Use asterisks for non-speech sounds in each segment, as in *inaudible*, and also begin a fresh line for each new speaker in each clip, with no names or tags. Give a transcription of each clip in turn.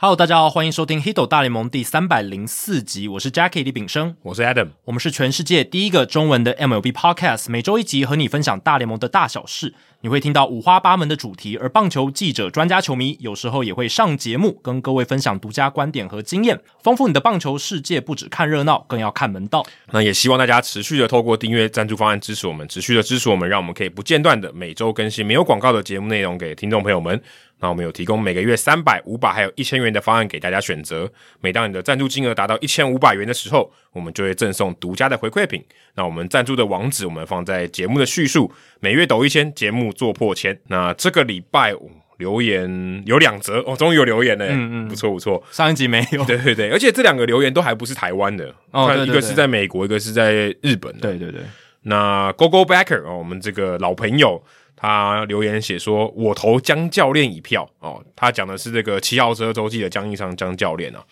Hello，大家好，欢迎收听《Hiddle 大联盟》第三百零四集，我是 Jackie 李炳生，
我是 Adam。
我们是全世界第一个中文的 MLB Podcast，每周一集和你分享大联盟的大小事，你会听到五花八门的主题，而棒球记者、专家、球迷有时候也会上节目，跟各位分享独家观点和经验，丰富你的棒球世界。不只看热闹，更要看门道。
那也希望大家持续的透过订阅赞助方案支持我们，持续的支持我们，让我们可以不间断的每周更新没有广告的节目内容给听众朋友们。那我们有提供每个月三百、五百还有一千元的方案给大家选择。每当你的赞助金额达到一千五百元的时候，我们就会赠送独家的回馈品。那我们赞助的网址我们放在节目的叙述。每月抖一千，节目做破千。那这个礼拜、哦留言有两则哦，终于有留言了，嗯嗯，不错不错。
上一集没有，
对对对，而且这两个留言都还不是台湾的，
哦对
看
对
一
对
个是在美国，一个是在日本的。
对对对，
那 Gogo Backer 哦，我们这个老朋友，他留言写说：“我投江教练一票哦。”他讲的是这个七号车周记的江一商江教练啊。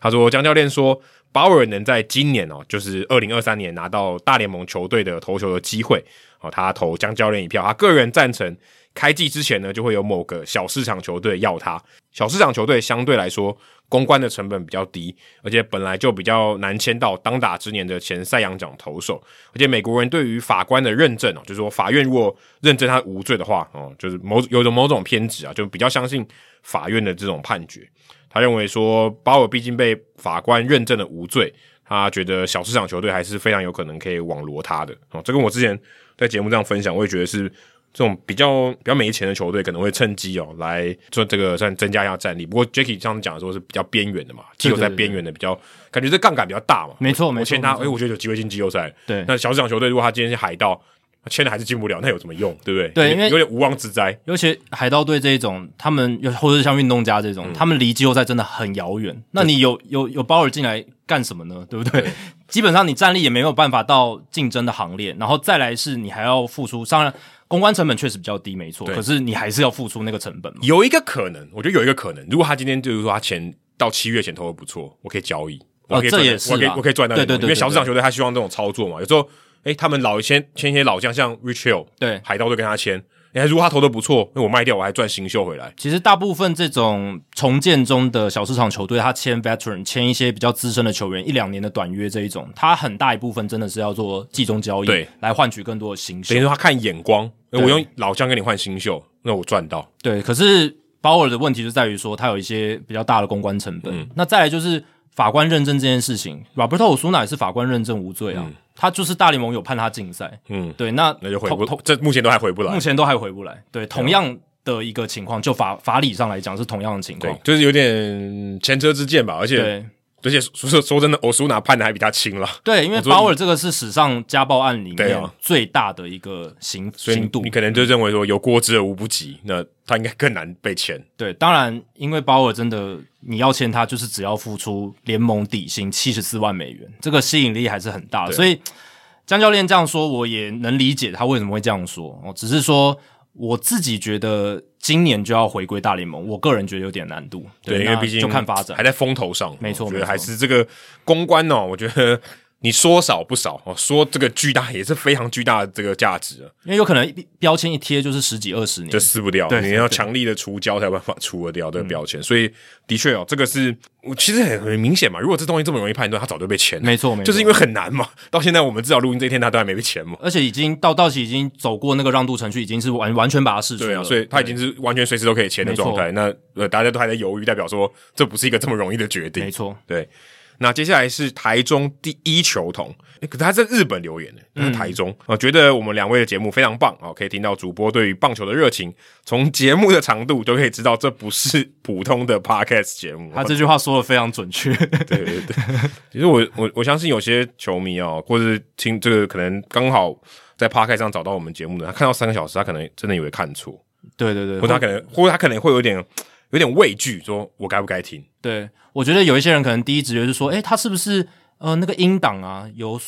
他说：“江教练说，鲍尔能在今年哦，就是二零二三年拿到大联盟球队的投球的机会哦，他投江教练一票，他个人赞成。”开季之前呢，就会有某个小市场球队要他。小市场球队相对来说，公关的成本比较低，而且本来就比较难签到当打之年的前赛扬奖投手。而且美国人对于法官的认证哦，就是说法院如果认证他无罪的话，哦，就是某有着某种偏执啊，就比较相信法院的这种判决。他认为说，鲍尔毕竟被法官认证了无罪，他觉得小市场球队还是非常有可能可以网罗他的。哦，这跟我之前在节目上分享，我也觉得是这种比较比较没钱的球队可能会趁机哦来做这个算增加一下战力。不过 Jacky 上次讲的说是比较边缘的嘛，季后
对
赛
对对
边缘的比较，感觉这杠杆比较大嘛。
没错没
我
错
签，他，
没
哎、
错
我觉得有机会进季后赛。
对
那小市场球队如果他今天是海盗，签了还是进不了，那有什么用？对不对？
对
有
因为
有点无妄之灾。
尤其海盗队这一种，他们又或者是像运动家这种，他们离季后赛真的很遥远。那你有有有鲍尔进来干什么呢？对不对？ *laughs* 基本上你战力也没有办法到竞争的行列，然后再来是你还要付出，当然公关成本确实比较低，没错，
对
可是你还是要付出那个成本嘛。
有一个可能，我觉得有一个可能，如果他今天就是说他前到七月前投的不错，我可以交易，我可以赚、
这也是啊
我可以我可以赚到
对
点
对
东西
对
因为小市场
对
球队他希望这种操作嘛，有时候哎、他们老一些签一些老将，像 Rich Hill，
对
海盗队跟他签，哎、如果他投的不错，那我卖掉我还赚新秀回来，
其实大部分这种重建中的小市场球队，他签 veteran 签一些比较资深的球员，一两年的短约这一种，他很大一部分真的是要做季中交易，
对，
来换取更多的新秀
等于。说他看眼光，哎
对
我用老将跟你换新秀，那我赚到。
对，可是鲍尔的问题就在于说，他有一些比较大的公关成本。
嗯
那再来就是法官认证这件事情，Roberto o s u n a 也是法官认证无罪啊，他就是大联盟有判他禁赛。
嗯
对，那
那就回
同
不啊
同，
这目前都还回不来
目。前都还回不来。对，同样的一个情况，就法法理上来讲是同样的情
对
况，。
就是有点前车之鉴吧，而且
对
而且说说说真的，欧苏拿判的还比他轻了，
对，因为鲍尔这个是史上家暴案里
对
面
啊
最大的一个刑
所以你
刑度
你，可能就认为说有过之而无不及，那他应该更难被签。
对，当然，因为鲍尔真的你要签他，就是只要付出联盟底薪七十四万美元，这个吸引力还是很大的。所以江教练这样说，我也能理解他为什么会这样说哦。只是说我自己觉得今年就要回归大联盟，我个人觉得有点难度。
对，因为
那
毕竟
就看发展
还。在风头上。
没错
我觉
没
得
错
还是这个公关哦，我觉得你说少不少哦，说这个巨大也是非常巨大的这个价值啊，
因为有可能一标签一贴就是十几二十年
就。撕不掉，
对
你要强力的除胶才有办法除得掉这个标签。所以的确哦，这个是我其实很很明显嘛，如果这东西这么容易判断，他早就被签了。
没错，没错，
就是因为很难嘛，到现在我们至少录音这一天，他都还没被签嘛。
而且已经到到期已经走过那个让渡程序，已经是完完全把它释出了。
对啊，所以他已经是完全随时都可以签的
没错
状态。那呃，大家都还在犹豫，代表说这不是一个这么容易的决定
没。错，
对，那接下来是台中第一球童，诶可是他在日本留言的，
嗯
他是台中啊、呃觉得我们两位的节目非常棒啊、哦可以听到主播对于棒球的热情，从节目的长度都可以知道这不是普通的 podcast 节目。
他这句话说的非常准确。 *laughs*
对对对，其实我我我相信有些球迷哦，或者是听这个可能刚好在 podcast 上找到我们节目的，他看到三个小时，他可能真的以为看错，
对对对，
或者他可能或者他可能会有点有点畏惧，说我该不该听？
对，我觉得有一些人可能第一直觉就是说，诶，他是不是呃那个音档啊有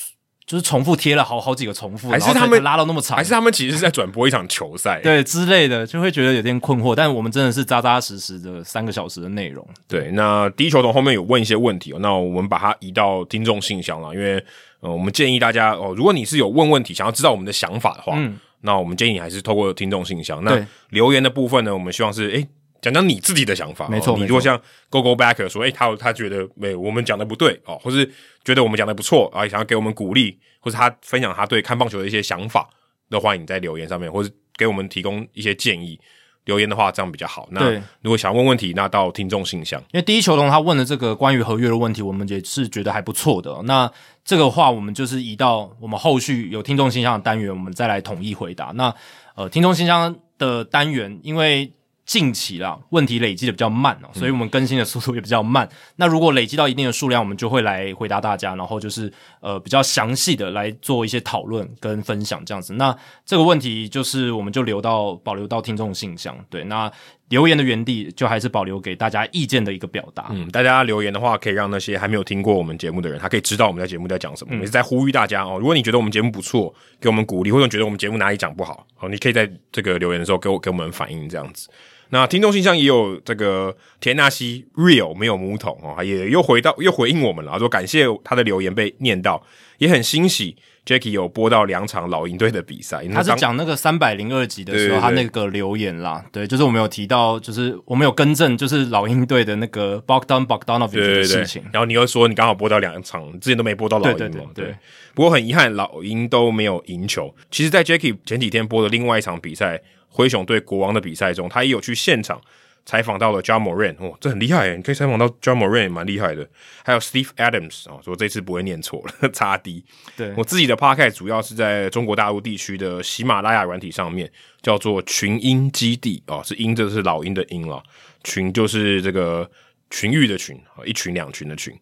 就是重复贴了好好几个重复，
还是
然后才
他们
才拉到那么长，
还是他们其实是在转播一场球赛？
对之类的，就会觉得有点困惑。但我们真的是扎扎实实的三个小时的内容，
对，那第一球童后面有问一些问题哦，那我们把它移到听众信箱了，因为呃，我们建议大家哦，如果你是有问问题，想要知道我们的想法的话，那我们建议你还是透过听众信箱。那
嗯对
留言的部分呢，我们希望是诶。讲讲你自己的想法。
没错
哦你
没错
如果像 Go Go Backer 说，哎、他他觉得没有我们讲的不对哦，或是觉得我们讲的不错啊，想要给我们鼓励，或是他分享他对看棒球的一些想法，都欢迎你在留言上面，或是给我们提供一些建议。留言的话，这样比较好。那
对
如果想问问题，那到听众信箱。
因为第一球童他问的这个关于合约的问题，我们也是觉得还不错的。那这个话我们就是移到我们后续有听众信箱的单元，我们再来统一回答。那呃，听众信箱的单元，因为近期啦问题累积的比较慢哦，所以我们更新的速度也比较慢。那如果累积到一定的数量，我们就会来回答大家，然后就是呃比较详细的来做一些讨论跟分享这样子。那这个问题就是我们就留到保留到听众信箱，对，那留言的原地就还是保留给大家意见的一个表达。
嗯，大家留言的话，可以让那些还没有听过我们节目的人，他可以知道我们在节目在讲什么。我们也是在呼吁大家哦，如果你觉得我们节目不错，给我们鼓励，或者你觉得我们节目哪里讲不好，哦，你可以在这个留言的时候给我给我们反映这样子。那听众信箱也有这个田纳西 Real 没有母桶哦，也又回到又回应我们了，他说感谢他的留言被念到，也很欣喜 Jacky 有播到两场老鹰队的比赛，因为
他是
当
讲那个三百零二集的时
对
候，
对对
他那个留言啦，对，就是我们有提到，就是我们有更正，就是老鹰队的那个 Bogdan Bogdanovic
对
的
对对
事情，
然后你又说你刚好播到两场，之前都没播到老鹰嘛，
对对对对
不过很遗憾，老鹰都没有赢球。其实，在 Jacky 前几天播的另外一场比赛，灰熊对国王的比赛中，他也有去现场采访到了 John Moran，哦，这很厉害耶，你可以采访到 John Moran 也蛮厉害的。还有 Steve Adams 哦，说这次不会念错 *laughs* 了，差 D。
对
我自己的 Podcast 主要是在中国大陆地区的喜马拉雅软体上面，叫做群鹰基地哦，是鹰，这是老鹰的鹰了，群就是这个群域的群，哦一群两群的群。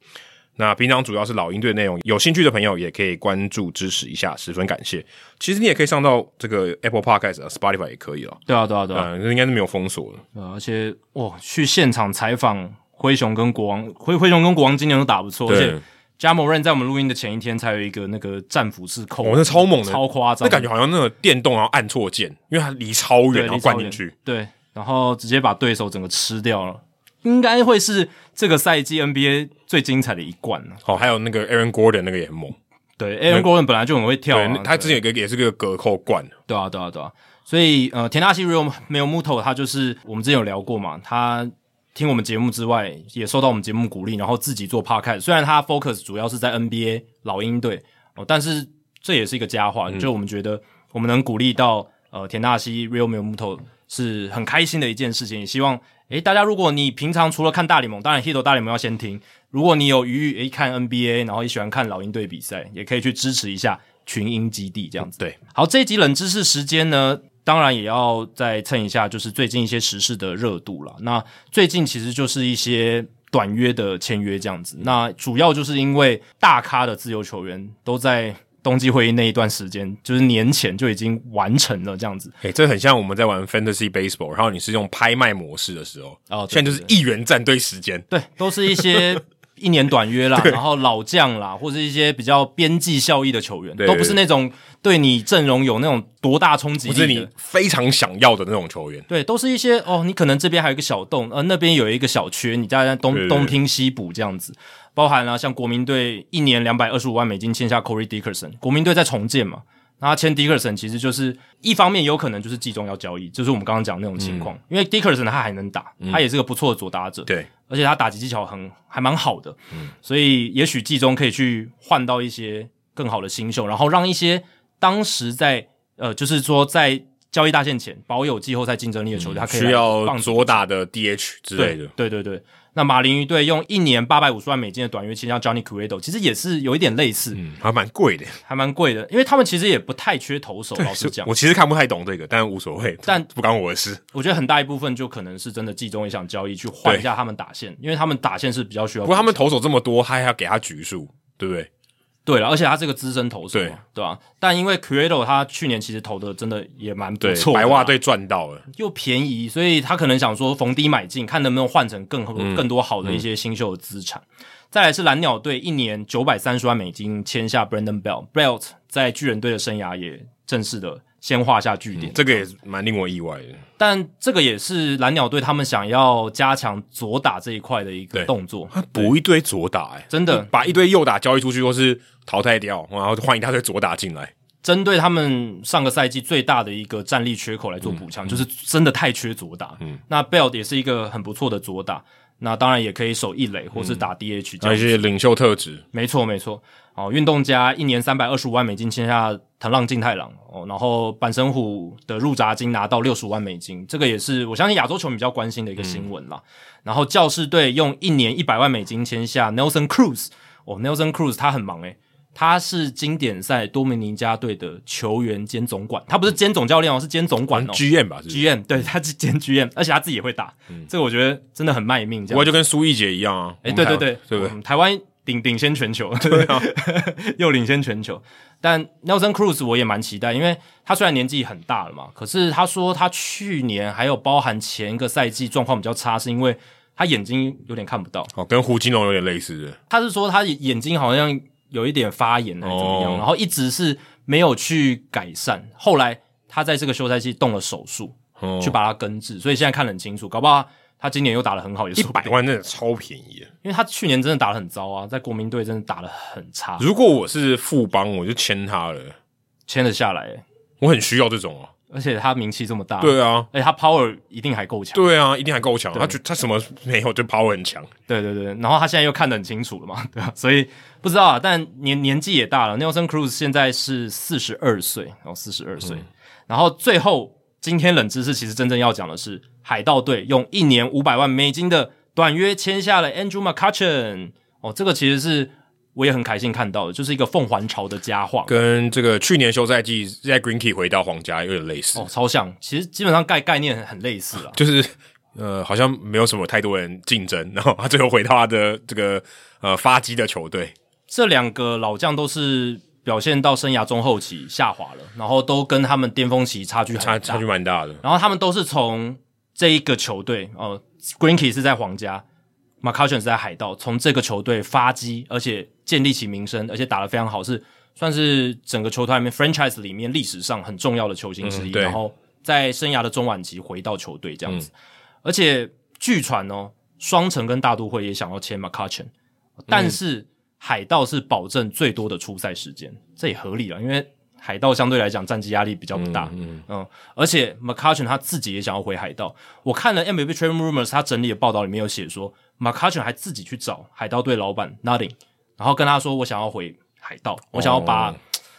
那平常主要是老鹰队内容，有兴趣的朋友也可以关注支持一下，十分感谢。其实你也可以上到这个 Apple Podcast、啊、Spotify 也可以了，
对啊，对啊，对啊，
嗯，这应该是没有封锁的。
呃而且哇，去现场采访灰熊跟国王，灰灰熊跟国王今年都打不错，而
对
且加某人在我们录音的前一天才有一个那个战斧式扣，
哦，那超猛的，
超夸张，
那感觉好像那个电动然后按错键，因为它离超
对
远，然后灌
离超
进
远
去。
对，然后直接把对手整个吃掉了，应该会是这个赛季 NBA 最精彩的一冠了。
好、哦还有那个 Aaron Gordon 那个也很猛。
对，Aaron Gordon 本来就很会跳、
对，
啊
那，他之前有一个也是个隔扣冠，
对啊，对啊，对啊。所以呃，田纳西 Real 没有木头，他就是我们之前有聊过嘛，他听我们节目之外，也受到我们节目鼓励，然后自己做 podcast。虽然他 focus 主要是在 NBA 老鹰队哦，但是这也是一个佳话，就我们觉得我们能鼓励到呃田纳西 Real 没有木头是很开心的一件事情。也希望诶大家如果你平常除了看大联盟，当然 Hito 大联盟要先听，如果你有余裕诶看 NBA，然后也喜欢看老鹰队比赛，也可以去支持一下群鹰基地这样子。
对，
好，这一集冷知识时间呢，当然也要再蹭一下，就是最近一些时事的热度了。那最近其实就是一些短约的签约这样子，那主要就是因为大咖的自由球员都在。冬季会议那一段时间，就是年前就已经完成了这样子，
诶、这很像我们在玩 Fantasy Baseball，然后你是用拍卖模式的时候，
哦对
现在就是一元战队时间，
对，都是一些一年短约
*laughs*
啦，然后老将啦，或是一些比较边际效益的球员，
对
都不是那种对你阵容有那种多大冲击
不
力
是
的。
你非常想要的那种球员。
对，都是一些哦，你可能这边还有一个小洞，呃，那边有一个小缺，你大家东
对对对
东拼西补这样子。包含啊，像国民队一年两百二十五万美金签下 Corey Dickerson，国民队在重建嘛，那他签 Dickerson 其实就是一方面有可能就是季中要交易，就是我们刚刚讲的那种情况，因为 Dickerson 他还能打，他也是个不错的左打者，
嗯对，
而且他打击技巧很还蛮好的，
嗯
所以也许季中可以去换到一些更好的新秀，然后让一些当时在呃，就是说在交易大限前保有季后赛竞争力的球队，他可以来
嗯需要
放手
左打的 DH 之类的。
对对对对，那马林鱼队用一年八百五十万美金的短约签下 Johnny Cueto，其实也是有一点类似，
嗯，还蛮贵的。
还蛮贵的，因为他们其实也不太缺投
*laughs*
手，老实讲，
我其实看不太懂这个，但无所谓，
但哦
不关我的事。
我觉得很大一部分就可能是真的季中也想交易去换一下他们打线，因为他们打线是比较需要
不过他们投手这么多，他还要给他局数，对不对？
对了，而且他是个资深投手嘛，
对
对吧、但因为 Credo 他去年其实投的真的也蛮不
对，
错的啊，
白袜队赚到了。
又便宜，所以他可能想说逢低买进，看能不能换成更
嗯
更多好的一些新秀的资产。再来是蓝鸟队一年九百三十万美金签下 Brandon Belt，Belt 在巨人队的生涯也正式的先画下句点。
这个也蛮令我意外的。
但这个也是蓝鸟队他们想要加强左打这一块的一
对
个动作，
他补一堆左打、欸，
真的
把一堆右打交易出去，或是淘汰掉，然后就换一大堆左打进来。
针对他们上个赛季最大的一个战力缺口来做补强，就是真的太缺左打。嗯，那 Bell 也是一个很不错的左打，那当然也可以守一垒或是打 DH 这
还有
样
一些领袖特质，
没错，没错。哦，运动家一年三百二十五万美金签下藤浪静太郎哦，然后板神虎的入闸金拿到六十万美金，这个也是我相信亚洲球迷比较关心的一个新闻啦。然后教士队用一年一百万美金签下 Nelson Cruz 哦，Nelson Cruz 他很忙诶、他是经典赛多米尼加队的球员兼总管，他不是兼总教练哦，是兼总管哦。
剧院吧，是不是
GM 对，他是兼 GM，而且他自己也会打，这个我觉得真的很卖命。这
不
样
过就跟苏奕杰一样啊，
哎、
我
对
们
对
台
对，
对不对？
嗯台湾领领先全
*laughs*
球，对啊， *laughs* 又领先全球。但 Nelson Cruz 我也蛮期待，因为他虽然年纪很大了嘛，可是他说他去年还有包含前一个赛季状况比较差，是因为他眼睛有点看不到。
哦，跟胡金龙有点类似的，
他是说他眼睛好像有一点发炎还是怎么样，
哦
然后一直是没有去改善。后来他在这个休赛季动了手术，
哦
去把它根治，所以现在看得很清楚，搞不好。他今年又打得很好，也
一
是
百万真的超便宜的。
因为他去年真的打得很糟啊，在国民队真的打得很差。
如果我是富邦，我就签他了，
签了下来欸，
我很需要这种哦、
而且他名气这么大，
啊。，对啊，
而且他 power 一定还够强，
对啊，一定还够强。他觉他什么没有，就 power 很强。
对对对，然后他现在又看得很清楚了嘛，对 *laughs* 吧、所以不知道啊，但年年纪也大了，Nelson Cruz 现在是四十二岁，然后四十二
嗯
岁，然后最后今天冷知识其实真正要讲的是，海盗队用一年五百万美金的短约签下了 Andrew McCutchen，哦，这个其实是我也很开心看到的，就是一个凤凰巢的佳话。
跟这个去年休赛季在 Green Key 回到皇家有点类似，
哦，超像，其实基本上概概念很很类似
*laughs*
啦。
就是呃，好像没有什么太多人竞争，然后他最后回到他的这个呃发迹的球队。
这两个老将都是表现到生涯中后期下滑了，然后都跟他们巅峰期差距很
差
大，
差距蛮大的。
然后他们都是从这一个球队，呃 g r e e n k e y 是在皇家 m c c u s h i n 是在海盗，从这个球队发迹，而且建立起名声，而且打得非常好，是算是整个球团里面 franchise 里面历史上很重要的球星之一。
嗯对嗯
然后在生涯的中晚期回到球队这样子，而且据传哦，双城跟大都会也想要签 m c c u s h i n 但是。海盗是保证最多的出赛时间，这也合理了，因为海盗相对来讲战绩压力比较不大，
嗯，
嗯，而且 McCutchen 他自己也想要回海盗。我看了 MVP Trade Rumors 他整理的报道里面有写说，McCutchen 还自己去找海盗队老板 Nutting，然后跟他说我想要回海盗，我想要把、
哦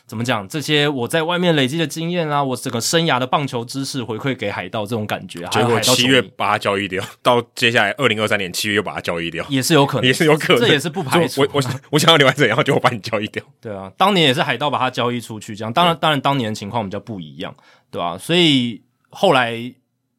怎么讲这些我在外面累积的经验啊，我整个生涯的棒球知识回馈给海盗这种感觉。啊还
结
有
果
海盗
七
球迷
月把他交易掉，到接下来二零二三年七月又把他交易掉，
也是有可能，
也是有可能，
这也是不排除
就。我我我想要留在这里，然后结果把你交易掉。
对啊，当年也是海盗把他交易出去，这样当然当然当年的情况比较不一样，对吧、所以后来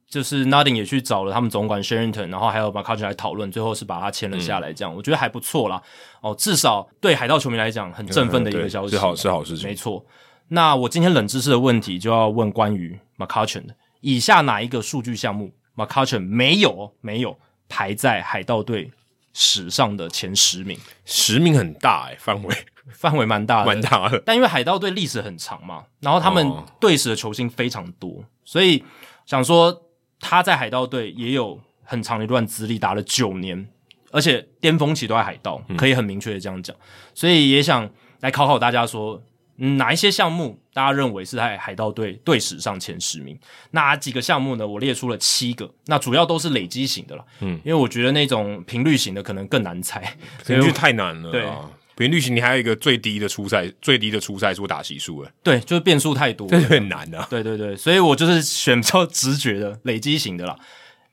就是 Nutting 也去找了他们总管 Sherrington，然后还有把 c u t c h 来讨论，最后是把他签了下来，
嗯
这样、我觉得还不错啦。哦，至少对海盗球迷来讲很振奋的一
嗯
个
对
消息，
是好是好事情
没错。那我今天冷知识的问题就要问关于 m c c u t c h e n 的，以下哪一个数据项目 m c c u t c h e n 没有没有排在海盗队史上的前十名？
十名很大哎、范围
范围蛮大的，
蛮大的。
但因为海盗队历史很长嘛，然后他们
哦
队史的球星非常多，所以想说他在海盗队也有很长的一段资历，打了九年，而且巅峰期都在海盗，可以很明确的这样讲。所以也想来考考大家说，嗯、哪一些项目大家认为是在海盗队队史上前十名？哪几个项目呢？我列出了七个，那主要都是累积型的了。嗯，因为我觉得那种频率型的可能更难猜，所
频
以我
率太难了、
对
啊。频率型你还有一个最低的出赛，最低的出赛数打席数哎，
对，就是变数太多了
*laughs* 这有点难啊。
对对对，所以我就是选比较直觉的、累积型的啦。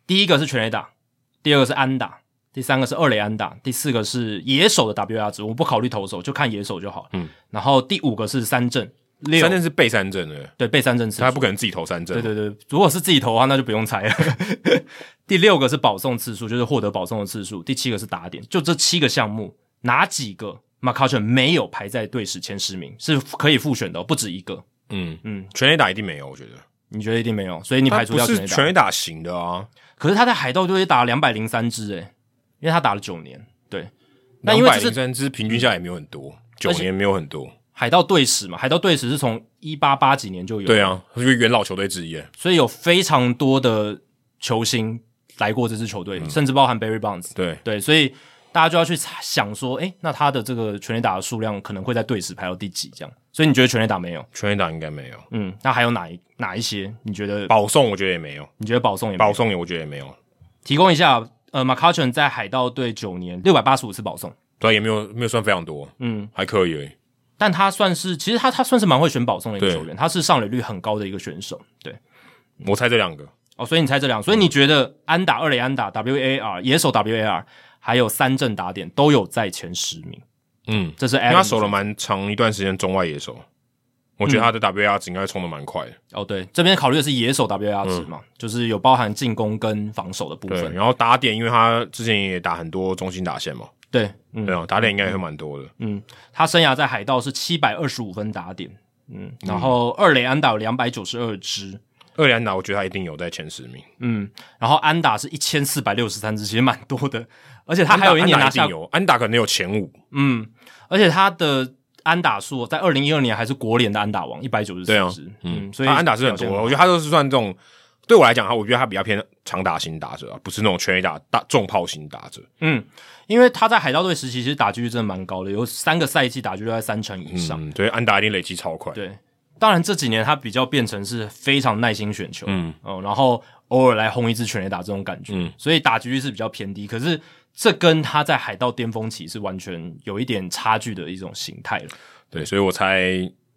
第一个是全垒打，第二个是安打，第三个是二垒安打，第四个是野手的 WR 值，我们不考虑投手，就看野手就好。嗯，然后第五个是三振，六
三振是被三振的，
对被三振次
他
数。
不可能自己投三
对
振。
对对，如果是自己投的话，那就不用猜了。 *laughs* 第六个是保送次数，就是获得保送的次数。第七个是打点，就这七个项目，哪几个 m c c u t c h e n 没有排在队史前十名是可以复选的哦，不止一个。
嗯
嗯
嗯，全垒打一定没有，我觉得
你觉得一定没有，所以你
你
排除掉
不
全
是
垒打。
全垒打型的啊，
可是他在海盗队打了两百零三支，诶，因为他打了九年，对，那
两
因为
百
这是
零三支平均下来也没有很多，九
而且
年没有很多。
海盗队史嘛，海盗队史是从一八八几年就有，
对，啊，因为元老球队之一欸，
所以有非常
嗯
多的球星来过这支球队，甚至包含 Barry Bonds，
对，
对，所以大家就要去想说，诶，那他的这个全垒打的数量可能会在队史排到第几这样。所以你觉得全垒打没有？
全垒打应该没有，
嗯，那还有哪一哪一些？你觉得
保送我觉得也没有，
你觉得保送也没有
保送也我觉得也没有，
提供一下？呃 m c c u t c h e n 在海盗队九年六百八十五次保送，
对，也没有没有算非常多，
嗯，
还可以而已。
但他算是其实他他算是蛮会选保送的一个
对
球员，他是上垒率很高的一个选手。对，
我猜这两个，
哦，所以你猜这
嗯
两，所以你觉得安打、二垒安打、WAR、野手 WAR，还有三振打点都有在前十名，
嗯，
这是
因
a
为
l
他守了蛮长一段时间中外野手，我觉得他
嗯
的 WR 值应该冲的蛮快的。
哦，对，这边考虑的是野手 WAR 值嘛，就是有包含进攻跟防守的部
嗯对，
分。
然后打点，因为他之前也打很多中心打线嘛，
对，嗯
对啊，打点应该也会蛮多的。
嗯，他生涯在海盗是七百二十五分打点，嗯，然后二垒安打有两百九十二支，
二连打，我觉得他一定有在前十名。
嗯，然后安打是一千四百六十三支，其实蛮多的，而且他还有一年拿
安打
下
一定有，安打可能有前五。
嗯，而且他的安打数在二零一二年还是国联的安打王，一百九十
对啊
四支。嗯，所以
他安打是很
表现
多，我觉得他都是算这种。对我来讲，他我觉得他比较偏长打型打者啊，不是那种全垒打大重炮型打者。
嗯，因为他在海盗队时期其实打击率真的蛮高的，有三个赛季打击率都在三成以上。
嗯，对，安打一定累积超快。
对，当然这几年他比较变成是非常耐心选球，
嗯，
哦，然后偶尔来轰一支全垒打这种感觉，
嗯
所以打击率是比较偏低。可是这跟他在海盗巅峰期是完全有一点差距的一种形态了。
对，所以我猜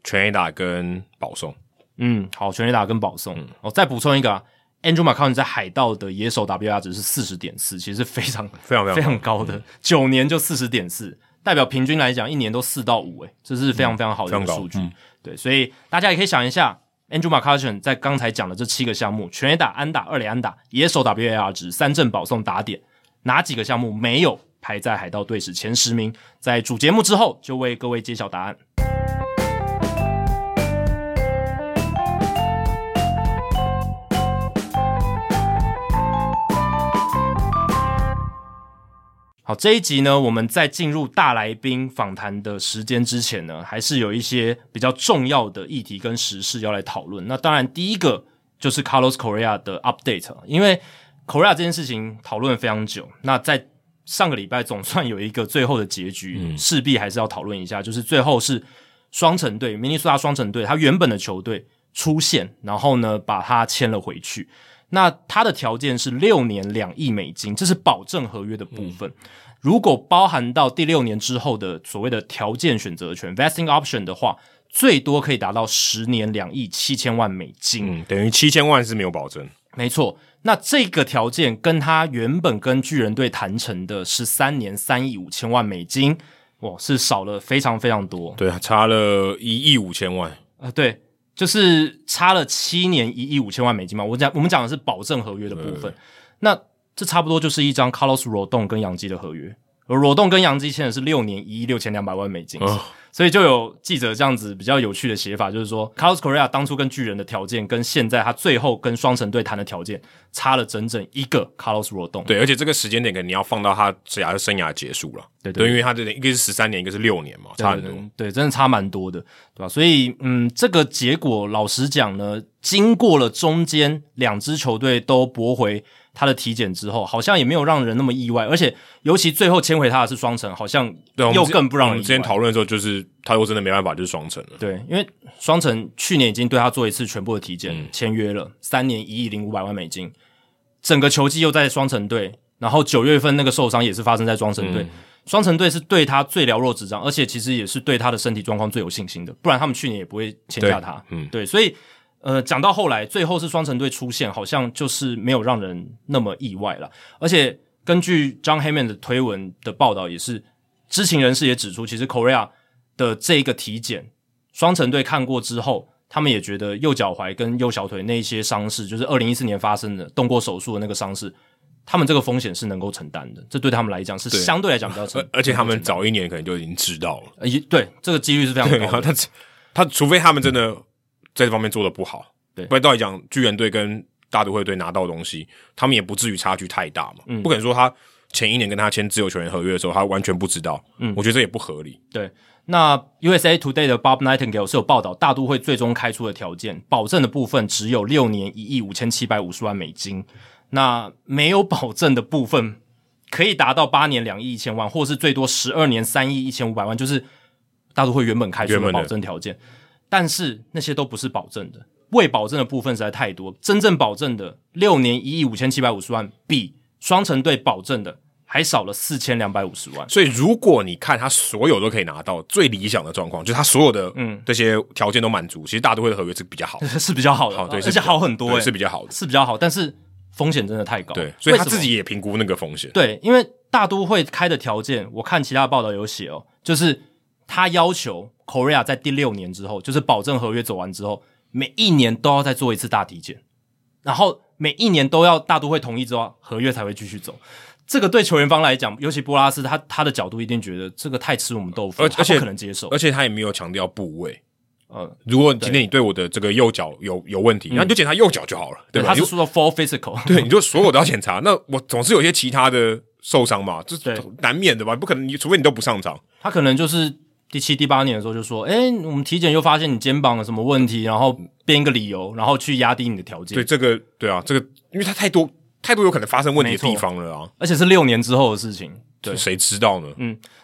全垒打跟保送。
嗯，好，全垒打跟保送。
嗯
哦，再补充一个、啊、，Andrew McCown 在海盗的野手 WR 值是四十点四，其实是非
*laughs*
常
非常非常
非常高
嗯
的，九、年就四十点四，代表平均来讲一年都四到五，诶，欸这是非常非常好的一
嗯非
个
常高
数据。对，所以大家也可以想一下。Andrew McCutcheon 在刚才讲的这七个项目：全垒打、安打、二垒安打、野手 WAR 值、三振、保送、打点，哪几个项目没有排在海盗队史前十名？在主节目之后，就为各位揭晓答案。好，这一集呢，我们在进入大来宾访谈的时间之前呢，还是有一些比较重要的议题跟时事要来讨论。那当然，第一个就是 Carlos Correa 的 update，因为 Correa 这件事情讨论了非常久。那在上个礼拜总算有一个最后的结局，势必还是要讨论一下，就是最后是双城队，明尼苏达双城队，他原本的球队出现，然后呢把他签了回去。那他的条件是六年两亿美金，这是保证合约的部分。如果包含到第六年之后的所谓的条件选择权 （vesting option） 的话，最多可以达到十年两亿七千万美金。
嗯，等于七千万是没有保证。
没错，那这个条件跟他原本跟巨人队谈成的十三年三亿五千万美金，哇，是少了非常非常多。
对啊，差了一亿五千万。
呃，对，就是差了七年一亿五千万美金嘛。我讲我们讲的是保证合约的部分，那这差不多就是一张 Carlos Rodon 跟杨基的合约。而 Rodon 跟杨基签的是六年一亿六千两百万美金，
哦
所以就有记者这样子比较有趣的写法，就是说 Carlos Correa 当初跟巨人的条件，跟现在他最后跟双城队谈的条件差了整整一个 Carlos Rodon。
对，而且这个时间点可能你要放到他职涯生涯结束了。
对对
因为他这一个是十三年，一个是六年嘛，差很多。
对，真的差蛮多的，对吧？所以，嗯，这个结果老实讲呢，经过了中间两支球队都驳回他的体检之后，好像也没有让人那么意外，而且尤其最后签回他的是双城，好像
对，我们
又
之
更不让
我
人
们之
意
前
外。
讨论的时候，就是他又真的没办法，就是双城了。
对，因为双城去年已经对他做一次全部的体检，
嗯
签约了三年一亿零五百万美金，整个球季又在双城队，然后九月份那个受伤也是发生在双城
嗯
队。双城队是对他最了若指掌，而且其实也是对他的身体状况最有信心的，不然他们去年也不会签下他。
嗯，
对，所以呃，讲到后来，最后是双城队出现，好像就是没有让人那么意外了。而且根据 John Heyman 的推文的报道，也是知情人士也指出，其实 Korea 的这个体检，双城队看过之后，他们也觉得右脚踝跟右小腿那一些伤势，就是二零一四年发生的动过手术的那个伤势。他们这个风险是能够承担的，这对他们来讲是
对
相对来哦讲比较承
而而且他们早一年可能就已经知道了。
呃也对这个几率是非常
对，
高
然
的
后。他他除非他们真的在这方面做的不好，
对
不然道理讲巨人队跟大都会队拿到的东西，他们也不至于差距太大嘛。
嗯
不可能说他前一年跟他签自由球员合约的时候，他完全不知道。嗯，我觉得这也不合理。
对，那 USA Today 的 Bob Nightingale 是有报道，大都会最终开出的条件，保证的部分只有六年一亿五千七百五十万美金，那没有保证的部分可以达到八年两亿一千万，或是最多十二年三亿一千五百万，就是大都会原本开出
原
的
本的
保证条件。但是那些都不是保证的，未保证的部分实在太多。真正保证的六年一亿五千七百五十万，比双城队保证的还少了四千两百五十万。 *laughs*
所以如果你看他所有都可以拿到，最理想的状况就是他所有的嗯这些条件都满足，其实大都会的合约是比较好的，
是比较好的，
好对，
嗯
是
而
比较
且好很多、
对
欸，
是比较好的，
是比较好，但是风险真的太高。
对，所以他
为什么
自己也评估那个风险，
对，因为大都会开的条件，我看其他报道有写哦，就是他要求 Korea 在第六年之后，就是保证合约走完之后，每一年都要再做一次大体检，然后每一年都要大都会同意之后，合约才会继续走。这个对球员方来讲，尤其波拉斯他他的角度一定觉得这个太吃我们豆腐，
而
他
而且
不可能接受。
而且他也没有强调部位。
呃，
如果今天你对我的这个右脚有有问题，那你就检查右脚就好了，对吧？
嗯他
你
是
就
说 full physical，
对，你就所有都要
*laughs*
检查。那我总是有些其他的受伤嘛，这
对
难免的吧？不可能，你除非你都不上场。
他可能就是第七、第八年的时候就说：“哎、我们体检又发现你肩膀有什么问题，然后编一个理由，然后去压低你的条件。”
对，这个对啊，这个因为他太多太多有可能发生问
没
题的
错
地方了啊，
而且是六年之后的事情。对，
谁知道呢？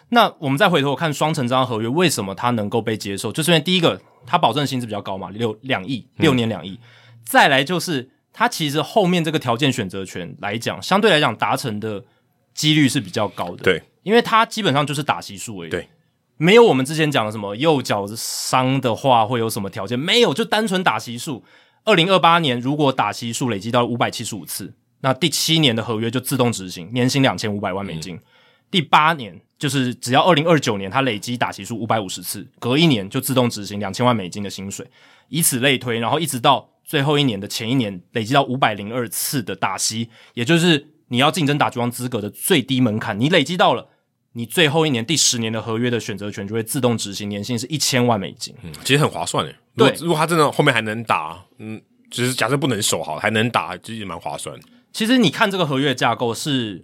那我们再回头看双城这张合约，为什么它能够被接受？就是因为第一个，它保证薪资比较高嘛，六两亿，六年两亿。再来就是它其实后面这个条件选择权来讲，相对来讲达成的几率是比较高的。
对，
因为它基本上就是打席数而已。
对。
没有我们之前讲的什么右脚伤的话会有什么条件？没有，就单纯打席数。二零二八年如果打席数累积到五百七十五次，那第七年的合约就自动执行，年薪两千五百万美金。第八年就是只要二零二九年他累积打席数五百五十次，隔一年就自动执行两千万美金的薪水，以此类推，然后一直到最后一年的前一年累积到五百零二次的打席，也就是你要竞争打球王资格的最低门槛，你累积到了。你最后一年第十年的合约的选择权就会自动执行，年薪是一千万美金。
嗯，其实很划算诶。如
对
果如果他真的后面还能打，嗯，只是假设不能守好，还能打，其实蛮划算的，
其实你看这个合约架构是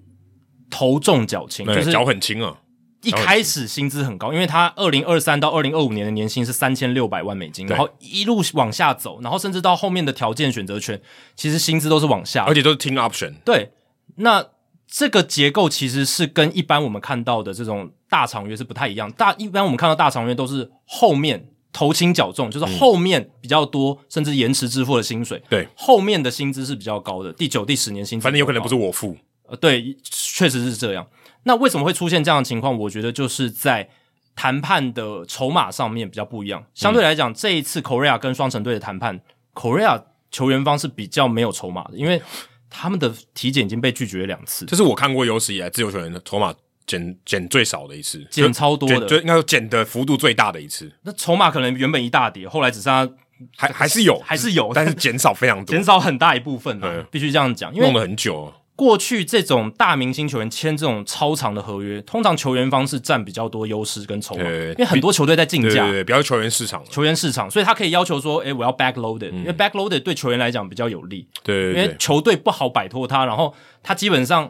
头重脚轻，就
对
是
脚很轻啊。
一开始薪资很高，因为他二零二三到二零二五年的年薪是三千六百万美金，
对
然后一路往下走，然后甚至到后面的条件选择权，其实薪资都是往下
而。且都是 team option，
对，那这个结构其实是跟一般我们看到的这种大长约是不太一样。大一般我们看到大长约都是后面头轻脚重，就是后面比较多，甚至延迟支付的薪水。
嗯对，
后面的薪资是比较高的，第九、第十年薪资
反正有可能
比较高
不是我付，
呃，对，确实是这样。那为什么会出现这样的情况？我觉得就是在谈判的筹码上面比较不一样。相
嗯
对来讲，这一次 Korea 跟双城队的谈判，Korea 球员方是比较没有筹码的，因为他们的体检已经被拒绝两次，
这是我看过有史以来自由球员的筹码减减最少的一次，
减超多
减就
的。
应该说减的幅度最大的一次，
那筹码可能原本一大叠，后来只剩下
还还是有，
还是有，
但是减少非常多
减，少很大一部分啊
嗯
必须这样 *laughs* 讲，因为
弄了很久哦。
过去这种大明星球员签这种超长的合约，通常球员方是占比较多优势跟筹码，
对
因为很多球队在竞
对
价
对。对，不要球员市场了。啊
球员市场，所以他可以要求说，诶、哎我要 backloaded，、因为 backloaded 对球员来讲比较有利，
嗯对
因
对
为
对，
球队不好摆脱他，然后他基本上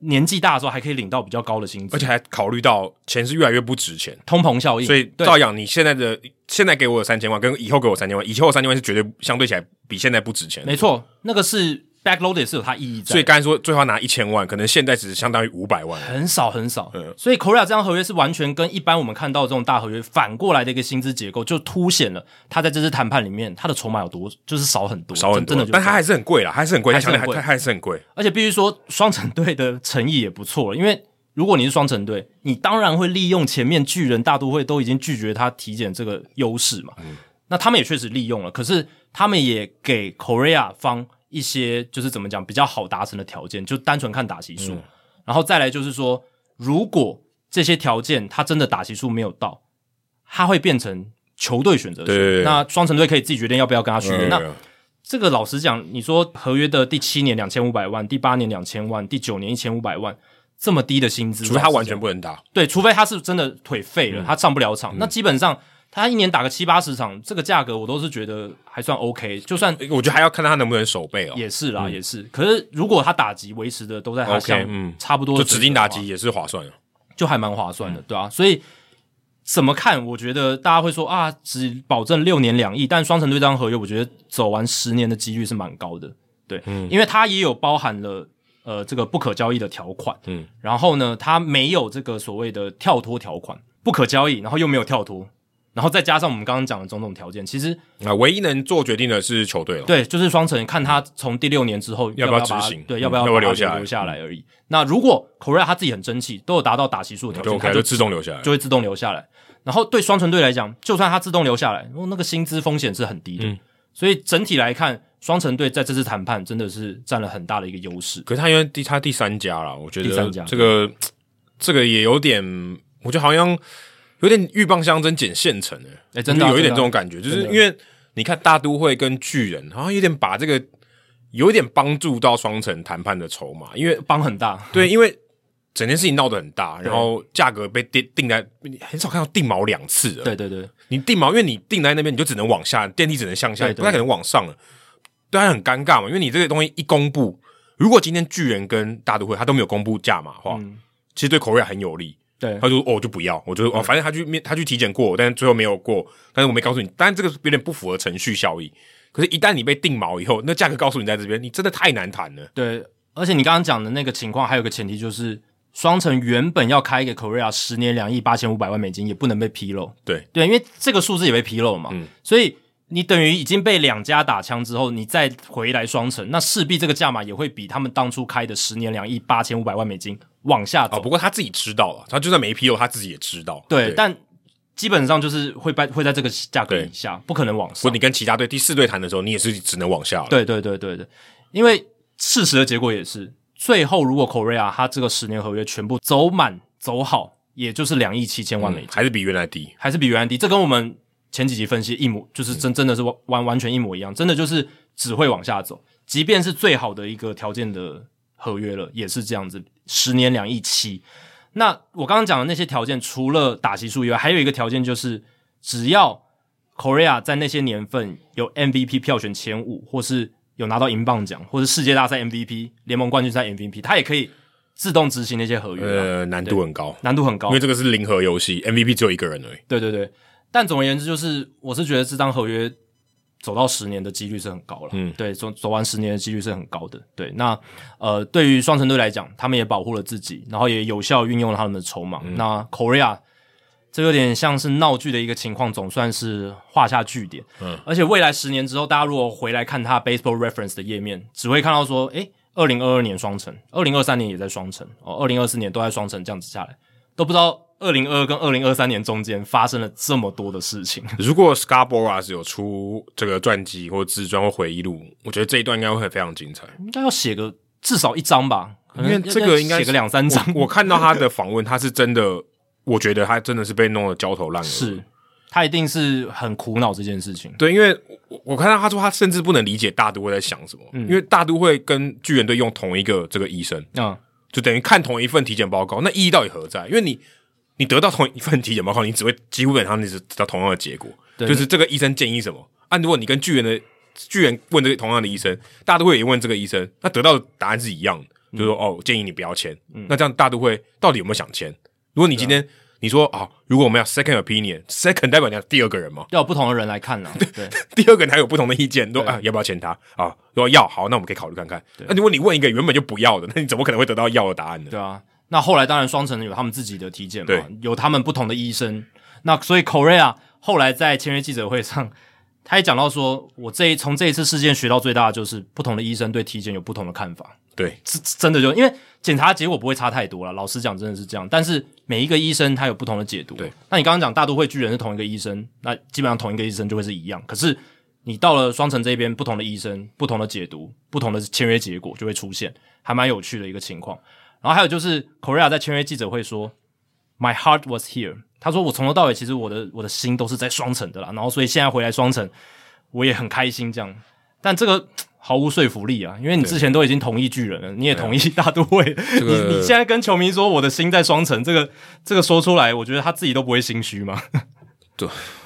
年纪大的时候还可以领到比较高的薪资，
而且还考虑到钱是越来越不值钱，
通膨效应，
所以
对
照养你现在的现在给我三千万，跟以后给我三千万，以后三千万是绝对相对起来比现在不值钱的。
没错，那个是 backloaded 是有它意义在的，
所以刚才说最后拿一千万，可能现在只相当于五百万。
很少很少
嗯。
所以 Korea 这张合约是完全跟一般我们看到这种大合约反过来的一个薪资结构，就凸显了他在这次谈判里面他的筹码有多，就是少很多，
少很多，
真的就是
但它还是很贵啦，还是很贵，
还是
相对
很贵
还还是很贵。
而且必须说，双城队的诚意也不错了。因为如果你是双城队，你当然会利用前面巨人、大都会都已经拒绝他体检这个优势嘛。那他们也确实利用了，可是他们也给 Korea 方一些就是怎么讲比较好达成的条件，就单纯看打席数，然后再来就是说，如果这些条件他真的打席数没有到，他会变成球队选择权。
对对对
那双城队可以自己决定要不要跟他续约。那
嗯
这个老实讲，你说合约的第七年两千五百万，第八年两千万，第九年一千五百万，这么低的薪资，
除非他
老实
完
讲
全不嗯能打，
对，除非他是真的腿废了，他上不了场，那基本上他一年打个七八十场，这个价格我都是觉得还算 OK，就算
我觉得还要看他能不能守哎备哦。
也是啦，也是。可是如果他打击维持的都在他
OK，
像
嗯
差不多
就
的
指
水准
定
的
打
话
击也是划算的。哦
就还蛮划
嗯
算的，对啊，所以怎么看？我觉得大家会说啊，只保证六年两亿，但双城队这
嗯
张合约，我觉得走完十年的几率是蛮高的，对，因为它也有包含了呃这个不可交易的条款，
嗯，
然后呢，它没有这个所谓的跳脱条款，不可交易，然后又没有跳脱，然后再加上我们刚刚讲的种种条件，其实
啊，唯一能做决定的是球队了。哦
对，就是双城看他从第六年之后
要
不
不要
把
执
他
行
对，
嗯
要不要
要不要
把他
留下来嗯
留下来而已。那如果 c o r e a 他自己很争气，都有达到打席数的条
就
件，他
OK，
就
就自动留下来。
就会自动留下来。然后对双城队来讲，就算他自动留下来，哦那个薪资风险是很低的，
嗯
所以整体来看，双城队在这次谈判真的是占了很大的一个优势。
可是他因为第他第三家了，我觉
第
得
三家
这个这个也有点，我觉得好像有点鹬蚌相争捡现成的，
哎真的啊
就有一点
真的啊
这种感觉，就是
真的
因为你看大都会跟巨人，好像有点把这个有点帮助到双城谈判的筹码，因为
帮很大，
对，因为整件事情闹得很大，然后价格被定定在，你很少看到定毛两次了，
对对对，
你定毛，因为你定在那边，你就只能往下，电梯只能向下，
对对
不太可能往上了。对他很尴尬嘛，因为你这个东西一公布，如果今天巨人跟大都会他都没有公布价码的话，
嗯
其实对口瑞很有利。
对
他就说哦，我就不要，我就哦，反正他去面他去体检过，但是最后没有过，但是我没告诉你，但这个有点不符合程序效益。可是，一旦你被定毛以后，那价格告诉你在这边，你真的太难谈了。
对。而且你刚刚讲的那个情况，还有个前提就是，双城原本要开给 c o r e a 十年两亿八千五百万美金，也不能被披露。
对
对，因为这个数字也被披露嘛，
嗯
所以你等于已经被两家打枪之后，你再回来双城，那势必这个价码也会比他们当初开的十年两亿八千五百万美金往下走。
哦，不过他自己知道了，他就算没批哦，他自己也知道。
对，但基本上就是会在会在这个价格以下，不可能往
不过
上
你。跟其他队第四队谈的时候，你也是只能往下了。
对对对对对，因为事实的结果也是，最后如果 Korea 他这个十年合约全部走满走好，也就是两亿七千万美金，
嗯还是比原来低。
还是比原来低。这跟我们前几集分析一模，就是真真的是完完完全一模一样，真的就是只会往下走。即便是最好的一个条件的合约了，也是这样子，十年两亿七。那我刚刚讲的那些条件，除了打席数以外，还有一个条件就是，只要 Korea 在那些年份有 MVP 票选前五，或是有拿到银棒奖，或是世界大赛 MVP、联盟冠军赛 MVP，他也可以自动执行那些合约啊、
呃，难度很高，
难度很高啊
因为。这个是零和游戏，MVP 只有一个人而已。
对对对，但总而言之，就是我是觉得这张合约走到十年的几率是很高了。
嗯
对，走走完十年的几率是很高的。对，那呃，对于双城队来讲，他们也保护了自己，然后也有效运用了他们的筹码。那 Korea 这有点像是闹剧的一个情况，总算是画下句点。嗯，而且未来十年之后，大家如果回来看他 Baseball Reference 的页面，只会看到说，诶，二零二二年双城，二零二三年也在双城，哦，二零二四年都在双城，这样子下来，都不知道二零二跟二零二三年中间发生了这么多的事情。
如果 Scarborough 是有出这个传记或自传或回忆录，我觉得这一段应该会非常精彩，
应该要写个至少一张吧，可
因
能
为这个应
嗯
该
要
是
写个两三张。
我我看到他
*laughs*
的访问，他是真的，我觉得他真的是被弄得焦头烂额。
是他一定是很苦恼这件事情。
对，因为我我看到他说他甚至不能理解大都会在想什么，因为大都会跟巨人队用同一个这个医生，
嗯，
就等于看同一份体检报告，那意义到底何在？因为你你得到同一份体检报告，你只会几乎本上你只得到同样的结果，
对
就是这个医生建议什么啊？如果你跟巨人的巨人问这个同样的医生，大都会也问这个医生，那得到的答案是一样的，就
嗯
说哦，建议你不要签。那这样大都会到底有没有想签？如果你今天、你说啊、如果我们要 *laughs* second opinion，second 代表你要第二个人嘛，
要有不同的人来
*laughs*
看啦。对，
第二个人还有不同的意见，都啊要不要签他啊？如果要好，那我们可以考虑看看。那如果你问一个原本就不要的，那你怎么可能会得到要的答案呢？
对啊，那后来当然双城有他们自己的体检嘛
对，
有他们不同的医生。那所以 Korea 后来在签约记者会上， *laughs* 他也讲到说，我这一从这一次事件学到最大的就是不同的医生对体检有不同的看法。
对，
是是真的就因为检查结果不会差太多了，老实讲真的是这样。但是每一个医生他有不同的解读。
对，
那你刚刚讲大都会巨人是同一个医生，那基本上同一个医生就会是一样。可是你到了双城这边，不同的医生、不同的解读、不同的签约结果就会出现，还蛮有趣的一个情况。然后还有就是 Korea 在签约记者会说，My heart was here。他说我从头到尾其实我的我的心都是在双城的啦，然后所以现在回来双城，我也很开心这样。但这个毫无说服力啊，因为你之前都已经同意巨人了，你也同意大都会，
个
你你现在跟球迷说我的心在双城，这个这个说出来，我觉得他自己都不会心虚嘛，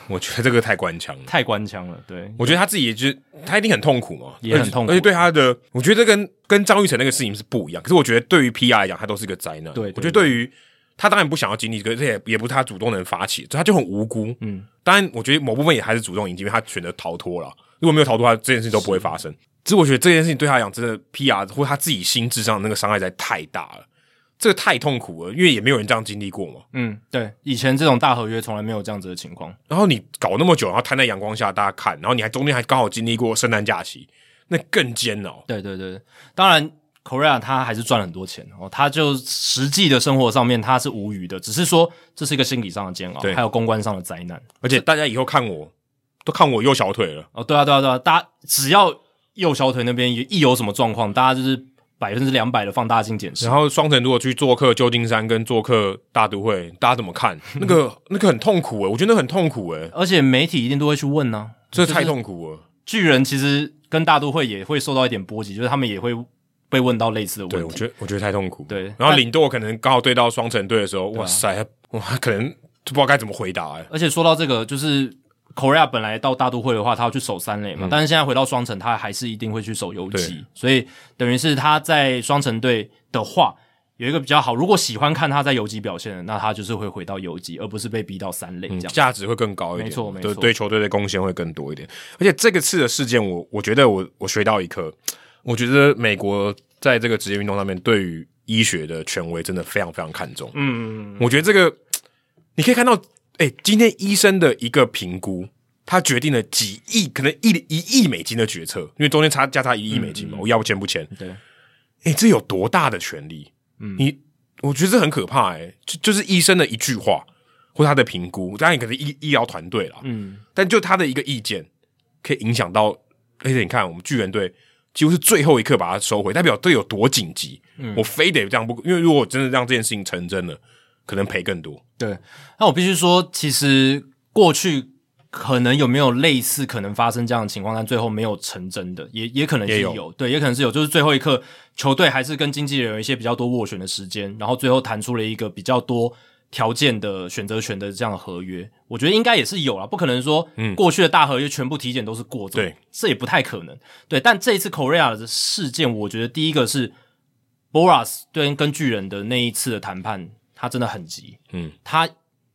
我觉得这个太官腔了。
太官腔了，对，
我觉得他自己也觉得他一定很痛苦嘛，
也很痛苦
而且而且对他的，我觉得跟跟张玉成那个事情是不一样。可是我觉得对于 PR 来讲，他都是个灾难。
对对
我觉得对于他当然不想要经历，可是也也不是他主动能发起，他就很无辜。嗯，当然，我觉得某部分也还是主动引进，因为他选择逃脱了。如果没有逃脱，他这件事情都不会发生。其实我觉得这件事情对他来讲，真的 PR 或他自己心智上的那个伤害实在太大了，这个太痛苦了，因为也没有人这样经历过嘛。
嗯，对，以前这种大合约从来没有这样子的情况。
然后你搞那么久，然后摊在阳光下大家看，然后你还中间还刚好经历过圣诞假期，那更煎熬。
对对对，当然 Korea 他还是赚了很多钱哦，他就实际的生活上面他是无语的，只是说这是一个心理上的煎熬
对，
还有公关上的灾难。
而且大家以后看我都看我右小腿了，
哦，对啊对啊对啊，大家只要右小腿那边一有什么状况，大家就是百分之两百的放大镜检视
然。后双城如果去做客旧金山跟做客大都会，大家怎么 *laughs* 看？那个那个很痛苦诶、欸我觉得那很痛苦诶、
而且媒体一定都会去问呢、
这太痛苦了。
巨人其实跟大都会也会受到一点波及，就是他们也会被问到类似的
对，
问
我
题。
觉得我觉得太痛苦。
对
然后
但
领舵可能刚好对啊到双城队的时候，哇塞，哇，可能就不知道该怎么回答、欸。
而且说到这个，就是 Korea 本来到大都会的话，他要去守三垒嘛，但是现在回到双城，他还是一定会去守游击，所以等于是他在双城队的话。有一个比较好，如果喜欢看他在游击表现的，那他就是会回到游击，而不是被逼到三垒这样。
价值会更高一点，
没错没
对
错
对球队的贡献会更多一点。而且这个次的事件我，我觉得我我学到一课，我觉得美国在这个职业运动上面对于医学的权威真的非常非常看重。
嗯，
我觉得这个你可以看到，哎、今天医生的一个评估，他决定了几亿，可能一一亿美金的决策，因为中间差价差一亿美金
嗯
嘛，我要不签不签。
对，
哎、这有多大的权利？嗯，你我觉得这很可怕哎、就就是医生的一句话或他的评估，当然可能医医疗团队啦，
嗯，
但就他的一个意见可以影响到，而且你看我们巨人队几乎是最后一刻把它收回，代表队有多紧急，
嗯
我非得这样不，因为如果真的让这件事情成真了，可能赔更多，
对，那我必须说，其实过去可能有没有类似可能发生这样的情况，但最后没有成真的，也也可能是
也有
有，对，也可能是有，就是最后一刻球队还是跟经纪人有一些比较多斡旋的时间，然后最后谈出了一个比较多。条件的选择权的这样的合约，我觉得应该也是有啦，不可能说过去的大合约全部体检都是过这种
嗯对，
这也不太可能。对，但这一次 Korea 的事件，我觉得第一个是 Boras 对跟巨人的那一次的谈判，他真的很急，
嗯，
他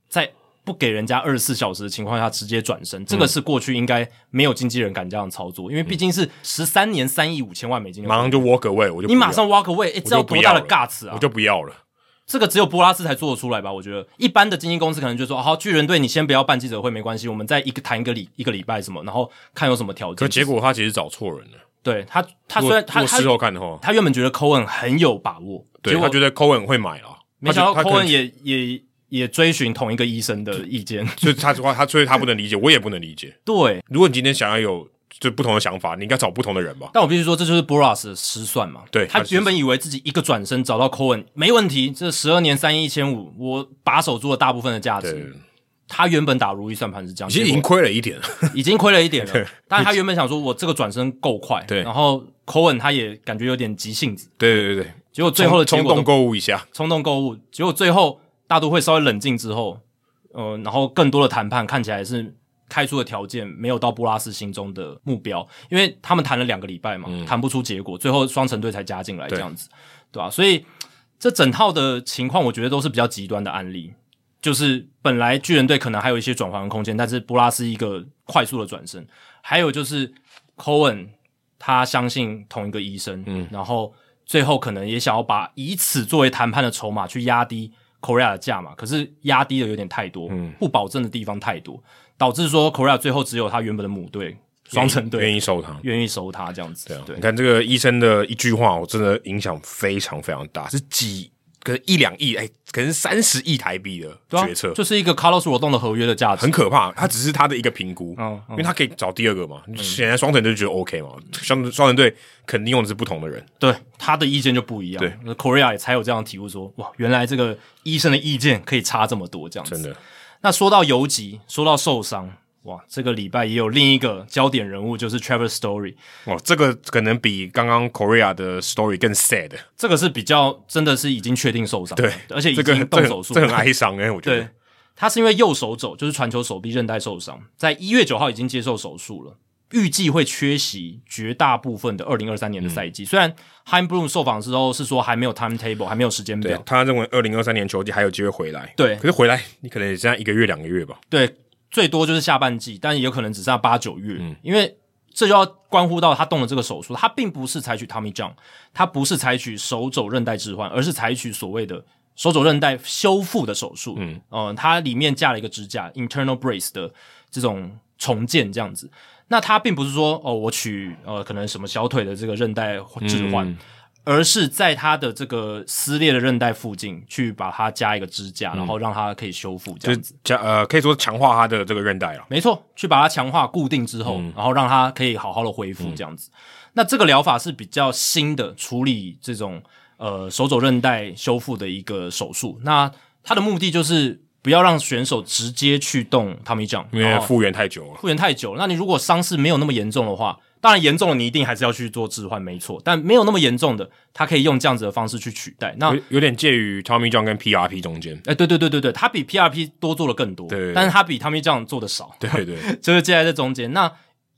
在不给人家二十四小时的情况下直接转身，这个是过去应该没有经纪人敢这样操作，因为毕竟是十三年三亿五千万美金的
马
合约，
上就 walk away，我就不
你马
要
上 walk away，哎、
就
这要多大的
不要
guts
我
啊！
就不要了，
这个只有波拉斯才做得出来吧？我觉得一般的经纪公司可能就说，哦好，巨人队你先不要办记者会，没关系，我们再一个谈一个礼一个礼拜什么，然后看有什么条件。
可结果他其实找错人了，
对他，他
他
虽然他
我
他
事后看的话，
他原本觉得 Cohen 很有把握，
对
结
他
果
觉得 Cohen 会买了。
没想
他
到
觉得他可
Cohen
能
也也也追寻同一个医生的意见，
所以他说他所以他不能理解，我也不能理解。
对，
如果你今天想要有就不同的想法，你应该找不同的人吧？
但我必须说，这就是 Boras 的失算嘛。
对
他
他的失
原本以为自己一个转身找到 Cohen 没问题，这十二年三亿一千五，我把守住了大部分的价
对
值。他原本打如意算盘是这样，
其实已经
结果
亏了一点，
已经亏了一点
对
了。但他原本想说，我这个转身够快，
对
然后 Cohen 他也感觉有点急性子，
*laughs* 对对对对，
结果最后的
冲
结
冲
果都
动购物一下，
冲动购物，结果最后大都会稍微冷静之后，呃，然后更多的谈判看起来是开出的条件没有到布拉斯心中的目标，因为他们谈了两个礼拜嘛，谈不出结果，最后双城队才加进来
对
这样子，对吧、啊所以这整套的情况，我觉得都是比较极端的案例。就是本来巨人队可能还有一些转换的空间，但是布拉斯一个快速的转身，还有就是 Cohen 他相信同一个医生，嗯，然后最后可能也想要把以此作为谈判的筹码去压低 Korea 的价嘛，可是压低的有点太多，嗯，不保证的地方太多，导致说 Korea 最后只有他原本的母队 *laughs* 双城队
愿意收他。
愿意收他这样子，对啊
你看这个医生的一句话，我真的影响非常非常大，是几可能一两亿，哎，可能三十亿台币的
对啊
决策，
就是一个 Carlos 罗动的合约的价值，
很可怕。他只是他的一个评估，
嗯
因为他可以找第二个嘛。显然双城队就觉得 OK 嘛，双双城队肯定用的是不同的人。
对他的意见就不一样。
对
，Korea 也才有这样的体悟说，哇，原来这个医生的意见可以差这么多，这样子。
真的。
那说到游击，说到受伤，哇，这个礼拜也有另一个焦点人物，就是 Trevor Story。
哦，这个可能比刚刚 Korea 的 story 更 sad，
这个是比较真的是已经确定受伤，
对，
而且已
这个
经
很
动手术
这
了，
很这很哀伤哎、我觉
对
得。，
他是因为右手肘，就是传球手臂韧带受伤，在一月九号已经接受手术了，预计会缺席绝大部分的二零二三年的
嗯
赛季。虽然 h e i m b l u m 受访之后是说还没有 timetable，还没有时间
对
表，
他认为二零二三年球季还有机会回来，
对
可是回来你可能也剩下一个月两个月吧，
对，最多就是下半季，但也有可能只剩下八九月，因为这就要关乎到他动了这个手术，他并不是采取 Tommy John，他不是采取手肘韧带置换，而是采取所谓的手肘韧带修复的手术。嗯，呃，它里面架了一个支架 （internal brace） 的这种重建，这样子。那他并不是说哦，我取呃可能什么小腿的这个韧带置换，而是在他的这个撕裂的韧带附近去把它加一个支架，然后让它可以修复这
就
样
是
子。
加呃，可以说强化它的这个韧带了。
没错，去把它强化固定之
嗯
后，然后让它可以好好的恢复这样子。那这个疗法是比较新的处理这种呃手肘韧带修复的一个手术。那它的目的就是不要让选手直接去动 Tommy John，
因为
然后
复原太久了，
复原太久了。那你如果伤势没有那么严重的话，当然严重了你一定还是要去做置换，没错。但没有那么严重的，它可以用这样子的方式去取代。那
有有点介于 Tommy John 跟 PRP 中间。
哎，对对对对对，它比 PRP 多做了更多，
对
但是它比 Tommy John 做的少。
对对，
就是介在这中间。那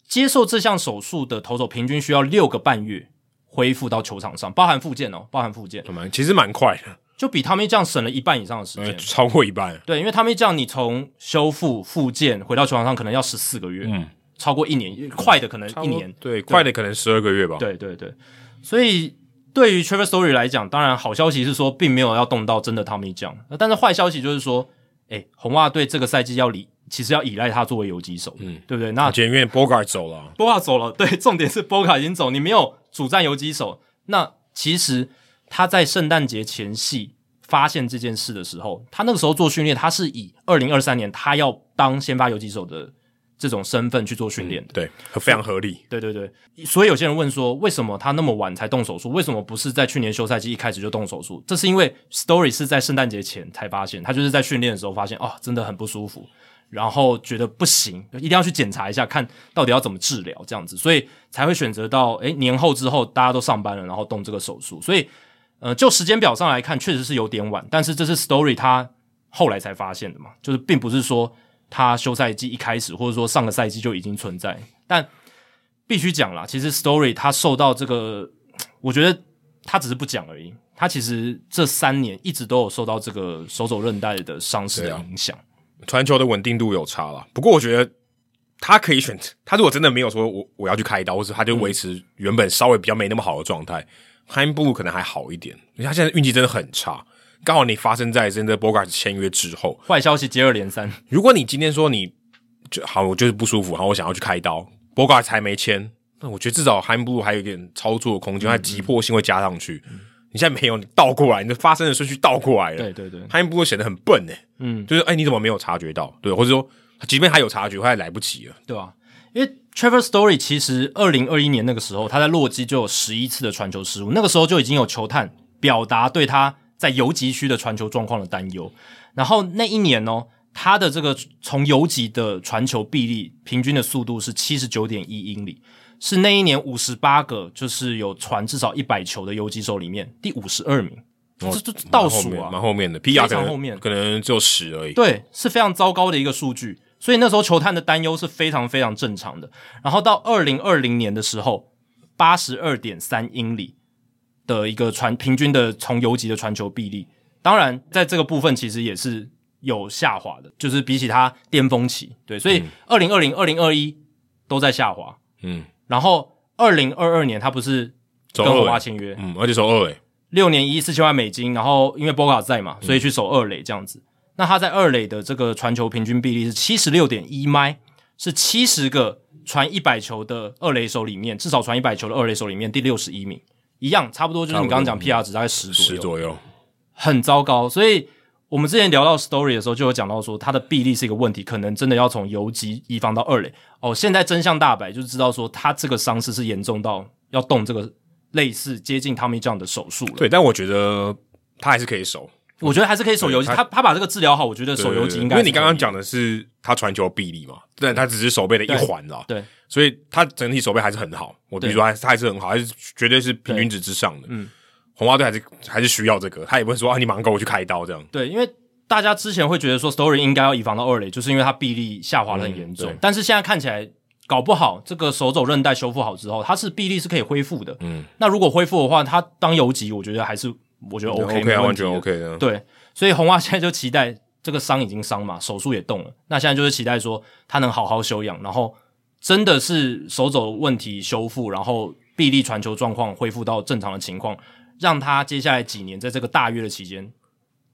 接受这项手术的投手平均需要六个半月恢复到球场上，包含复健哦，包含复健，
蛮其实蛮快的，
*laughs* 就比他们这样省了一半以上的时
呃
间。
超过一半。
对，因为他们这样，你从修复、复健回到球场上，可能要十四个月，
嗯，
超过一年，哦快的可能一年。
对，快的可能十二个月吧。
对对对，所以对于 Trevor Story 来讲，当然好消息是说，并没有要动到真的 Tommy 酱，呃但是坏消息就是说，哎，红袜队这个赛季要理，其实要依赖他作为游击手，嗯，对不对？那
而且因为 Bogart 走了，
波卡走了， *laughs* 对，重点是波卡已经走，你没有主战游击手。那其实他在圣诞节前夕发现这件事的时候，他那个时候做训练，他是以二零二三年他要当先发游击手的这种身份去做训练的。
对，非常合理。
对对对，所以有些人问说，为什么他那么晚才动手术？为什么不是在去年休赛季一开始就动手术？这是因为 Story 是在圣诞节前才发现，他就是在训练的时候发现，哦，真的很不舒服，然后觉得不行，一定要去检查一下，看到底要怎么治疗这样子，所以才会选择到诶年后之后大家都上班了，然后动这个手术。所以，呃，就时间表上来看，确实是有点晚，但是这是 Story 他后来才发现的嘛，就是并不是说他休赛季一开始，或者说上个赛季就已经存在，但必须讲啦，其实 Story 他受到这个，我觉得他只是不讲而已。他其实这三年一直都有受到这个手肘韧带的伤势的影响。
传球的稳定度有差了。不过我觉得他可以选择，他如果真的没有说我我要去开刀，或是他就维持原本稍微比较没那么好的状态，汉布鲁可能还好一点。因为他现在运气真的很差，刚好你发生在真的 Bogart 签约之后，
坏消息接二连三，
如果你今天说你就好，我就是不舒服，好，我想要去开刀，Bogart 还没签，那我觉得至少汉布鲁还有一点操作的空间，他急迫性会加上去。你现在没有，你倒过来，你的发生的顺序倒过来了。
对对对，
汉布鲁显得很笨哎、
嗯，
就是哎、你怎么没有察觉到？对，或者说，即便他有察觉，他也来不及了。
对吧、因为 Trevor Story 其实二零二一年那个时候，他在洛基就有十一次的传球失误，那个时候就已经有球探表达对他在游击区的传球状况的担忧。然后那一年哦，他的这个从游击的传球臂力平均的速度是七十九点一英里，是那一年五十八个就是有传至少一百球的游击手里面第五十二名，这这这倒数啊，
哦蛮后面的，PR
非
可
常
能
后面
可能只有十而已。
对，是非常糟糕的一个数据。所以那时候球探的担忧是非常非常正常的。然后到二零二零年的时候，八十二点三英里的一个传平均的从游击的传球臂力，当然在这个部分其实也是有下滑的，就是比起它巅峰期，对，所以二零二零、二零二一都在下滑。
嗯，
然后二零二二年他不是
走
跟
二
红
垒
花签约，
嗯，而且手二诶，
六年一四千万美金，然后因为波卡在嘛，所以去守二垒这样子。那他在二垒的这个传球平均比例是七十六点一迈，是七十个传一百球的二垒手里面，至少传一百球的二垒手里面第六十一名，一样差不多就是你刚刚讲 PR 值大概十左
十
右，
左右。
很糟糕。所以我们之前聊到 Story 的时候，就有讲到说他的臂力是一个问题，可能真的要从游击移防到二垒。哦，现在真相大白，就是知道说他这个伤势是严重到要动这个类似接近 Tommy 这样的手术了。
对，但我觉得他还是可以守。
我觉得还是可以手游击，
对
他他把这个治疗好，我觉得手游击应该
因为
是
你刚刚
可以
讲的是他传球臂力嘛，但他只是手背的一环啦，
对，
所以他整体手背还是很好。我比如说还是他还是很好，还是绝对是平均值之上的。
嗯，
红袜队还是还是需要这个，他也不会说啊，你马上给我去开刀这样。
对，因为大家之前会觉得说 Story 应该要以防到二垒，就是因为他臂力下滑的很严重，
嗯对
但是现在看起来。搞不好这个手肘韧带修复好之后，他是臂力是可以恢复的。
嗯，
那如果恢复的话，他当游击，我觉得还是我觉得 OK，,
OK
没
啊，
问
完
题
全
的
OK 的。
对，所以红袜现在就期待这个伤已经伤嘛，手术也动了，那现在就是期待说他能好好休养，然后真的是手肘问题修复，然后臂力传球状况恢复到正常的情况，让他接下来几年在这个大约的期间，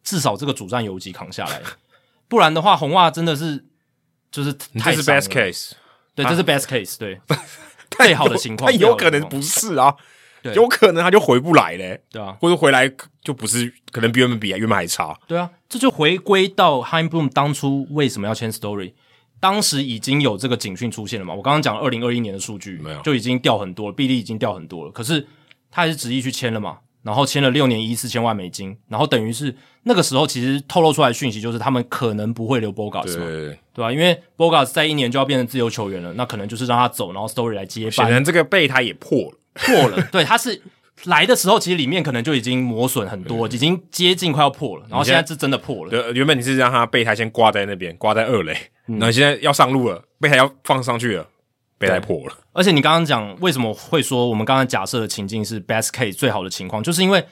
至少这个主战游击扛下来。不然的话，红袜真的是就是
这
太
是
伤了
best case，
对，这是 best case，对，最好的情况，
但有可
最好
能
的情况
不是啊
对，
有可能他就回不来嘞，
对啊，
或者回来就不是，可能比原本比原本还差。
对啊，这就回归到 h e i m b l o m 当初为什么要签 Story，当时已经有这个警讯出现了嘛。我刚刚讲二零二一年的数据，
没有
就已经掉很多了，比例已经掉很多了。可是他还是执意去签了嘛，然后签了六年一四千万美金，然后等于是那个时候其实透露出来的讯息就是他们可能不会留 Bogas 嘛，
对，
对啊吧、因为 Bogas 在一年就要变成自由球员了，那可能就是让他走，然后 Story 来接
显
班。
然这个备胎也破了。
破
*laughs*
了，对，它是来的时候其实里面可能就已经磨损很多，已经接近快要破了，然后现在是真的破了，
对，原本你是让他备胎先挂在那边，挂在二垒，
嗯
然后现在要上路了，备胎要放上去了，备胎破了。
而且你刚刚讲为什么会说我们刚刚假设的情境是 best case 最好的情况，就是因为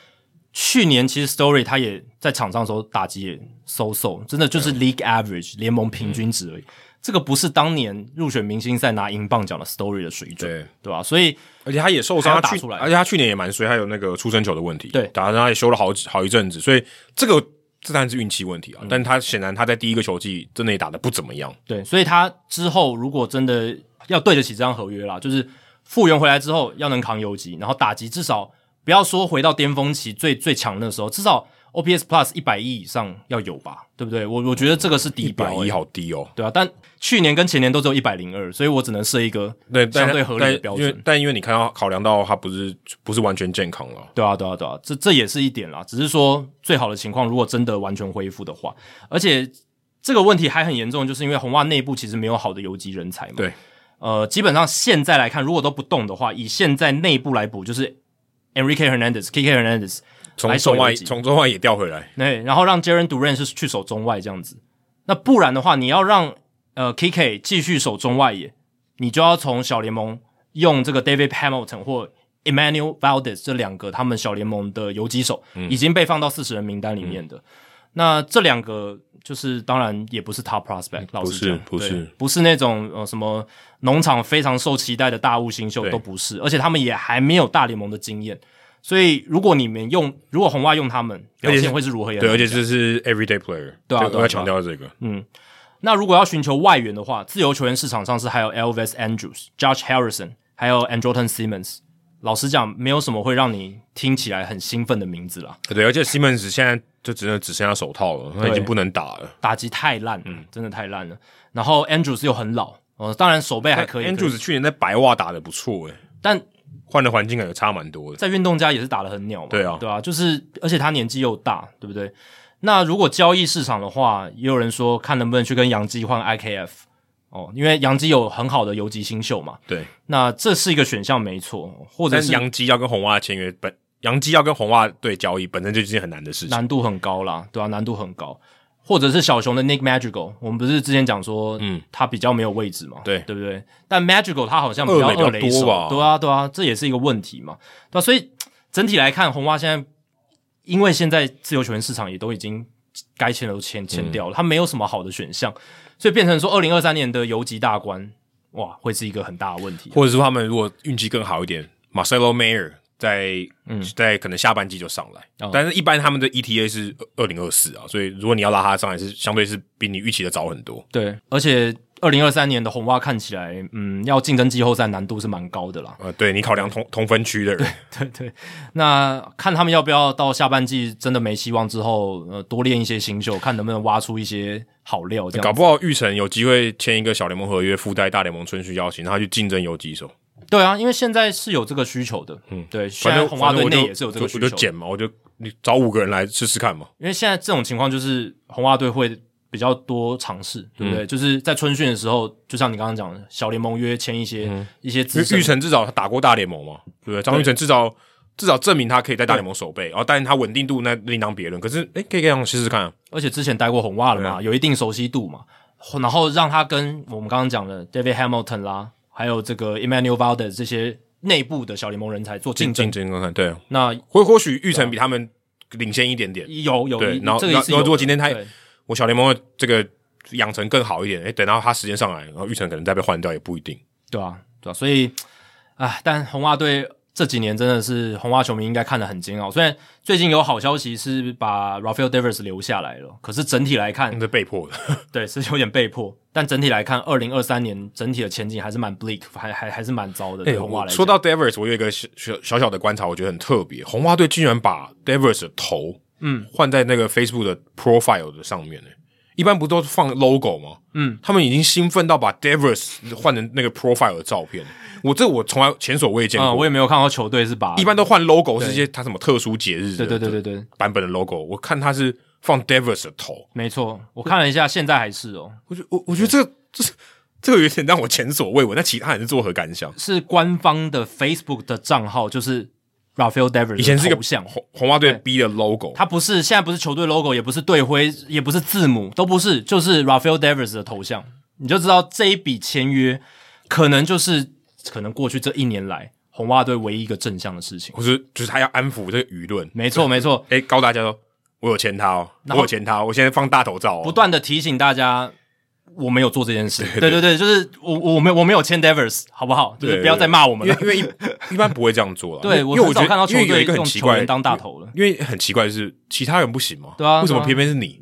去年其实 Story 他也在场上的时候打击也 so so，真的就是 league average 联盟平均值而已，这个不是当年入选明星赛拿银棒奖的 Story 的水准，
对
对吧、所以
而且他也受伤，
还要打
他去
出来
而且他去年也蛮衰，他有那个出生球的问题，
对
打他也休了好好一阵子，所以这个这当然是运气问题啊。
嗯
但他显然他在第一个球季真的也打的不怎么样，
对，所以他之后如果真的要对得起这张合约啦，就是复原回来之后要能扛游击，然后打击至少不要说回到巅峰期最最强的时候，至少 OPS Plus 一百亿以上要有吧，对不对？我我觉得这个是
一
底标、
百一好低哦。
对啊，但去年跟前年都只有一百零二，所以我只能设一个
对，但
相对合理的标
但因
准
为。但因为你看到考量到他不是不是完全健康了，
对啊，对啊，对啊，这这也是一点啦。只是说最好的情况，如果真的完全恢复的话，而且这个问题还很严重，就是因为红袜内部其实没有好的游击人才嘛。
对，
呃，基本上现在来看，如果都不动的话，以现在内部来补，就是 Enrique Hernandez、KK Hernandez
从
来守
中外
游击
从中外也调回来，
对，然后让 Jaren Duran 是去守中外这样子。那不然的话，你要让呃 KK 继续守中外野，你就要从小联盟用这个 David Hamilton 或 Emmanuel Valdez 这两个他们小联盟的游击手、
嗯
已经被放到四十人名单里面的。那这两个就是当然也不是 top prospect，老实讲，
嗯不
对
是不是
不是那种呃什么农场非常受期待的大物新秀
对
都不是，而且他们也还没有大联盟的经验。所以，如果你们用，如果红袜用他们，表
且是
现会是如何也很
对，而且
难讲
这是 everyday player，
啊对啊对
这
啊
个
对啊
我要强调这个，
那如果要寻求外援的话，自由球员市场上是还有 Elvis Andrews、Josh Harrison，还有 Andrelton Simmons。老实讲，没有什么会让你听起来很兴奋的名字啦，
对，而且 Simmons 现在就只能只剩下手套了，他已
对
经不能打了。
打击太烂了，
嗯
真的太烂了。然后 Andrews 又很老，哦，当然手背还可以
Andrews 去年在白袜打的不错诶，
但
换的环境感觉差蛮多的。
在运动家也是打得很鸟嘛，
对啊
对啊，就是而且他年纪又大，对不对？那如果交易市场的话，也有人说看能不能去跟杨基换 IKF 哦，因为杨基有很好的游击新秀嘛，
对，
那这是一个选项没错，或者
但
是
是杨基要跟红袜签约本，杨基要跟红袜队交易本身就是一件很难的事情。
难度很高啦，对啊，难度很高。或者是小熊的 Nick Magical，我们不是之前讲说，嗯
嗯，
他比较没有位置嘛，
对啊
对不对？但 Magical 他好像比较
二垒比较
二垒手
多吧
对啊，对啊，这也是一个问题嘛，对、啊、所以整体来看，红蛙现在因为现在自由球员市场也都已经该签的都签
嗯
签掉了，他没有什么好的选项，所以变成说二零二三年的游击大关，哇，会是一个很大的问题。
或者是他们如果运气更好一点，Marcelo Mayer 在、在可能下半季就上来，
嗯哦
但是一般他们的 ETA 是二零二四啊，所以如果你要拉他上来是相对是比你预期的早很多。
对，而且二零二三年的红蛙看起来，嗯，要竞争季后赛难度是蛮高的啦。
呃，对你考量同同分区的人，
对对，那看他们要不要到下半季真的没希望之后，呃，多练一些新秀，看能不能挖出一些好料。这样
搞
子
不好玉成有机会签一个小联盟合约，附带大联盟春训邀请，然后他去竞争游击手。
对啊，因为现在是有这个需求的，嗯，对，现
反
在
正
红袜队
反正
内
我就
也是有这个需
我
求
就
的，
捡嘛，我就你找五个人来试试看嘛。
因为现在这种情况就是红袜队会比较多尝
嗯
试，对不对？就是在春训的时候，就像你刚刚讲的，小联盟约签一些、
嗯
一些
因
资
为
深
玉成至少他打过大联盟嘛，对不对？张玉成至少至少证明他可以在大联盟守备，然后但是他稳定度那另当别论。可是，哎，可以这样试试看、啊，
而且之前待过红袜了嘛，有一定熟悉度嘛，然后让他跟我们刚刚讲的 David Hamilton 啦，还有这个 Emmanuel Valdez 这些内部的小联盟人才做竞
竞
争。啊
竞争看看。对啊，
那
或或许玉成比他们领先一点点。
有有，
对
一
然后
这个也是有
然后
的
如果今天他
对
我小联盟的这个养成更好一点，哎，等到他时间上来，然后玉成可能再被换掉也不一定。
对啊，对啊，所以，唉，但红袜队这几年真的是红袜球迷应该看得很煎熬。虽然最近有好消息是把 Rafael Davis 留下来了，可是整体来看 *laughs*
那，是被迫的。
对，是有点被迫。但整体来看，二零二三年整体的前景还是蛮 bleak，还还还是蛮糟的。
哎、
对红袜来说，
说到 Devers，我有一个小小小小的观察，我觉得很特别。红袜队竟然把 Devers 的头，
嗯，
换在那个 Facebook 的 profile 的上面呢、一般不都放 logo 吗？
嗯，
他们已经兴奋到把 Devers 换成那个 profile 的照片。我这我从来前所未见过，
嗯，我也没有看到球队是把
一般都换 logo 是一些他什么特殊节日的
对对对对对，
版本的 logo。我看他是放 Devers 的头，
没错，我看了一下，现在还是哦，
我觉得我我觉得这个这这个有点让我前所未闻。那其他人是作何感想？
是官方的 Facebook 的账号，就是 Rafael Davis
以前是一
的
个
头像，
红红袜队 B 的 logo，
它不是现在不是球队 logo，也不是队徽，也不是字母，都不是，就是 Rafael Davis 的头像，你就知道这一笔签约可能就是可能过去这一年来红袜队唯一一个正向的事情。
或是就是他要安抚这个舆论。
没错，没错，
哎、告大家说，我有签他哦，我
后
有签他哦，我现在放大头照、哦，
不断的提醒大家。我没有做这件事，对对对，就是我我没有我没有签 Davis，好不好？就是
对
不要再骂我们
因
了
为。因为一一般不会这样做
*laughs*
了。
对
因
我
为因为我
很少
觉得
看到球
因为有
队
一个很
用
奇
球
怪
员当大头了，
因为很奇怪的是其他人不行吗？
对啊
为什么
对啊
偏偏是你？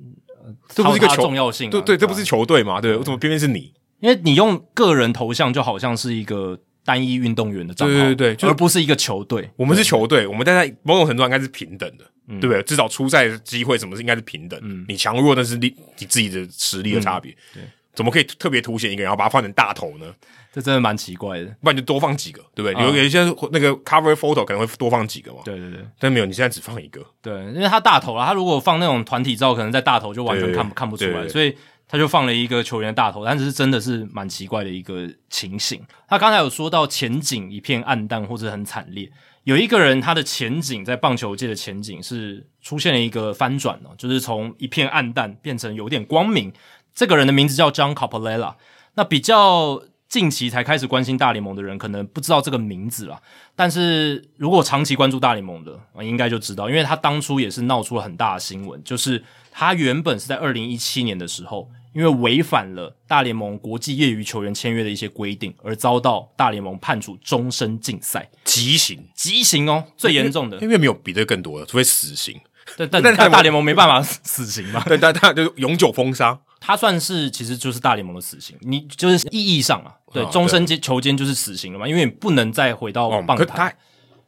这不是一个
它有它的
球
重要性啊
对
对
对，这
啊
不是球队嘛？对，为什么偏偏是你？
因为你用个人头像就好像是一个单一运动员的账号，
对对对就
而不是一个球队。
我们是球队，我们大家某种程度上应该是平等的，
嗯
对不对？至少出赛的机会什么是应该是平等。你强弱那是你你自己的实力的差别。
嗯
对，怎么可以特别凸显一个人，然后把它换成大头呢？
这真的蛮奇怪的。
不然就多放几个，对不对？
啊
有有一些那个 cover photo 可能会多放几个嘛。
对对对
但没有，你现在只放一个，
对，因为他大头了，他如果放那种团体照，可能在大头就完全
对
看不看不出
对
来，
对
所以他就放了一个球员的大头，但是真的是蛮奇怪的一个情形。他刚才有说到前景一片暗淡或者很惨烈，有一个人他的前景在棒球界的前景是出现了一个翻转哦，就是从一片暗淡变成有点光明。这个人的名字叫 John Capolela。那比较近期才开始关心大联盟的人，可能不知道这个名字啦。但是如果长期关注大联盟的，呃应该就知道，因为他当初也是闹出了很大的新闻，就是他原本是在二零一七年的时候，因为违反了大联盟国际业余球员签约的一些规定，而遭到大联盟判处终身禁赛，
极刑
极刑哦，最严重的。
因为没有比这个更多的，除非死刑。
但但
但
但
大联盟
大联盟没办法死刑嘛，
但 *laughs* 但他就是永久封杀，
他算是其实就是大联盟的死刑，你就是意义上啊，对
啊，
终身监囚监就是死刑了嘛，因为你不能再回到
哦，
棒
可是
坛。
他，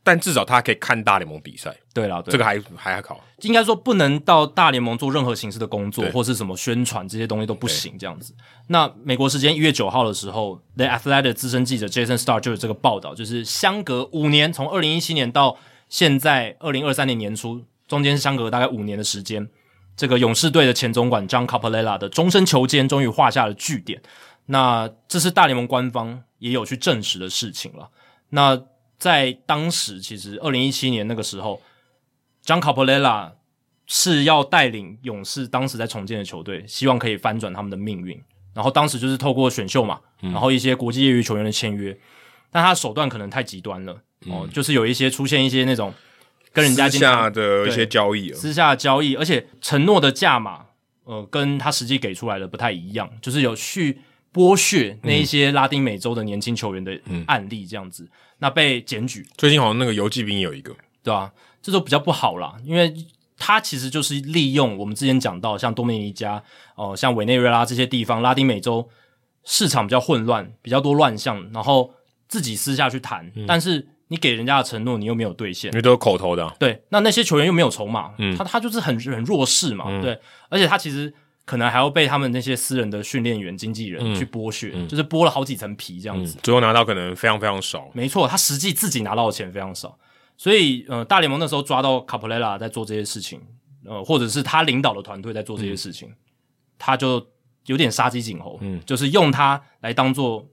但至少他可以看大联盟比赛，
对啦，对
这个还还好。
应该说不能到大联盟做任何形式的工作
对
或是什么宣传这些东西都不行这样子。那美国时间一月九号的时候，The Athletic 资深记者 Jason Star 就有这个报道，就是相隔五年，从二零一七年到现在二零二三年年初，中间相隔大概五年的时间，这个勇士队的前总管 John Capolela 的终身囚监终于画下了句点。那这是大联盟官方也有去证实的事情了。那在当时，其实二零一七年那个时候，John Capolela 是要带领勇士当时在重建的球队，希望可以翻转他们的命运。然后当时就是透过选秀嘛，
嗯
然后一些国际业余球员的签约，但他手段可能太极端了、哦，就是有一些出现一些那种跟人家
嗯私
经常
下的一些交易，啊
私下交易，而且承诺的价码，呃，跟他实际给出来的不太一样，就是有去剥削那一些拉丁美洲的年轻球员的案例，这样子，那被检举，
最近好像那个游击兵也有一个，
对吧、这都比较不好啦，因为他其实就是利用我们之前讲到像多米尼加、哦、像委内瑞拉这些地方，拉丁美洲市场比较混乱，比较多乱象，然后自己私下去谈，但是你给人家的承诺，你又没有兑现
因，为都有口头的啊、
对，那那些球员又没有筹码，他他就是很很弱势嘛，对，而且他其实可能还要被他们那些私人的训练员、经纪人去剥削，就是剥了好几层皮这样子。
嗯最后拿到可能非常非常少。
没错，他实际自己拿到的钱非常少，所以呃，大联盟那时候抓到卡普雷拉在做这些事情，呃，或者是他领导的团队在做这些事
嗯
情，他就有点杀鸡儆猴，嗯，就是用他来当做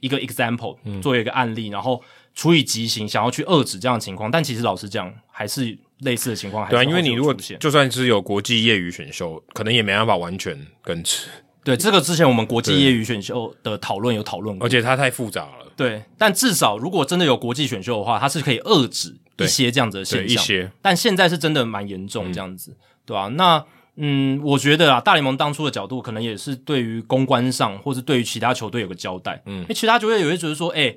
一个 example，、作为
嗯
一个案例，然后处以极刑，想要去遏止这样的情况。但其实老实讲，还是类似的情况还是
对啊，
会出现，
因为你如果就算是有国际业余选秀，可能也没办法完全
嗯
根治，
对这个之前我们国际业余选秀的讨论有讨论过
而，且它太复杂了。
对，但至少如果真的有国际选秀的话，它是可以遏止一些这样子的
对
现
一
象。
些，嗯
但现在是真的蛮严重这样子，对吧、那嗯，我觉得啊，大联盟当初的角度可能也是对于公关上，或是对于其他球队有个交代。嗯，因为其他球队也会觉得说，哎、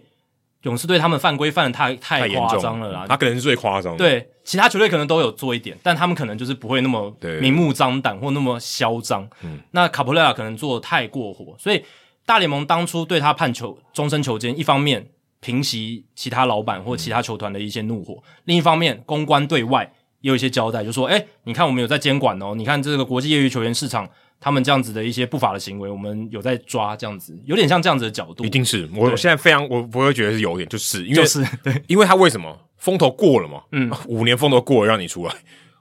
勇士队他们犯规犯的太
太
太
严
夸
重嗯
张了啦，
他可能是最夸张的。，
对，其他球队可能都有做一点，但他们可能就是不会那么
对嗯
明目张胆或那么嚣张。那卡普雷拉可能做的太过火，所以大联盟当初对他判囚终身囚监，一方面平息其他老板或其他球团的一些怒火，
嗯
另一方面公关对外也有一些交代，就说：哎、你看我们有在监管哦，你看这个国际业余球员市场。他们这样子的一些不法的行为，我们有在抓，这样子有点像这样子的角度，
一定是我现在非常，我不会觉得是有点，就是因为
就是对，
因为他为什么风头过了嘛？
嗯，
五年风头过了，让你出来，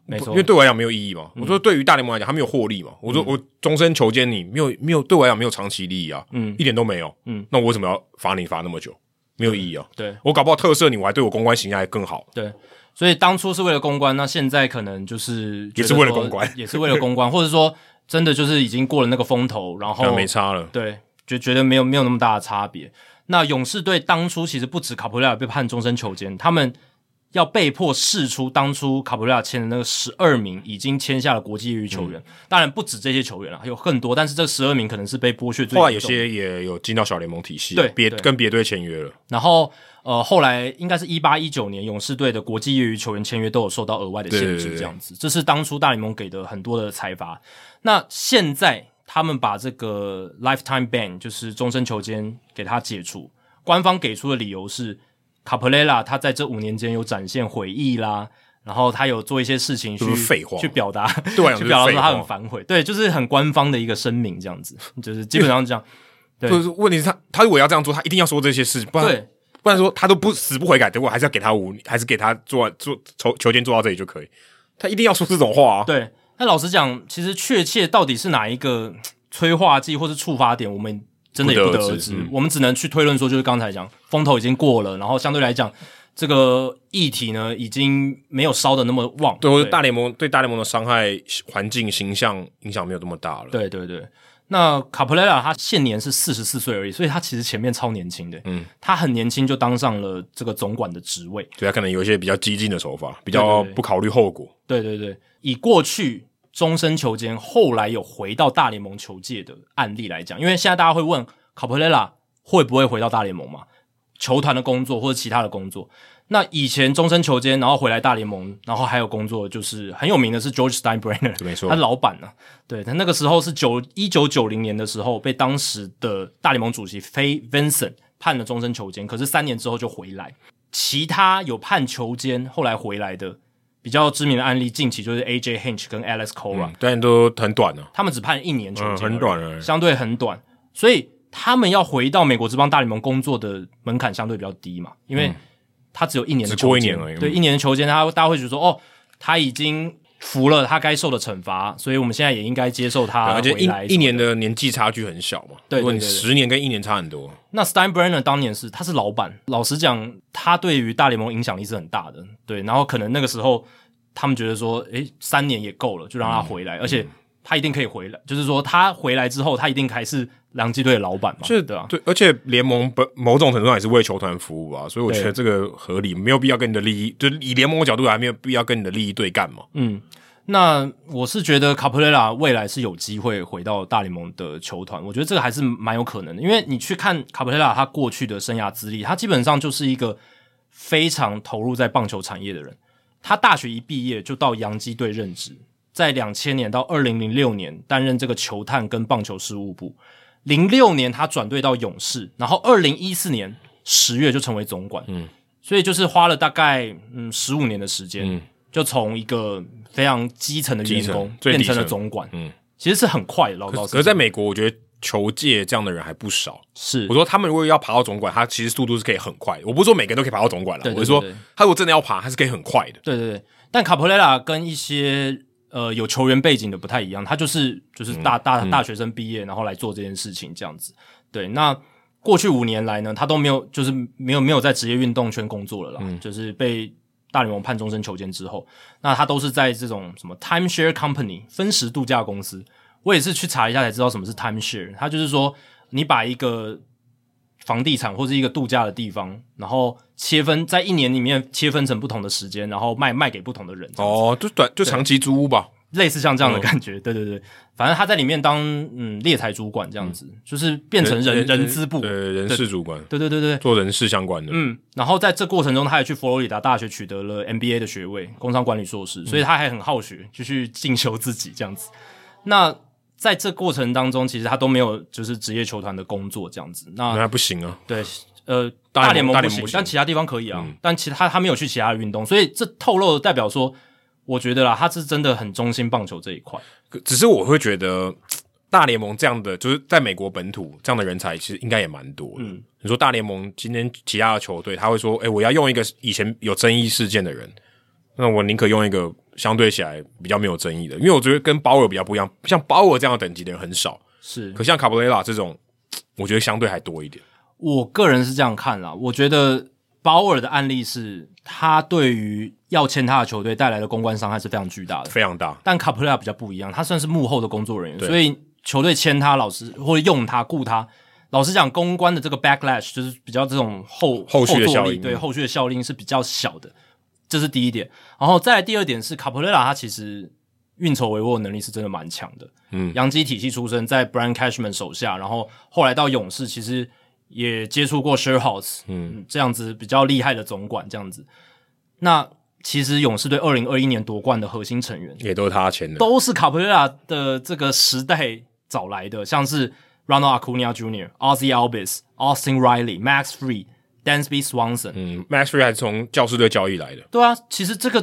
没
不
错嗯
因为，对我来讲没有意义嘛。我说对于大联盟来讲，他没有获利嘛。我说我终身囚监你，没有没有对我来讲没有长期利益啊，
嗯
一点都没有。
嗯，
那我为什么要罚你罚那么久？没有意义啊。
对，
我搞不好特赦你，我还对我公关形象还更好。
对，所以当初是为了公关，那现在可能就是觉
也
得
是为了
说
公关
也是为了公关，或者说真的就是已经过了那个风头，然
那
后
啊没差了，
对，就觉得没有没有那么大的差别。那勇士队当初其实不止卡普雷拉被判终身囚监，他们要被迫释出当初卡普雷拉签的那个十二名已经签下了国际业余球员，
嗯
当然不止这些球员了，还有更多，但是这十二名可能是被剥削最
后来有
严重的
些也有进到小联盟体系，啊
对
别
对
跟别队签约了。
然后呃，后来应该是一八一九年，勇士队的国际业余球员签约都有受到额外的限
对对
制，
对
这样子，这是当初大联盟给的很多的裁罚。那现在他们把这个 lifetime ban 就是终身囚监给他解除，官方给出的理由是卡普雷拉他在这五年间有展现悔意啦。然后他有做一些事情去
就是废话
去表达，
对我来讲
*laughs* 去
就是
表达说他
废
很
话
反悔，对，就是很官方的一个声明这样子，就是基本上这样，对
就是问题是他，他如果要这样做，他一定要说这些事，不然
对，
不然说他都不死不悔改，结果还是要给他五，还是给他做做球球监做到这里就可以，他一定要说这种话啊。
对，那老实讲，其实确切到底是哪一个嘖催化剂或是触发点，我们真的也
不
不
得
得
而
而
知
知。
嗯
我们只能去推论说，就是刚才讲，风头已经过了，然后相对来讲，这个议题呢已经没有烧的那么旺。
对，或者大联盟对大联盟的伤害环境形象影响没有这么大了。
对对对。那卡普雷拉他现年是四十四岁而已，所以他其实前面超年轻的，嗯，他很年轻就当上了这个总管的职位，
对，他可能有一些比较激进的手法，比较
对对对
不考虑后果。
对对对，以过去终身球监，后来有回到大联盟球界的案例来讲，因为现在大家会问卡普雷拉会不会回到大联盟嘛？球团的工作或者其他的工作，那以前终身球监，然后回来大联盟，然后还有工作，就是很有名的是 George Steinbrenner，
没错
他老板呢、对他那个时候是九一九九零年的时候，被当时的大联盟主席 Fay Vincent 判了终身囚监，可是三年之后就回来。其他有判囚监后来回来的比较知名的案例，近期就是 A.J. Hinch 跟 Alex Cora，、
嗯，但都很短啊，
他们只判一年囚
嗯，
监、
很，短而已。
相对很短，所以他们要回到美国这帮大联盟工作的门槛相对比较低嘛，因为他只有一年的
嗯只过
囚
一
监，
年而已嗯
对，一年的囚监，他大家会觉得说，哦，他已经服了他该受的惩罚，所以我们现在也应该接受他
而且
回来
一一年的年纪差距很小嘛，
对对对
如果你
对
十年跟一年差很多，
那 Steinbrenner 当年是他是老板，老实讲，他对于大联盟影响力是很大的，对。然后可能那个时候他们觉得说，诶，三年也够了，就让他
嗯
回来，而且他一定可以回来，就是说他回来之后，他一定还是洋基队的老板嘛，
是
对啊，
对，而且联盟本某种程度上也是为球团服务啊，所以我觉得
对
这个合理，没有必要跟你的利益，就是以联盟的角度来，没有必要跟你的利益对干嘛。
嗯，那我是觉得卡普雷拉未来是有机会回到大联盟的球团，我觉得这个还是蛮有可能的，因为你去看卡普雷拉他过去的生涯资历，他基本上就是一个非常投入在棒球产业的人。他大学一毕业就到洋基队任职，在两千年到二零零六年担任这个球探跟棒球事务部。零六年他转队到勇士，然后二零一四年十月就成为总管。嗯，所以就是花了大概嗯十五年的时间，就从一个非常基层的员
嗯基
工
层最
变
底
成了
层
总管。
嗯，
其实是很快的，老老实
可是在
讲
美国，我觉得球界这样的人还不少。
是
我说他们如果要爬到总管，他其实速度是可以很快的。我不是说每个人都可以爬到总管了
对，对
我是说
对对
他如果真的要爬，他是可以很快的。
对对对，但卡普雷拉跟一些呃有球员背景的不太一样，他就是
嗯
就是大大大学生毕业，然后来做这件事情这样子。对，那过去五年来呢，他都没有就是没有没有在职业运动圈工作了啦，就是被大联盟判终身囚监之后，那他都是在这种什么 timeshare company 分时度假公司。我也是去查一下才知道什么是 timeshare，它就是说你把一个房地产或是一个度假的地方，然后切分在一年里面切分成不同的时间，然后卖卖给不同的人。哦，嗯
哦，就短就长期租屋吧，
类似像这样的感觉。对对对，反正他在里面当嗯猎财主管这样子，就是变成嗯人人资部。
呃
对
人事主管
对对对，
做人事相关的，
嗯，然后在这过程中，他也去佛罗里达大学取得了 MBA 的学位，工商管理硕
嗯
士，所以他还很好学，就去进修自己这样子。那在这过程当中，其实他都没有就是职业球团的工作这样子。那
那不行啊，
对，呃，
大
大
联
联
盟
盟
大
不
联盟
行
不，行嗯
但其他地方可以啊。但其他他没有去其他的运动，所以这透露代表说，我觉得啦，他是真的很忠心棒球这一块。
可只是我会觉得大联盟这样的，就是在美国本土这样的人才，其实应该也蛮多的。你说大联盟今天其他的球队，他会说：“哎、我要用一个以前有争议事件的人，那我宁可用一个相对起来比较没有争议的，因为我觉得跟鲍尔比较不一样，像鲍尔这样的等级的人很少，
是
可像卡布雷拉这种，我觉得相对还多一点。
我个人是这样看啦，我觉得鲍尔的案例是他对于要签他的球队带来的公关伤害是非常巨大的。
非常大，
但卡普拉比较不一样，他算是幕后的工作人员，
啊对
所以球队签他，老师或者用他雇他，老实讲，公关的这个 backlash 就是比较这种后
后续的
坐
效
力
应
对后续的效应是比较小的，这是第一点。然后再来第二点是卡普拉，他其实运筹帷幄能力是真的蛮强的，
嗯
洋基体系出身，在 Brian Cashman 手下，然后后来到勇士，其实也接触过 Sherhouse，嗯，这样子比较厉害的总管这样子，那。其实勇士队二零二一年夺冠的核心成员
也都是他签的。
都是卡普瑞拉的这个时代找来的，像是 Ronald Acuna Jr.、Ozzy Albies、Austin Riley、Max Free、Dansby Swanson、
嗯，Max Free 还是从教师队交易来的，
对啊，其实这个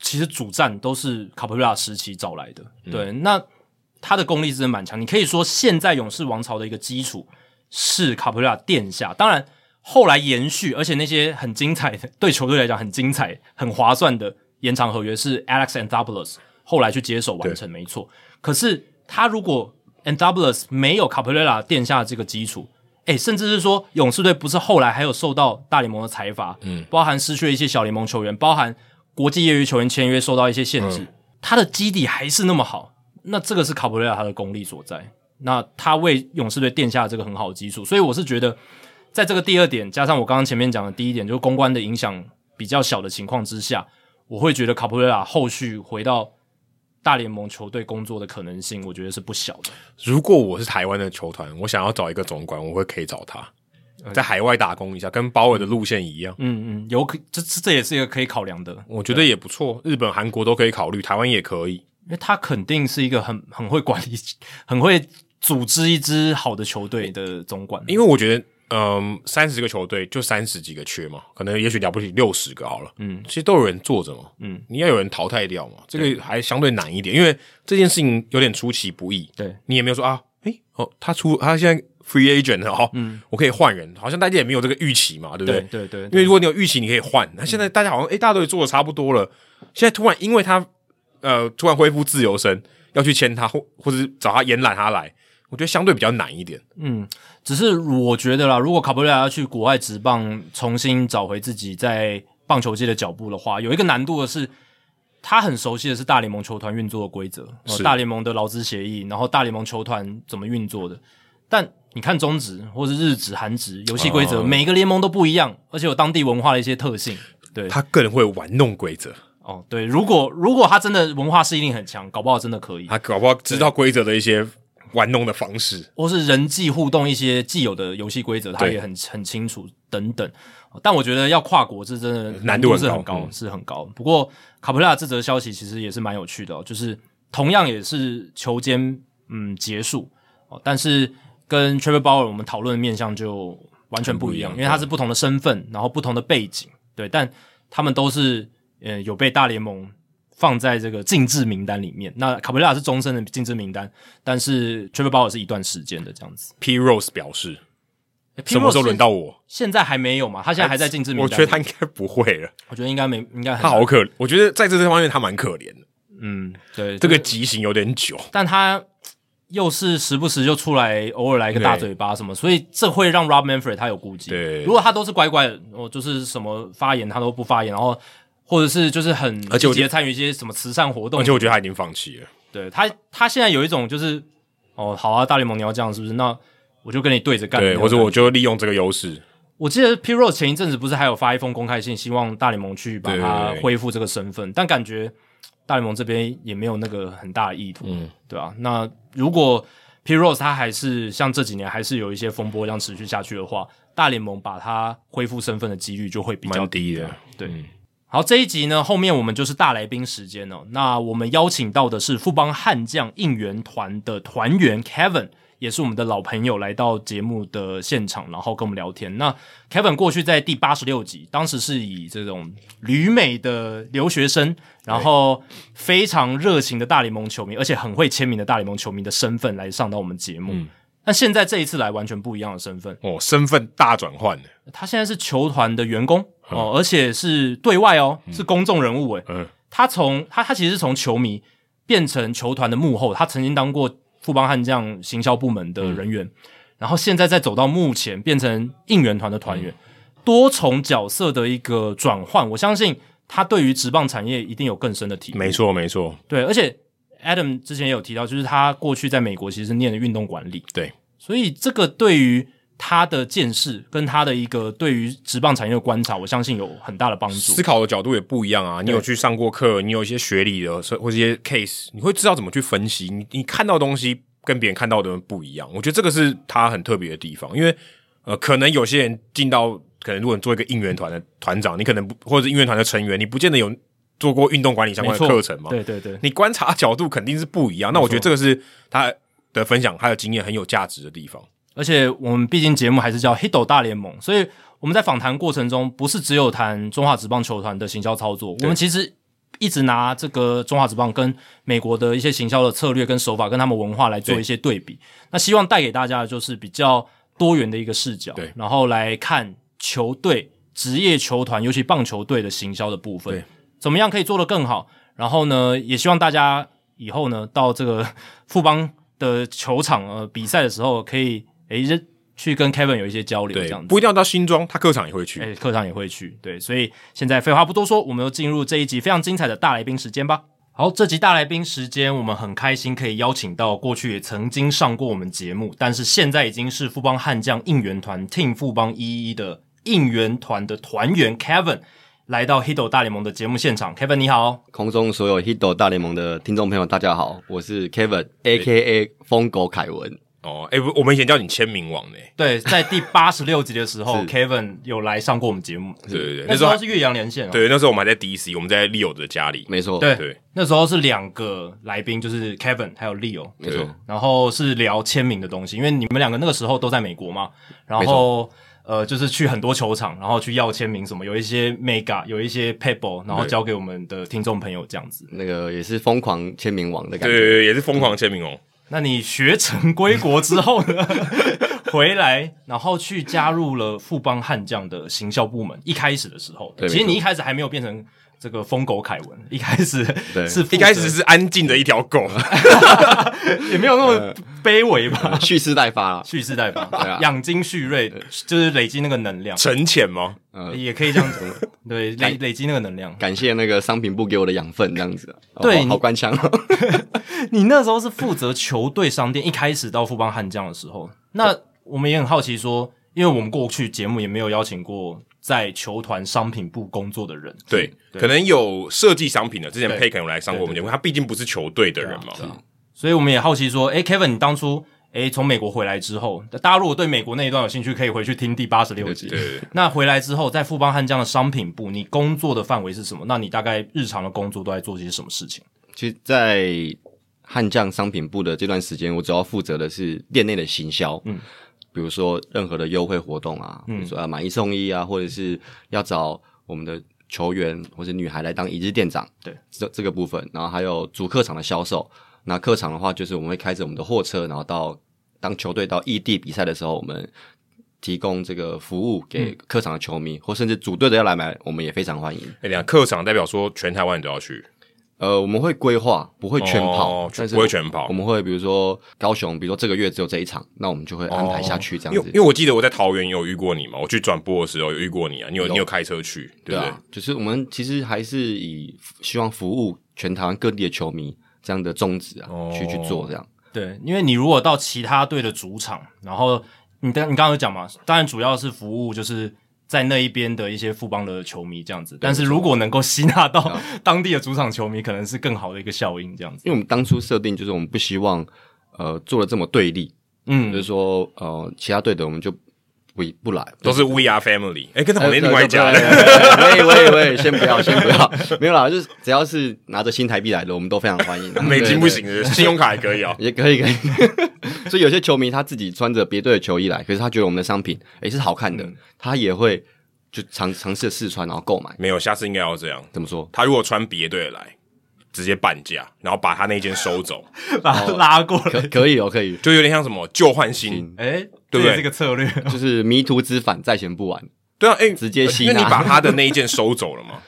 其实主战都是卡普瑞拉时期找来的，对，那他的功力真的蛮强。你可以说现在勇士王朝的一个基础是卡普瑞拉殿下，当然后来延续，而且那些很精彩的对球队来讲很精彩、很划算的延长合约是 Alex Anthopoulos 后来去接手完成，没错。可是他如果 Anthopoulos 没有卡普瑞拉殿下的这个基础，诶，甚至是说勇士队不是后来还有受到大联盟的裁罚，嗯，包含失去了一些小联盟球员，包含国际业余球员签约受到一些限制，他的基底还是那么好，那这个是卡普瑞拉他的功力所在，那他为勇士队奠下了这个很好的基础，所以我是觉得，在这个第二点加上我刚刚前面讲的第一点，就是公关的影响比较小的情况之下，我会觉得卡普瑞拉后续回到大联盟球队工作的可能性，我觉得是不小的。
如果我是台湾的球团，我想要找一个总管，我会可以找他，在海外打工一下，跟鲍尔的路线一样，
嗯嗯，有可这这这也是一个可以考量的，
我觉得也不错。日本、韩国都可以考虑，台湾也可以。
因为他肯定是一个很很会管理、很会组织一支好的球队的总管。
因为我觉得，嗯，三十个球队就三十几个缺嘛，可能也许了不起六十个好了，
嗯，
其实都有人坐着嘛，
嗯，
你要有人淘汰掉嘛，这个还相对难一点，因为这件事情有点出其不意，
对，
你也没有说啊，诶，哦，他出他现在 free agent 了哦，嗯，我可以换人，好像大家也没有这个预期嘛，对不
对
对？
对对
因为如果你有预期，你可以换。那现在大家好像诶、大家都做的差不多了，现在突然因为他呃突然恢复自由身，要去签他或或者是找他延揽他来，我觉得相对比较难一点。
只是我觉得啦，如果卡布瑞拉要去国外职棒重新找回自己在棒球界的脚步的话，有一个难度的是，他很熟悉的是大联盟球团运作的规则，呃
是
大联盟的劳资协议，然后大联盟球团怎么运作的。但你看中职或是日职、韩职游戏规则，
哦
每个联盟都不一样，而且有当地文化的一些特性。对，
他更会玩弄规则，
哦，对，如果如果他真的文化适应力很强，搞不好真的可以，
他搞不好知道规则的一些玩弄的方式。
或是人际互动一些既有的游戏规则，他
对
也很很清楚等等。哦但我觉得要跨国是真的
呃难度很
是
高
很高，
嗯
是很高。不过卡普拉这则消息其实也是蛮有趣的、哦，就是同样也是球间嗯结束哦，但是跟 Trevor Bauer 我们讨论的面向就完全不一样，
很
因
不一样
为他是不同的身份，然后不同的背景，对，但他们都是呃有被大联盟放在这个禁制名单里面。那卡普拉是终身的禁制名单，但是 Trevor Bauer 是一段时间的这样子。
P Rose 表示，
诶
什么时候轮？到我？
现在还没有嘛？他现在还在禁制名单
我
里。
觉得他应该不会了，
我觉得应该没，应该很
他好可，我觉得在这方面他蛮可怜的，
嗯，对
这个急行有点久。
但他又是时不时就出来，偶尔来个大嘴巴什么，所以这会让 Rob Manfred 他有顾忌。
对
如果他都是乖乖的，哦，就是什么发言他都不发言，然后或者是就是很
而且我
积极
觉
地参与一些什么慈善活动
而，且我觉得他已经放弃了，
对他他现在有一种就是哦，好啊，大联盟你要这样是不是？那我就跟你对着干。
对，
你要
或者
干
我就利用这个优势，
我记得 P Rose 前一阵子不是还有发一封公开信，希望大联盟去把
对
他
对对
恢复这个身份，但感觉大联盟这边也没有那个很大的意图，
嗯
对啊，那如果 P Rose 他还是像这几年还是有一些风波这样持续下去的话，大联盟把他恢复身份的几率就会比较
蛮低的。
对，好，这一集呢，后面我们就是大来宾时间哦。那我们邀请到的是富邦悍将应援团的团员 Kevin，也是我们的老朋友，来到节目的现场，然后跟我们聊天。那 Kevin 过去在第八十六集，当时是以这种旅美的留学生，然后非常热情的大联盟球迷，而且很会签名的大联盟球迷的身份来上到我们节目。那现在这一次来完全不一样的身份，
哦，身份大转换的，
他现在是球团的员工哦，而且是对外哦，是公众人物诶。
嗯，
他从他他其实是从球迷变成球团的幕后，他曾经当过富邦悍将行销部门的人员，然后现在再走到幕前变成应援团的团员，多重角色的一个转换，我相信他对于职棒产业一定有更深的体会。
没错没错，
对，而且 Adam 之前也有提到，就是他过去在美国其实是念的运动管理，
对，
所以这个对于他的见识跟他的一个对于职棒产业的观察，我相信有很大的帮助
思。考的角度也不一样啊。你有去上过课，你有一些学理的或者一些 case，你会知道怎么去分析。你你看到的东西跟别人看到的不一样，我觉得这个是他很特别的地方。因为呃，可能有些人进到可能如果你做一个应援团的团长，你可能不或者是应援团的成员，你不见得有做过运动管理相关的
没错
课程嘛。
对对对，
你观察角度肯定是不一样。那我觉得这个是他的分享，他的经验很有价值的地方。
而且我们毕竟节目还是叫 Hito 大联盟，所以我们在访谈过程中不是只有谈中华职棒球团的行销操作，我们其实一直拿这个中华职棒跟美国的一些行销的策略跟手法，跟他们文化来做一些对比。那希望带给大家的就是比较多元的一个视角，
对
然后来看球队、职业球团，尤其棒球队的行销的部分
对，
怎么样可以做得更好？然后呢，也希望大家以后呢到这个富邦的球场呃比赛的时候，可以诶认去跟 Kevin 有一些交流，这
对
样，子。哎
不一定要到新庄，他客场也会去。
诶，课上也会去。对，所以现在废话不多说，我们就进入这一集非常精彩的大来宾时间吧。好，这集大来宾时间，我们很开心可以邀请到过去也曾经上过我们节目，但是现在已经是富邦悍将应援团 Team 富邦一一的应援团的团员 Kevin 来到 Hito 大联盟的节目现场。Kevin 你好，
空中所有 Hito 大联盟的听众朋友，大家好，我是 Kevin，A.K.A. 疯狗凯文。
哦，哎、不我们以前叫你签名王呢、
对，在第八十六集的时候，Kevin 有来上过我们节目，
对对对，
那
那
时
时候
候
还
是岳阳连线、啊，
对，那时候我们还在 DC，我们在 Leo 的家里。
没错，，
对
对
那时候是两个来宾，就是 Kevin 还有 Leo，
没错，
然后是聊签名的东西，因为你们两个那个时候都在美国嘛，然后呃，就是去很多球场，然后去要签名什么，有一些 mega，有一些 pebble，然后交给我们的听众朋友这样子。
那个也是疯狂签名王的感
对
觉。嗯
对对，也是疯狂签名哦王。
那你学成归国之后呢， *laughs* 回来然后去加入了富邦悍将的行销部门。一开始的时候，
对
其实
没错
你一开始还没有变成这个疯狗凯文，一开始
对
是负责
一开始是安静的一条狗，*laughs*
嗯
也没有那么呃卑微吧。
蓄势待发啦，
蓄势待发，
嗯啊
养精蓄锐，就是累积那个能量，
沉潜吗？
呃，
也可以这样子，对，累累积那个能量。
感谢那个商品部给我的养分，这样子。
对
哦
你
好官腔哦。
你那时候是负责球队商店，一开始到富邦悍将的时候，那我们也很好奇说，因为我们过去节目也没有邀请过在球团商品部工作的人，
对，
对
可能有设计商品的，之前
对
Pay 可能有来上过我们节目，他毕竟不是球队的人
啊
嘛。
所以我们也好奇说，诶 k e v i n 你当初诶从美国回来之后，大家如果对美国那一段有兴趣，可以回去听第八十六集。
对对对
那回来之后，在富邦悍将的商品部，你工作的范围是什么？那你大概日常的工作都在做些什么事情？
其实，在悍将商品部的这段时间，我主要负责的是店内的行销，嗯，比如说任何的优惠活动啊，
嗯
比如说要买一送一啊，或者是要找我们的球员或者女孩来当一日店长，
对
这这个部分，然后还有主客场的销售。那客场的话，就是我们会开着我们的货车，然后到当球队到异地比赛的时候，我们提供这个服务给
嗯
客场的球迷，或甚至组队的要来买，我们也非常欢迎。
哎，两客场代表说全台湾你都要去，
呃，我们会规划，不会全跑，
哦
但是
不会全跑
我们会比如说高雄，比如说这个月只有这一场，那我们就会安排下去这
因
样
为
子。
因为我记得我在桃园有遇过你嘛，我去转播的时候有遇过你啊，你有
有
你有开车去，对
对
不对？
啊，就是我们其实还是以希望服务全台湾各地的球迷这样的宗旨啊，
哦
去去做这样。
对，因为你如果到其他队的主场，然后你刚你刚刚有讲嘛，当然主要是服务就是在那一边的一些富邦的球迷这样子。但是如果能够吸纳到 *laughs* 当地的主场球迷，可能是更好的一个效应这样子。
因为我们当初设定就是我们不希望呃做的这么对立，就是
嗯，
说呃其他队的我们就不
*laughs*
不来，
都是 We Are Family。哎，跟他们另外一家
哎。对对对喂喂喂，先不要，先不要，没有啦，就是只要是拿着新台币来的，我们都非常
*laughs*
欢迎。啊
美金不行
对，
的，信用卡也可以哦。
对也可以 *laughs* 可以。所以有些球迷他自己穿着别队的球衣来，可是他觉得我们的商品诶是好看的，
嗯
他也会就尝尝试试穿，然后购买。
没有，下次应该要这样。
怎么说？
他如果穿别队来，直接半价，然后把他那件收走，
*laughs* 把它拉过来
可，可以哦，
*laughs*
可以，
就有点像什么旧换
*laughs*
新。
哎，
对不对
这也是个策略。
就是迷途知返，在前不晚。
对啊，哎，
直接吸
因
纳
为你把他的那一件收走了 *laughs* 嘛，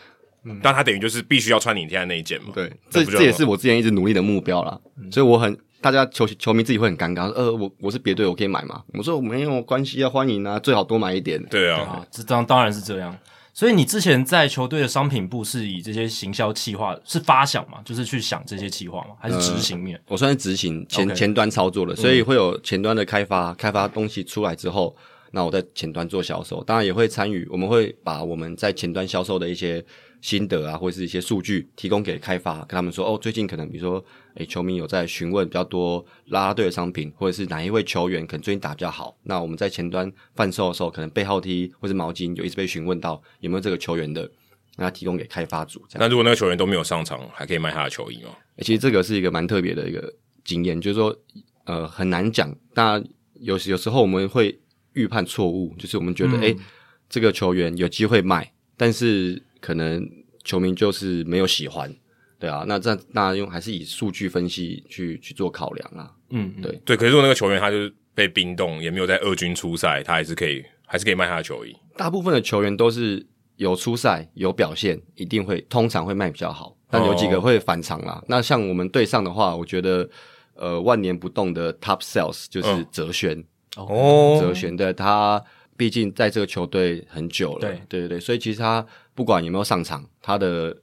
但他等于就是必须要穿你现在那一件嘛。
对，
哦那
这
不就嗯
这也是我之前一直努力的目标啦。所以我很大家球球迷自己会很尴尬，说呃，我我是别队，我可以买吗？我说我没有关系啊，欢迎啊，最好多买一点。
对啊，
啊，这当当然是这样。所以你之前在球队的商品部是以这些行销企划是发想嘛，就是去想这些企划嘛，还是执行面？
我算是执行前
OK
前端操作的，所以会有前端的开发，开发东西出来之后，那我在前端做销售，当然也会参与，我们会把我们在前端销售的一些心得啊，或是一些数据提供给开发，跟他们说哦，最近可能比如说，诶，球迷有在询问比较多啦啦队的商品，或者是哪一位球员可能最近打比较好，那我们在前端贩售的时候，可能背号 T 或是毛巾有一直被询问到有没有这个球员的，那提供给开发组这样。
那如果那个球员都没有上场，还可以卖他的球衣吗？
欸其实这个是一个蛮特别的一个经验，就是说，呃，很难讲。那有时有时候我们会预判错误，就是我们觉得，哎、这个球员有机会卖，但是可能球迷就是没有喜欢，对啊。那这那用还是以数据分析去去做考量啊。
嗯，嗯
对
对，可是如果那个球员他就是被冰冻，也没有在二军出赛，他还是可以，还是可以卖他的球衣。
大部分的球员都是有出赛有表现，一定会通常会卖比较好，但有几个会反常啦。那像我们队上的话，我觉得呃万年不动的 Top Sales 就是
嗯
哲轩。
哦
哲玄的，他毕竟在这个球队很久了，
对
对对对所以其实他不管有没有上场，他的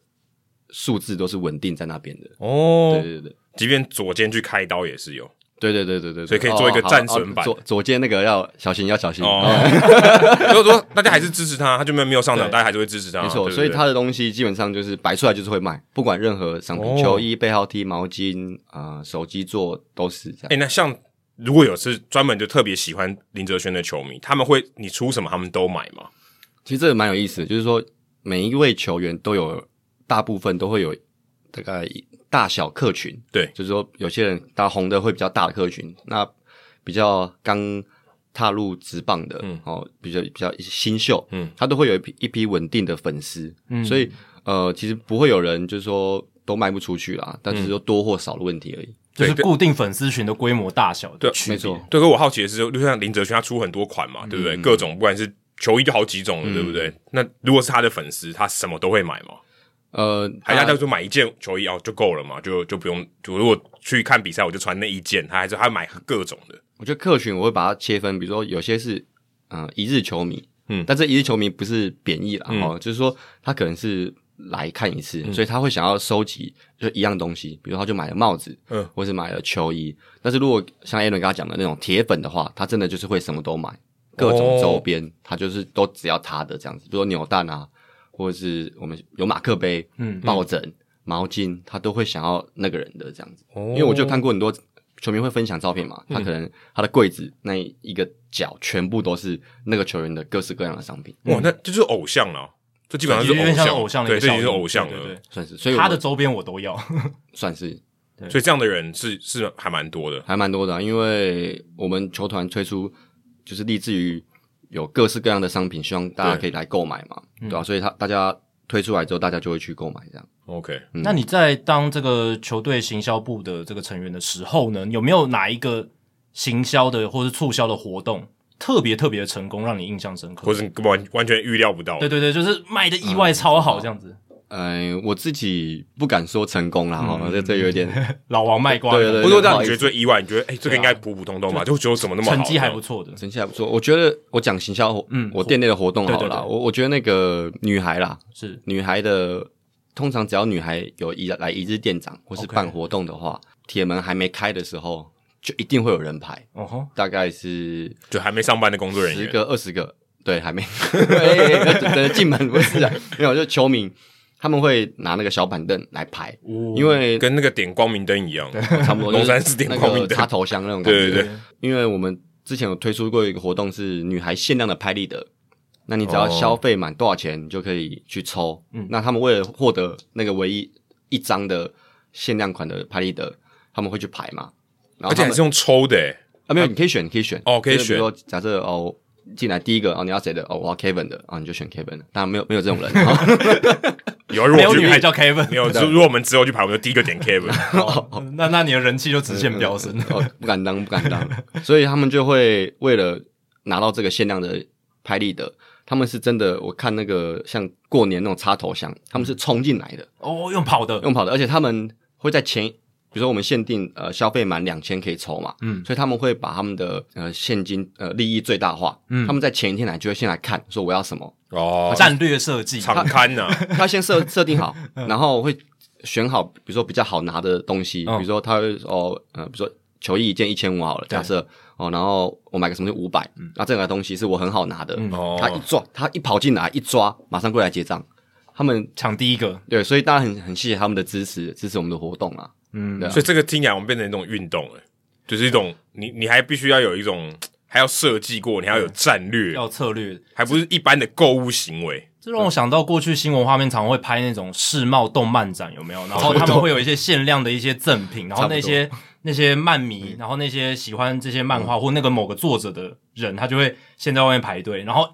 数字都是稳定在那边的，对
哦，
对对
即便左肩去开刀也是有。
对对对对对，
所以可以做一个
哦好
战损版
哦左左肩那个要小心，要小心，
哦， *laughs* 所以说大家还是支持他，他就没有没有上场，
对
大家还是会支持他。
嗯没错，
对不对
所以他的东西基本上就是摆出来就是会卖，不管任何商品，
哦
球衣、背号 T、毛巾啊、呃手机座都是这样。
哎、那像如果有是专门就特别喜欢林哲轩的球迷，他们会你出什么他们都买吗？
其实这个蛮有意思的，就是说每一位球员都有，大部分都会有大概一大小客群，
对
就是说有些人打红的会比较大的客群，那比较刚踏入职棒的，
嗯
哦，比较比较新秀，
嗯，
他都会有一批一批稳定的粉丝，
嗯
所以呃，其实不会有人就是说都卖不出去啦，但只是说多或少的问题而已。
就是
对
固定粉丝群的规模大小的
对
区
没
别
错。
对，可我好奇的是，就像林哲轩他出很多款
嗯
嘛，对不对？各种不管是球衣就好几种了，对不对？那如果是他的粉丝，他什么都会买吗？
呃，
啊
还是
大
他就说买一件球衣哦就够了嘛，就就不用。就如果去看比赛，我就穿那一件，他还是他买各种的。
我觉得客群我会把它切分，比如说有些是嗯、呃一日球迷，
嗯
但这一日球迷不是贬义啦，
嗯
哦，就是说他可能是来看一次，所以他会想要收集就一样东西，比如他就买了帽子，
嗯，
或是买了球衣。但是如果像 Aaron 刚刚讲的那种铁粉的话，他真的就是会什么都买，
哦
各种周边，他就是都只要他的这样子，比如说扭蛋啊，或者是我们有马克杯、
嗯
抱枕、毛巾，他都会想要那个人的这样子。
哦
因为我就看过很多球迷会分享照片嘛，
嗯
他可能他的柜子那一个角全部都是那个球员的各式各样的商品，
哇，那这就是偶像了。这基本上是
有点像偶
像，
像的一
对，
个
这已
效应
经是偶像了。
对对
算是，所以
对
我
他的周边我都
*laughs*
要。
算是
所以这样的人是是还蛮多的。
还蛮多的啊、因为我们球团推出就是立志于有各式各样的商品，希望大家
对
可以来购买嘛，
嗯
对啊吧、所以他大家推出来之后，大家就会去购买这样。
OK，
嗯
那你在当这个球队行销部的这个成员的时候呢，有没有哪一个行销的或是促销的活动特别特别的成功，让你印象深刻
或？是完完全预料不到。
对对对，就是卖的意外超
嗯
好这样子，
呃，我自己不敢说成功
嗯
啦，哈、这这有点
老王卖瓜，
对对对
不是说让
不好
你
意
觉
思啊
得最意外，你觉得哎、这个应该普普通通吧，就觉得怎么那么好
成绩还不错的。
成绩还不错。我觉得我讲行销活，
嗯
我店内的活动好
对
了
对
啦，
对
我我觉得那个女孩啦，
是
女孩的通常只要女孩有一来一日店长或是
OK
办活动的话，铁门还没开的时候，就一定会有人排，
哦吼，
大概是
就还没上班的工作人
十
员，
个二十个，对，还没，哎哎 *laughs* 哎等等进门不是啊，没有，就球迷他们会拿那个小板凳来排，因为
跟那个点光明灯一样，
差不
龙
多就是
山寺点
那
光明
个
灯
插头香那种感觉。
对对对，
因为我们之前有推出过一个活动是女孩限量的拍立得，那你只要
哦
消费满多少钱，你就可以去抽。
嗯
那他们为了获得那个唯一一张的限量款的拍立得，他们会去排嘛？然
而
后
且
他
还
们
是用抽的欸，
啊，没有，你可以选，你可以选。
哦可以
就是比如说，假设哦，进来第一个哦，你要谁的？哦，我要 Kevin 的，哦，你就选 Kevin 的。当然没有没有这种人，哦
有啊如
没
果
有
我去
女孩
排，
叫 Kevin，
没有，
啊
*laughs*
如如果我们之后去排，我们就第一个点 Kevin，
*laughs*
哦那那你的人气就直线飙升。
哦，不敢当，不敢当。所以他们就会为了拿到这个限量的拍立得，他们是真的，我看那个像过年那种插头箱，他们是冲进来的，
哦，用跑的，
嗯用跑的，而且他们会在前。比如说，我们限定呃消费满两千可以抽嘛，
嗯
所以他们会把他们的呃现金呃利益最大化，
嗯
他们在前一天来就会先来看，说我要什么，
哦，
战略设计，
长刊
*laughs*
呐，
他先设设定好，
嗯
然后会选好，比如说比较好拿的东西，
嗯
比如说他会说哦，呃，比如说球衣一件一千五好了，
对
假设哦，然后我买个什么就五百，那这个东西是我很好拿的，
嗯
他一
哦，
抓，他一跑进来一抓，马上过来结账，他们
抢第一个，
对，所以大家很很谢谢他们的支持，支持我们的活动啊，
嗯
对啊
所以这个听起来我们变成一种运动了，欸就是一种你你还必须要有一种还要设计过，你还要有战略，
要策略。
还不是一般的购物行为。
这让我想到过去新闻画面常会拍那种世贸动漫展，有没有？然后他们会有一些限量的一些赠品，然后那些那些漫迷，然后那些喜欢这些漫画或那个某个作者的人，他就会先在外面排队，然后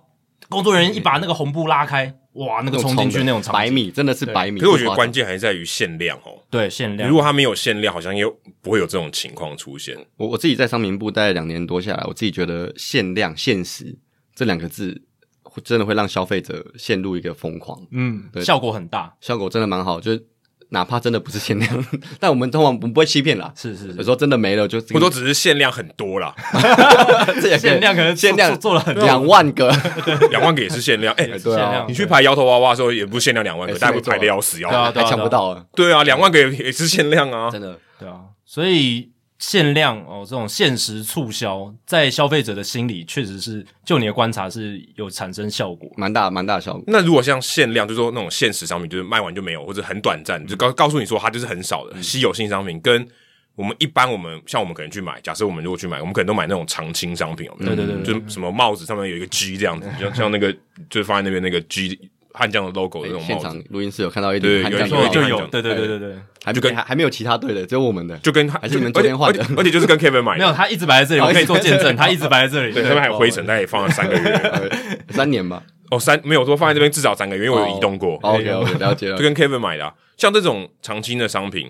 工作人员一把那个红布拉开，哇，那个冲进去
的
那种场
百
景，
米真的是啊百米，
可是我觉得
不夸张
关键还是在于限量哦，
对，限量
如。果它没有限量，好像也不会有这种情况出现。
我我自己在商民部待两年多下来，我自己觉得“限量”“限时”这两个字，会真的会让消费者陷入一个疯狂。
嗯，
对
效果很大，
效果真的蛮好，就是哪怕真的不是限量， *laughs* 但我们通常不不会欺骗啦。
是是
有
是，
时候真的没了，就
或者只是限量很多啦，
这也可以
限量可能做
限量
做做了很多
两万个，
*laughs* 两万个也是限
*laughs*
量。哎，
限
对啊
量
你去排摇头娃娃的时候也不是限量两万个，
哎
大家不
是没错
排的要死要
对啊
活。
还抢不到啊，
对啊，两万个也也是限量啊。
真的。
对啊，所以限量哦，这种限时促销，在消费者的心里确实是，就你的观察是有产生效果。
蛮大蛮大的效果，
那如果像限量，就是说那种限时商品，就是卖完就没有，或者很短
嗯
暂，就告告诉你说它就是很少的稀有性商品，跟我们一般我们像我们可能去买，假设我们如果去买，我们可能都买那种常青商品，有没有
对对对对
就是什么帽子上面有一个 G 这样子，像
*laughs*
像那个就是放在那边那个 G 悍将的 logo 的那
哎
种
现
帽子
场，录音室有看到一
对
点悍
有
将
有
的
就
帽子，
有，对对对对对，
还
就跟
还还没有其他队的，只有我们的。
就跟
还是你们
就
昨天换的
而且而且
*laughs*
就是跟 Kevin
哎
买
没有，
的，
他一直摆在这里，我可以做见证，他一直摆在这里。
对，上面还有灰尘，它也放了三个月，
呃三
*laughs*
年吧
哦三没有说放在这边至少三个月，因为我有移动过，
，OK OK，了解
就
了解。
跟 Kevin 买的、啊，像这种长青的商品，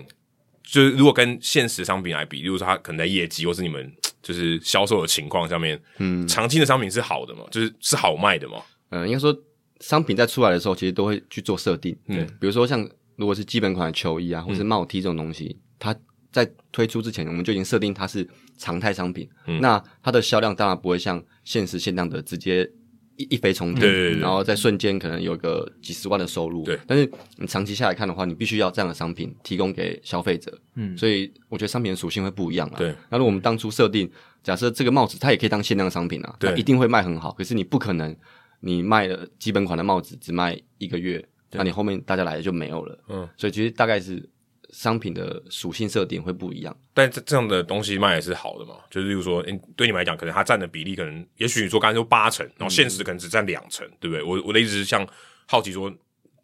就是如果跟现实商品来比，例如说它可能在业绩或是你们就是销售的情况上面，嗯，长青的商品是好的嘛，就是是好卖的嘛，
嗯，应该说商品在出来的时候，其实都会去做设定。
嗯
嗯，比如说像如果是基本款的球衣啊，或是帽 T 这种东西，它在推出之前，我们就已经设定它是常态商品。
嗯
那它的销量当然不会像限时限量的直接一一飞冲天，
对对对
然后在瞬间可能有个几十万的收入。
对
但是你长期下来看的话，你必须要这样的商品提供给消费者。
嗯
所以我觉得商品的属性会不一样啊。
对，
那如果我们当初设定，假设这个帽子它也可以当限量商品啊，
对
它一定会卖很好。可是你不可能，你卖了基本款的帽子只卖一个月，那你后面大家来的就没有了。
嗯
嗯，所以其实大概是商品的属性设定会不一样。
但这这样的东西卖也是好的嘛，就是例如说，诶对你们来讲，可能它占的比例可能，也许你说刚才说八成，然后现实可能只占两成，对不对？我我的意思是像好奇说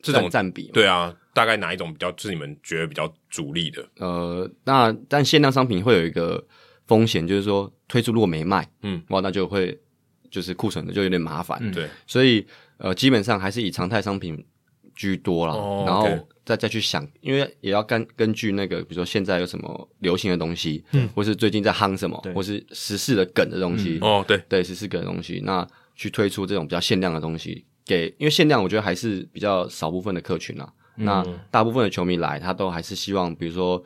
这种
占占比嘛，
对啊，大概哪一种比较是你们觉得比较主力的？
呃，那但限量商品会有一个风险，就是说推出如果没卖，
嗯
嗯，哇，那就会就是库存的就有点麻烦。
嗯
对，
所以呃，基本上还是以常态商品居多啦，
哦
然后
OK
再再去想，因为也要根根据那个，比如说现在有什么流行的东西，嗯，或是最近在夯什么
对，
或是时事的梗的东西，
哦对，
对，时事梗的东西，那去推出这种比较限量的东西给，因为限量我觉得还是比较少部分的客群啦。
嗯
那大部分的球迷来，他都还是希望，比如说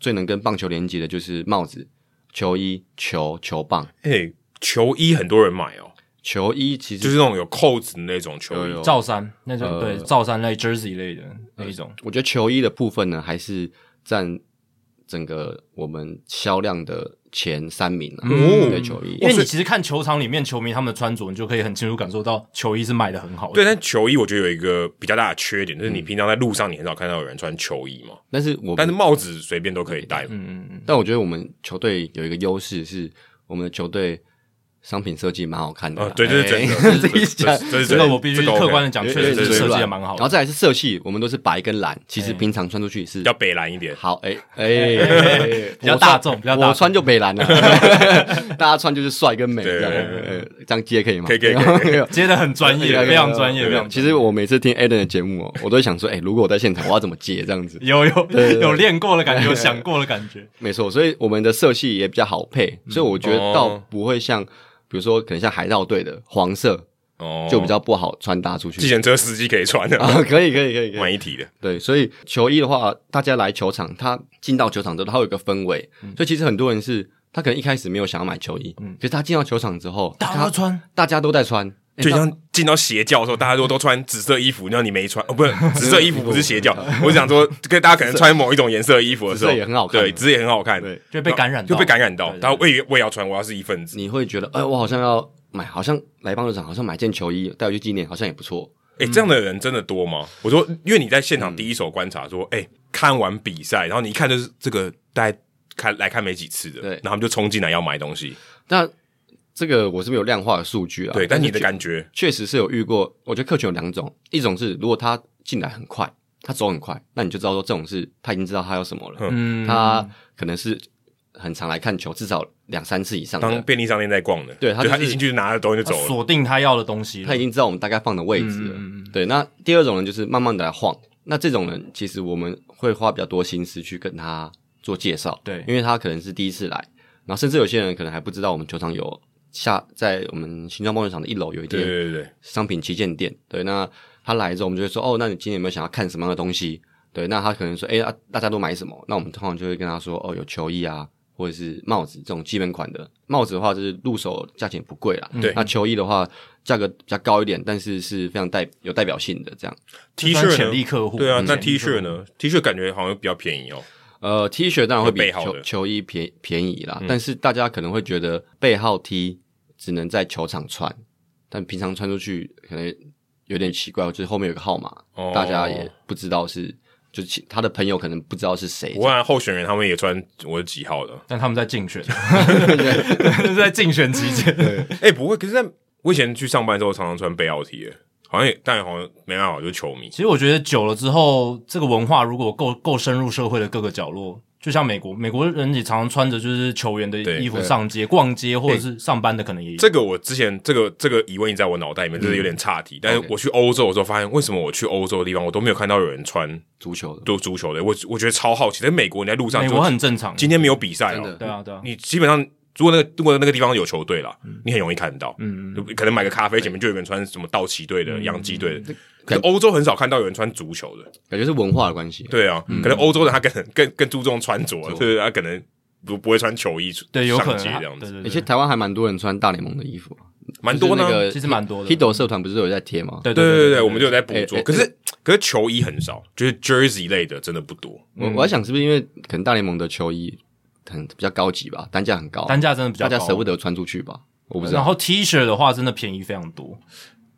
最能跟棒球连接的就是帽子、球衣、球、球棒、
诶，哎球衣很多人买哦，
球衣，其实
就是那种有扣子的那种球衣
嗯有有
罩衫那种
呃
对罩衫类、jersey 类的那一种，
我觉得球衣的部分呢，还是占整个我们销量的前三名啊，
嗯
对球衣
因。为你其实看球场里面球迷他们的穿着，你就可以很清楚感受到球衣是卖的很好的。
对，但球衣我觉得有一个比较大的缺点，就是你平常在路上你很少看到有人穿球衣嘛，
但是我
但是帽子随便都可以戴
嗯
嘛。
但我觉得我们球队有一个优势是，我们的球队商品设计蛮好看的啦、
啊，对，这是真的，
哎
这
这一
是
讲
这是这是
这
真
个
的，
我必须
这个 OK
客观的讲，
有
确
有点
实是设
出
计
来
的蛮好
然后
的。
再来是色系，我们都是白跟蓝，其实平常穿出去是
要北蓝一点。
好哎哎，
比较
我穿
大众比较大众
我穿就北蓝了， *laughs* 大家穿就是帅跟美
对
这样，呃这样接可以吗？
可以可以
没有
可以可以
没有
接的很专
没有
业，
没有
非常专业。
没
非常
有没有
专业
其实我每次听 Alan 的节目哦，我都会想说，哎，如果我在现场，我要怎么接这样子？
有有
对对
有练过的感觉，有想过的感觉。
没错，所以我们的色系也比较好配，所以我觉得倒
哦
不会像，比如说可能像海盗队的黄色
哦，
就比较不好传达出
计
去。
程车司机可以穿的，
啊，哎可以可以可以可以，
蛮一体的。
对，所以球衣的话，大家来球场，他进到球场之后，他会有一个氛围，所以其实很多人是他可能一开始没有想要买球衣，可是他进到球场之后，
大家都穿，
大家都在穿，诶
就
那
像进到邪教的时候，大家都都穿紫色衣服，然后你没穿哦，不是紫色衣服不是邪教，我是想说，跟大家可能穿某一种颜色的衣服的时候，
紫色也很好看
对，紫色也很好看，
对
就被感染到
就被感染到
对。对
大家我也我也要穿，我要是一份子。
你会觉得，哎、我好像要买，好像来棒球场，好像买件球衣带回去纪念，好像也不错。
嗯
哎，这样的人真的多吗？我说，因为你在现场第一手观察，说，哎，看完比赛，然后你一看就是这个大家看来看没几次的，
对
然后他们就冲进来要买东西，
那这个我是没有量化的数据啊，
对，但
是
你的
确
感觉，
确实是有遇过，我觉得客群有两种，一种是如果他进来很快，他走很快，那你就知道说这种是他已经知道他要什么了，
嗯，
他可能是很常来看球，至少两三次以上
当
的，
便利商店在逛的，
对他
就他
就是
一进去拿了东西就
他
走了，
锁定他要的东西了
他已经知道我们大概放的位置了。
嗯
对，那第二种人就是慢慢的来晃，那这种人其实我们会花比较多心思去跟他做介绍，
对
因为他可能是第一次来，然后甚至有些人可能还不知道我们球场有下在我们新庄棒球场的一楼有一
对
间
对对对，
商品旗舰店。对，那他来之后，我们就会说，哦，那你今天有没有想要看什么样的东西？对，那他可能说，哎、啊，大家都买什么？那我们通常就会跟他说，哦，有球衣啊，或者是帽子这种基本款的。帽子的话，就是入手价钱不贵啦。
嗯对
那球衣的话，价格比较高一点，但是是非常代有代表性的这样。
T
就算
恤
潜
呢？
力客户
对啊，
嗯
那
潜力
T 恤
客户
呢？T 恤感觉好像比较便宜哦。
呃，T 恤当然会比
有备号
球
的嗯
球衣便便宜啦，但是大家可能会觉得背号 T 只能在球场穿，但平常穿出去可能有点奇怪，就是后面有个号码，
哦
大家也不知道是，就其他的朋友可能不知道是谁
不。过候选人他们也穿我是几号的？
但他们在竞选，对在竞选期间，
哎、不会，可是在我以前去上班的时候，常常穿贝奥 T，耶好像也但好像没办法，就是球迷。
其实我觉得久了之后，这个文化如果够够深入社会的各个角落，就像美国，美国人也常常穿着就是球员的
对
衣服
对
上街、逛街，或者是上班的可能也有。
这个我之前这个这个疑问一直在我脑袋里面，就是有
嗯
点岔题。但是
OK
我去欧洲的时候，发现为什么我去欧洲的地方，我都没有看到有人穿
足球的，
足足球的，我我觉得超好奇。在美国，你在路上
美
就，
国很正常，
今天没有比赛
真
哦
的，
对啊对啊，
你基本上如果那个如果那个地方有球队啦，你很容易看到，
嗯
嗯，可能买个咖啡，前面就有人穿什么道奇队的、洋基队
嗯
的。可
感
是欧洲很少看到有人穿足球的，
感觉是文化的关系。
对啊，
嗯
可能欧洲人他更更更注重穿着，就是他可能不不会穿球衣
对，有可
上
能
街
啊
这样
对
子，
对
而且
对，
台湾还蛮多人穿大联盟的衣服，
蛮多
就是那
呢。
个
其实蛮多的
Hido 社团不是有在贴吗？
对
对对对
对
对，我们就有在捕捉，
哎哎
可是可是球衣很少，就是 jersey 类的真的不多。
我我在想是不是因为可能大联盟的球衣很比较高级吧，单价很高，
单价真的比较
大家
高
舍不得穿出去吧？我不知道
然。后 T 恤的话，真的便宜非常多。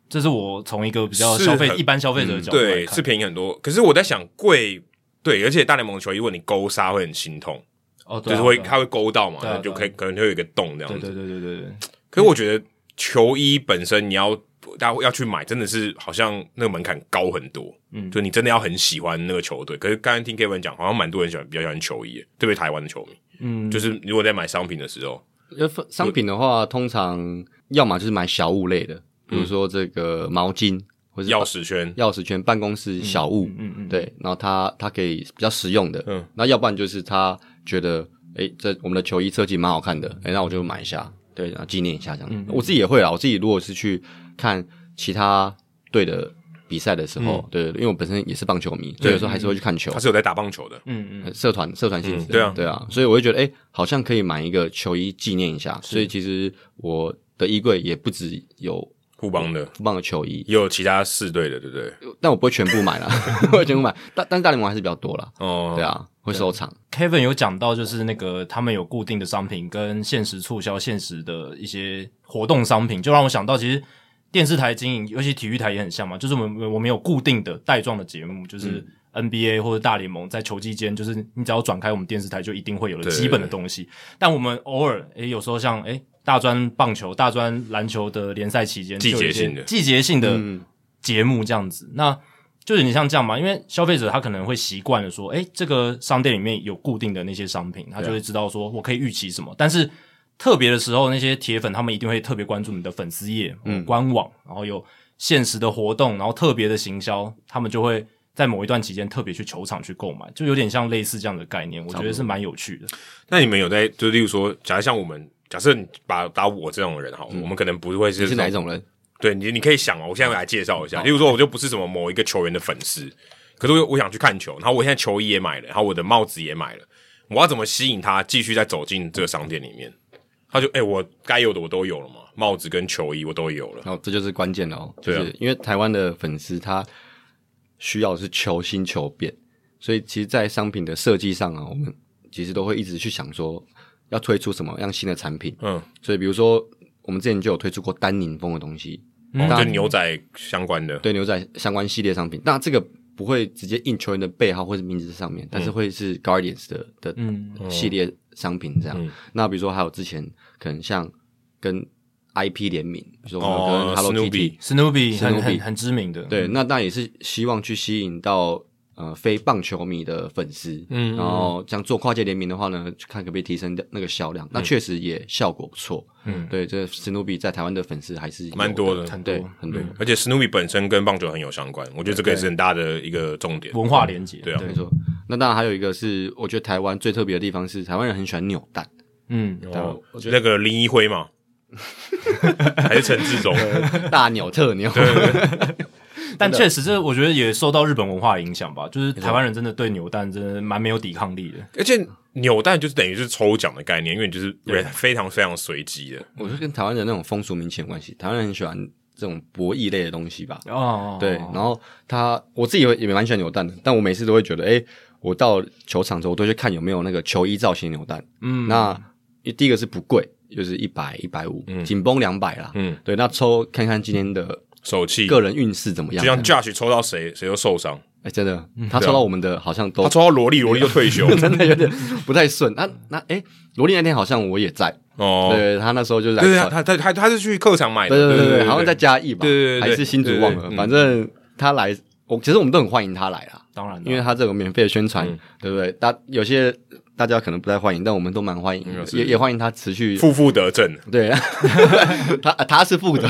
这是我从一个比较
是
消费
很嗯
一般消费者的角度来
对，
看，
是便宜很多。可是我在想贵，对，而且大联盟的球衣，如果你勾纱会很心痛，
哦，对
就
啊
是会
对啊
它会勾到嘛，
对啊
然后就可以可能就会有一个洞这样
对
子
对。对对对对，
可是我觉得球衣本身你要大家要去买，真的是好像那个门槛高很多。嗯，就你真的要很喜欢那个球队。可是刚才听 Kevin 讲，好像蛮多人喜欢比较喜欢球衣，特别台湾的球迷。嗯，就是如果在买商品的时候，
呃，分商品的话，通常要么就是买小物类的，比如说这个毛巾或是
钥匙圈
钥匙圈、办公室小物，嗯嗯，对，然后它它可以比较实用的，
嗯，
那要不然就是他觉得，诶，这我们的球衣设计蛮好看的，诶，那我就买一下，对，然后纪念一下这
嗯
样。我自己也会啦，我自己如果是去看其他队的比赛的时候，
嗯
对，因为我本身也是棒球迷，所以有时候还是会去看球
他。是有在打棒球的，
嗯嗯，
呃社团社团性质、
嗯对啊
对啊，所以我会觉得，诶，好像可以买一个球衣纪念一下。所以其实我的衣柜也不只有
库邦的，
棒的球衣，
也有其他四队的，对不对？
但我不会全部买啦， *laughs* 我不会全部买，但但是大联盟还是比较多啦。
哦，
对啊，会收藏。
Kevin 有讲到，就是那个他们有固定的商品跟限时促销、限时的一些活动商品，就让我想到，其实电视台经营，尤其体育台也很像嘛，就是我们我们有固定的带状的节目，就是。NBA 或者大联盟在球季间，就是你只要转开我们电视台，就一定会有的
对
基本的东西。但我们偶尔，诶、有时候像诶、大专棒球、大专篮球的联赛期间，
季节
就有一些
性的
季节性的节目这样子。那就是你像这样嘛，因为消费者他可能会习惯了说，哎、这个商店里面有固定的那些商品，他就会知道说我可以预期什么。但是特别的时候，那些铁粉他们一定会特别关注你的粉丝页、嗯、官网，然后有限时的活动，然后特别的行销，他们就会在某一段期间特别去球场去购买，就有点像类似这样的概念，我觉得是蛮有趣的。
那你们有在，就例如说，假如像我们，假设你把打我这种人哈，我们可能不会是
嗯你是哪一？种人？
对你，你可以想哦，我现在来介绍一下。例如说，我就不是什么某一个球员的粉丝，可是我我想去看球，然后我现在球衣也买了，然后我的帽子也买了，我要怎么吸引他继续再走进这个商店里面？他就哎、我该有的我都有了嘛，帽子跟球衣我都有了，
然后这就是关键了哦，就
对啊
是因为台湾的粉丝他需要的是求新求变，所以其实，在商品的设计上啊，我们其实都会一直去想说要推出什么样新的产品。
嗯，
所以，比如说我们之前就有推出过丹宁风的东西，
哦
那
就牛仔相关的，
嗯对牛仔相关系列商品。那这个不会直接印球员的背号或是名字在上面，
嗯
但是会是 Guardians 的的
嗯
系列商品这样。
嗯
那比如说还有之前可能像跟 IP 联名，比如说我们
哦
跟 Hello
，Snoopy
Kitty。
Snoopy 很
Snoopy
很很知名的，
对，
嗯
那那也是希望去吸引到呃非棒球迷的粉丝，嗯，然后这样做跨界联名的话呢，就看可不可以提升掉那个销
嗯
量，那确实也效果不错，嗯，对，这史努比在台湾的粉丝还是有
蛮多的嗯
很多
对，很多，
而且 Snoopy 本身跟棒球很有相关，我觉得这个也是很大的一个重点。
文化连接，
对啊
没错。那当然还有一个是，我觉得台湾最特别的地方是，台湾人很喜欢扭蛋， *laughs*
嗯，
啊
哦，那个林一辉嘛，还是陈志忠，
大扭特扭，
但确实，这我觉得也受到日本文化的影响吧，就是台湾人真的对扭蛋真的蛮没有抵抗力的。
而且扭蛋就是等于是抽奖的概念，因为你就是人非常非常随机的。
*laughs* 我觉得跟台湾人那种风俗民情有关系，台湾人很喜欢这种博弈类的东西吧，
哦，
对，然后他我自己也也蛮喜欢扭蛋的，但我每次都会觉得，哎，我到球场之后，我都去看有没有那个球衣造型扭蛋。嗯，那第一个是不贵，就是一百、一百五，紧绷两百啦。
嗯
嗯，对，那抽看看今天的
手气，
个
就
人运势怎么样？
像 Josh 抽到谁，谁就受伤。
哎，真的，他抽到我们的好像都
他抽到萝莉，萝莉就退
*laughs*
休
真的有点不太顺。那那哎，罗莉那天好像我也在，
哦。
对他那时候就是来
对啊，
抽
他他他他是去客场买的，
对对
对
对对，好像在嘉义吧，
对对对嗯对
还是新竹忘
对
了
对，
反正他来，我其实我们都很欢迎他来啦。
当然啦，
因为他这个免费的宣传，
嗯
对不对？大有些大家可能不太欢迎，但我们都蛮欢
嗯
迎的，也也欢迎他持续。
负负得正
对， *laughs* 他他是富的，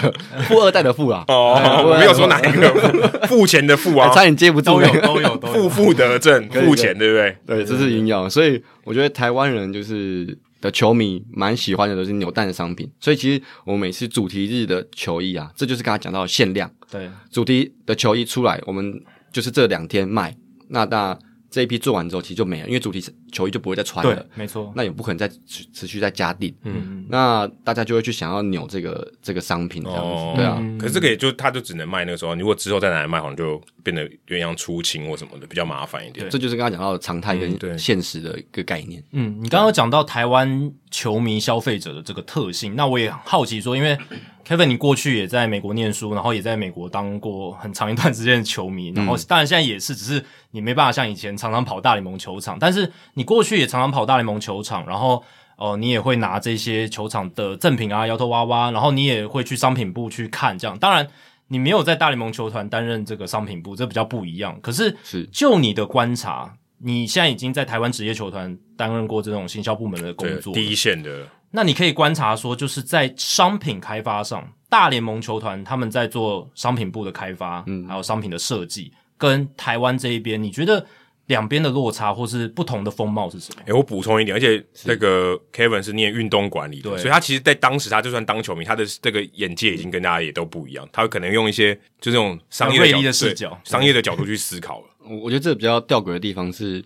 富二代的富
*laughs*
啊，
哦，我没有说哪一
*laughs*
个付钱的付啊
哎，差点接不住
都
那
有
个。
都有都
负
*laughs*
有，
负得正，
以
付钱对不对？
对，这是营养，所以我觉得台湾人就是的球迷蛮喜欢的都是扭蛋的商品，所以其实我们每次主题日的球衣啊，这就是刚才讲到的限量，
对，
主题的球衣出来，我们就是这两天卖，那那这一批做完之后其实就没了，因为主题球衣就不会再穿了
对，，没错，
那也不可能再持持续再加定，
嗯，
那大家就会去想要扭这个这个商品这样子，
哦，
对啊，
嗯
可是这个也就他就只能卖那个时候，如果之后再拿来卖，好像就变得有点像出清或什么的，比较麻烦一点。
这就是刚刚讲到的常态
嗯对
跟现实的一个概念。
嗯，你刚刚有讲到台湾球迷消费者的这个特性，那我也很好奇说，因为 Kevin 你过去也在美国念书，然后也在美国当过很长一段时间的球迷，然后当然现在也是，只是你没办法像以前常常跑大联盟球场，但是你过去也常常跑大联盟球场，然后哦、呃你也会拿这些球场的赠品啊、摇头娃娃，然后你也会去商品部去看这样，当然。你没有在大联盟球团担任这个商品部，这比较不一样。可是，
是
就你的观察，你现在已经在台湾职业球团担任过这种行销部门的工
对，
作，
第一线的
那你可以观察说，就是在商品开发上，大联盟球团他们在做商品部的开发，嗯，还有商品的设计，跟台湾这一边，你觉得两边的落差或是不同的风貌是什么？
哎、我补充一点，而且那个 Kevin 是念运动管理的，
对
所以他其实，在当时他就算当球迷，他的这个眼界已经跟大家也都不一样。他可能用一些就这种商业
很锐利的
的角
视
对
角
商业的角度去思考了。
我我觉得这比较吊诡的地方是，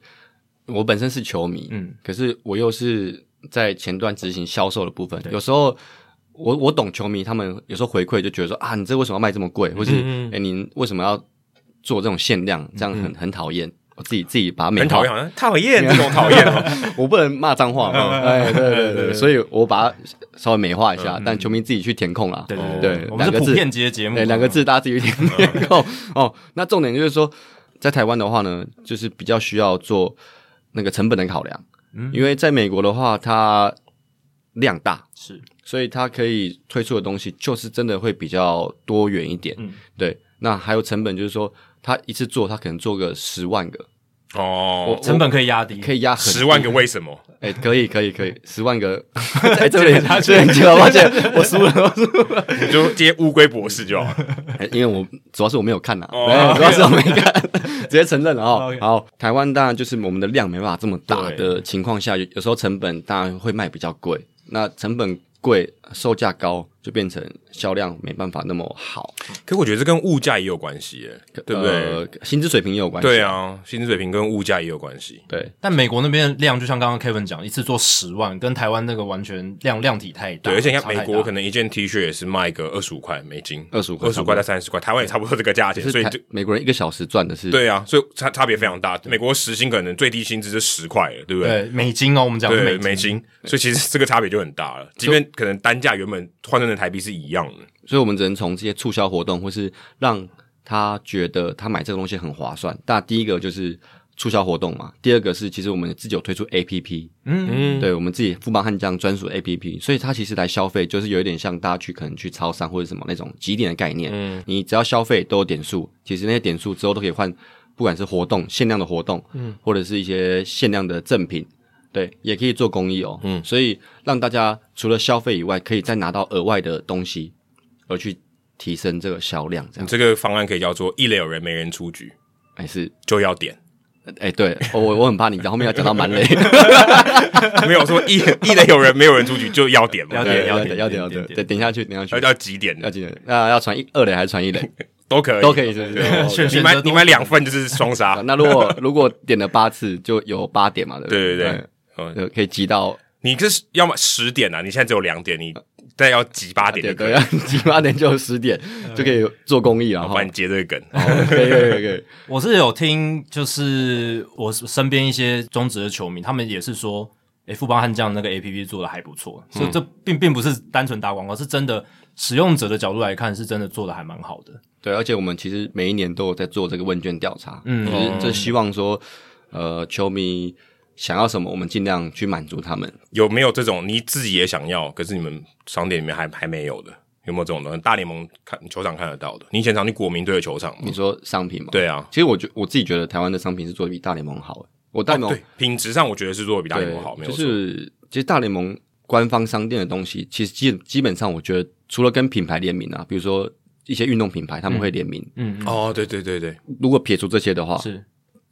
我本身是球迷，
嗯
嗯，可是我又是在前端执行销售的部分，有时候我我懂球迷他们有时候回馈就觉得说啊，你这为什么要卖这么贵，或是
嗯嗯嗯
哎、您为什么要做这种限量，这样很很讨厌。我自己自己把它 *laughs* 美
很讨
化
厌，好像讨厌这种讨厌哦，
我不能骂脏话
*laughs*
嘛，哎，对对对，所以我把它稍微美化一下，但球迷自己去填空啦。
嗯对
对
对
哦对
我们是
两个
普
字
遍啊级的节目，
对，两个字大家自己去填空 *laughs* 哦。那重点就是说，在台湾的话呢，就是比较需要做那个成本的考量，
嗯
因为在美国的话，它量大，
是
所以它可以推出的东西就是真的会比较多元一点。
嗯
对，那还有成本就是说，它一次做，它可能做个十万个，
哦，
成本可以压低，
可以压很
十万个为什么？
哎、可以，可以， *laughs* 可以，十万个在这里，他去很久了，抱歉，我输了，我输了，
你就接乌龟博士就好
*laughs*
了。
哎因为我主要是我没有看呐、
哦
对，主要是我没看， *laughs* 直接承认了哦
OK。
好，台湾当然就是我们的量没办法这么大
对
的情况下，有有时候成本当然会卖比较贵，那成本贵，售价高，就变成销量没办法那么好，
可我觉得这跟物价也有关系耶，对不对？
呃，薪资水平也有关系，
对，啊，薪资水平跟物价也有关系。
对，
但美国那边的量，就像刚刚 Kevin 讲，一次做十万，跟台湾那个完全量量体太大，
对，而且你看
差太
美
大
国可能一件 T 恤也是卖个二十五块美金，
25块
二十五块到三十块，台湾也差不多这个价钱，
是
所以
台
就
美国人一个小时赚的是，
对啊，所以差差别非常大。美国时薪可能最低薪资是十块了，对不对？
对美金哦，我们讲的
对
是
美
美
金，所以其实这个差别就很大了。即便可能单价原本换算成台币是一样的，
所以我们只能从这些促销活动，或是让他觉得他买这个东西很划算。但第一个就是促销活动嘛，第二个是其实我们自己有推出 APP，
嗯，
嗯，
对我们自己富邦悍将专属 APP，所以它其实来消费就是有一点像大家去可能去超商或者什么那种集点的概念，嗯，你只要消费都有点数，其实那些点数之后都可以换，不管是活动限量的活动，嗯，或者是一些限量的赠品。对，也可以做公益哦。嗯，所以让大家除了消费以外，可以再拿到额外的东西，而去提升这个销量，这样
你这个方案可以叫做一垒有人没人出局
还是
就要点， *laughs*
哎，对我我我很怕你讲后面要讲到蛮累，
没有说一一垒有人没有人出局就要点嘛，
要
对
点
*laughs* 对
要
对
点
要
点
要
点
对，对，点下去，点下
要
去，
要几点
要
的
记得，那要传一二垒还是传一垒？
都可以，
都可以，是不是？
选
你
选
买
择
你买两份就是双杀
啊，那如果如果点了八次，就有八点嘛，对不
对对
对
对，嗯
对，可以集到
你这是要么十点啊，你现在只有两点，你再要挤八点
对
就可
对
以，，
集八点就十点，就可以做公益了
我
哈
帮。你接这个梗。
哦可以可以可以可以，
我是有听，就是我身边一些中职的球迷，他们也是说，诶、富邦悍将那个 A P P 做的还不错，所以
嗯
这并并不是单纯打广告，是真的使用者的角度来看，是真的做的还蛮好的。
对，而且我们其实每一年都有在做这个问卷调查，
嗯
就是这希望说，呃，球迷想要什么，我们尽量去满足他们。
有没有这种你自己也想要，可是你们商店里面还还没有的？有没有这种的？大联盟看球场看得到的？你以前常去国民队的球场吗
你？说商品嘛？，
对啊，
其实我觉我自己觉得台湾的商品是做的比大联盟好的，欸我大联盟
哦对，品质上我觉得是做的比大联
对，
盟好，没有
就
错。
是其实大联盟官方商店的东西，其实基基本上我觉得除了跟品牌联名啊，比如说一些运动品牌他们会联名，
嗯，
哦，对对对对
如果撇除这些的话，
是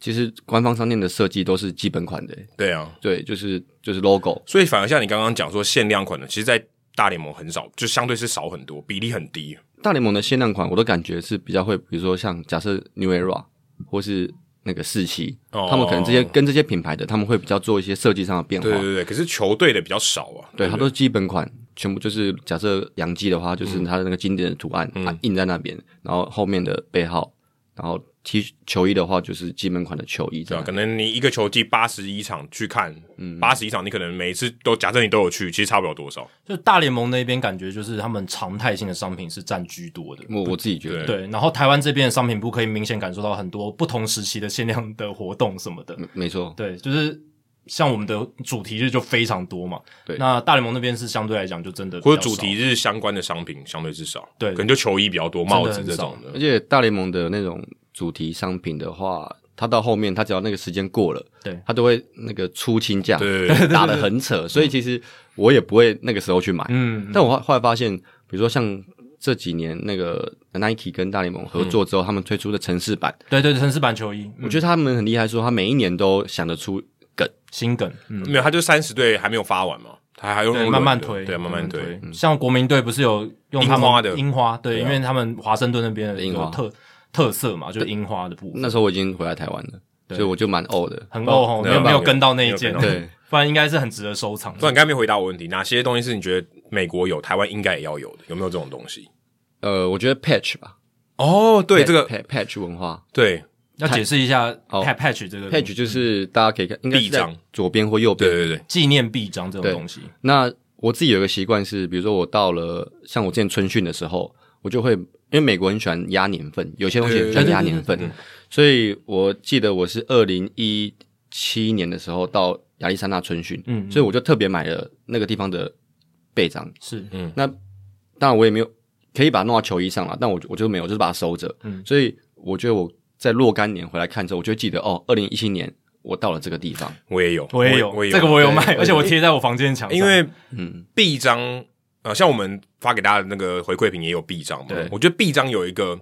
其实官方商店的设计都是基本款的、
对啊，
对，就是就是 logo，
所以反而像你刚刚讲说限量款的，其实，在大联盟很少，就相对是少很多，比例很低。
大联盟的限量款我都感觉是比较会，比如说像假设 New Era 或是。那个士气，
哦
他们可能这些跟这些品牌的，他们会比较做一些设计上的变化。
对对对，对可是球队的比较少啊。
对，它
不
都是基本款，全部就是假设洋基的话，就是它的那个经典的图案，它印在那边，然后后面的背号，然后 T 球衣的话就是基本款的球衣这
对啊，
样嗯
可。能你一个球季八十一场去看，八十一场你可能每一次都假设你都有去，其实差不了多少。
就大联盟那边感觉就是他们常态性的商品是占居多的。
我我自己觉得，
对，然后台湾这边的商品部可以明显感受到很多不同时期的限量的活动什么的。
没没错，
对，就是像我们的主题日就非常多嘛。
对
那大联盟那边是相对来讲就真的比较
或者主
少
题日相关的商品相对是少，
对
可能就球衣比较多，
真的
帽子
很
这
少
种的
而。且大联盟的那种主题商品的话，它到后面它只要那个时间过了，
对
它都会那个出清价，
对对对
打得很扯，所以其实我也不会那个时候去买。
嗯，
但我后后来发现，比如说像这几年那个 Nike 跟大联盟合作之后，他们推出的城市版。
对对，城市版球衣，
我
嗯，
觉得他们很厉害，说他每一年都想得出梗，
新梗，嗯，
没有，他就三十队还没有发完嘛，他还用
对，
轮
慢慢
的
推，
对，慢慢推。。嗯
像国民队不是有用他们
樱花的
樱花，对，
对啊
因为他们华盛顿那边
樱
有
花
特特色嘛，就是樱花的部分，
那时候我已经回来台湾了，所以我就蛮 old 的。
很哦，
对
没有
啊
没有跟到那
没
一
有
届
跟，到
对，
不然应该是很值得收藏
不然
的。
你刚才没回答我问题，哪些东西是你觉得美国有，台湾应该也要有的？有没有这种东西？
呃，我觉得 patch 吧，
哦，对，
pat-
这个
pat- patch 文化
对
要解释一下
哦
pat- patch 这个东西
，patch 就是大家可以看，应该是
臂章
在左边或右
对嗯
边。
对对，
纪念臂章这种
对
东西，
那我自己有一个习惯是，比如说我到了像我之前春训的时候，我就会因为美国很喜欢压年份，有些东西很喜欢压年份，所以我记得我是二零一七年的时候到亚利桑那春训，
嗯
所以我就特别买了那个地方的背章。
是
那当然我也没有可以把它弄到球衣上了，但我我就没有，我就是把它收着。
嗯
所以我觉得我在若干年回来看之后，我就会记得哦，二零一七年我到了这个地方。
我也有，
我也
我
有
也
这个我有买，
对
而且我贴在我房间墙上，
因为
嗯，
臂章，呃，像我们发给大家的那个回馈品也有臂章嘛
对。
我觉得臂章有一个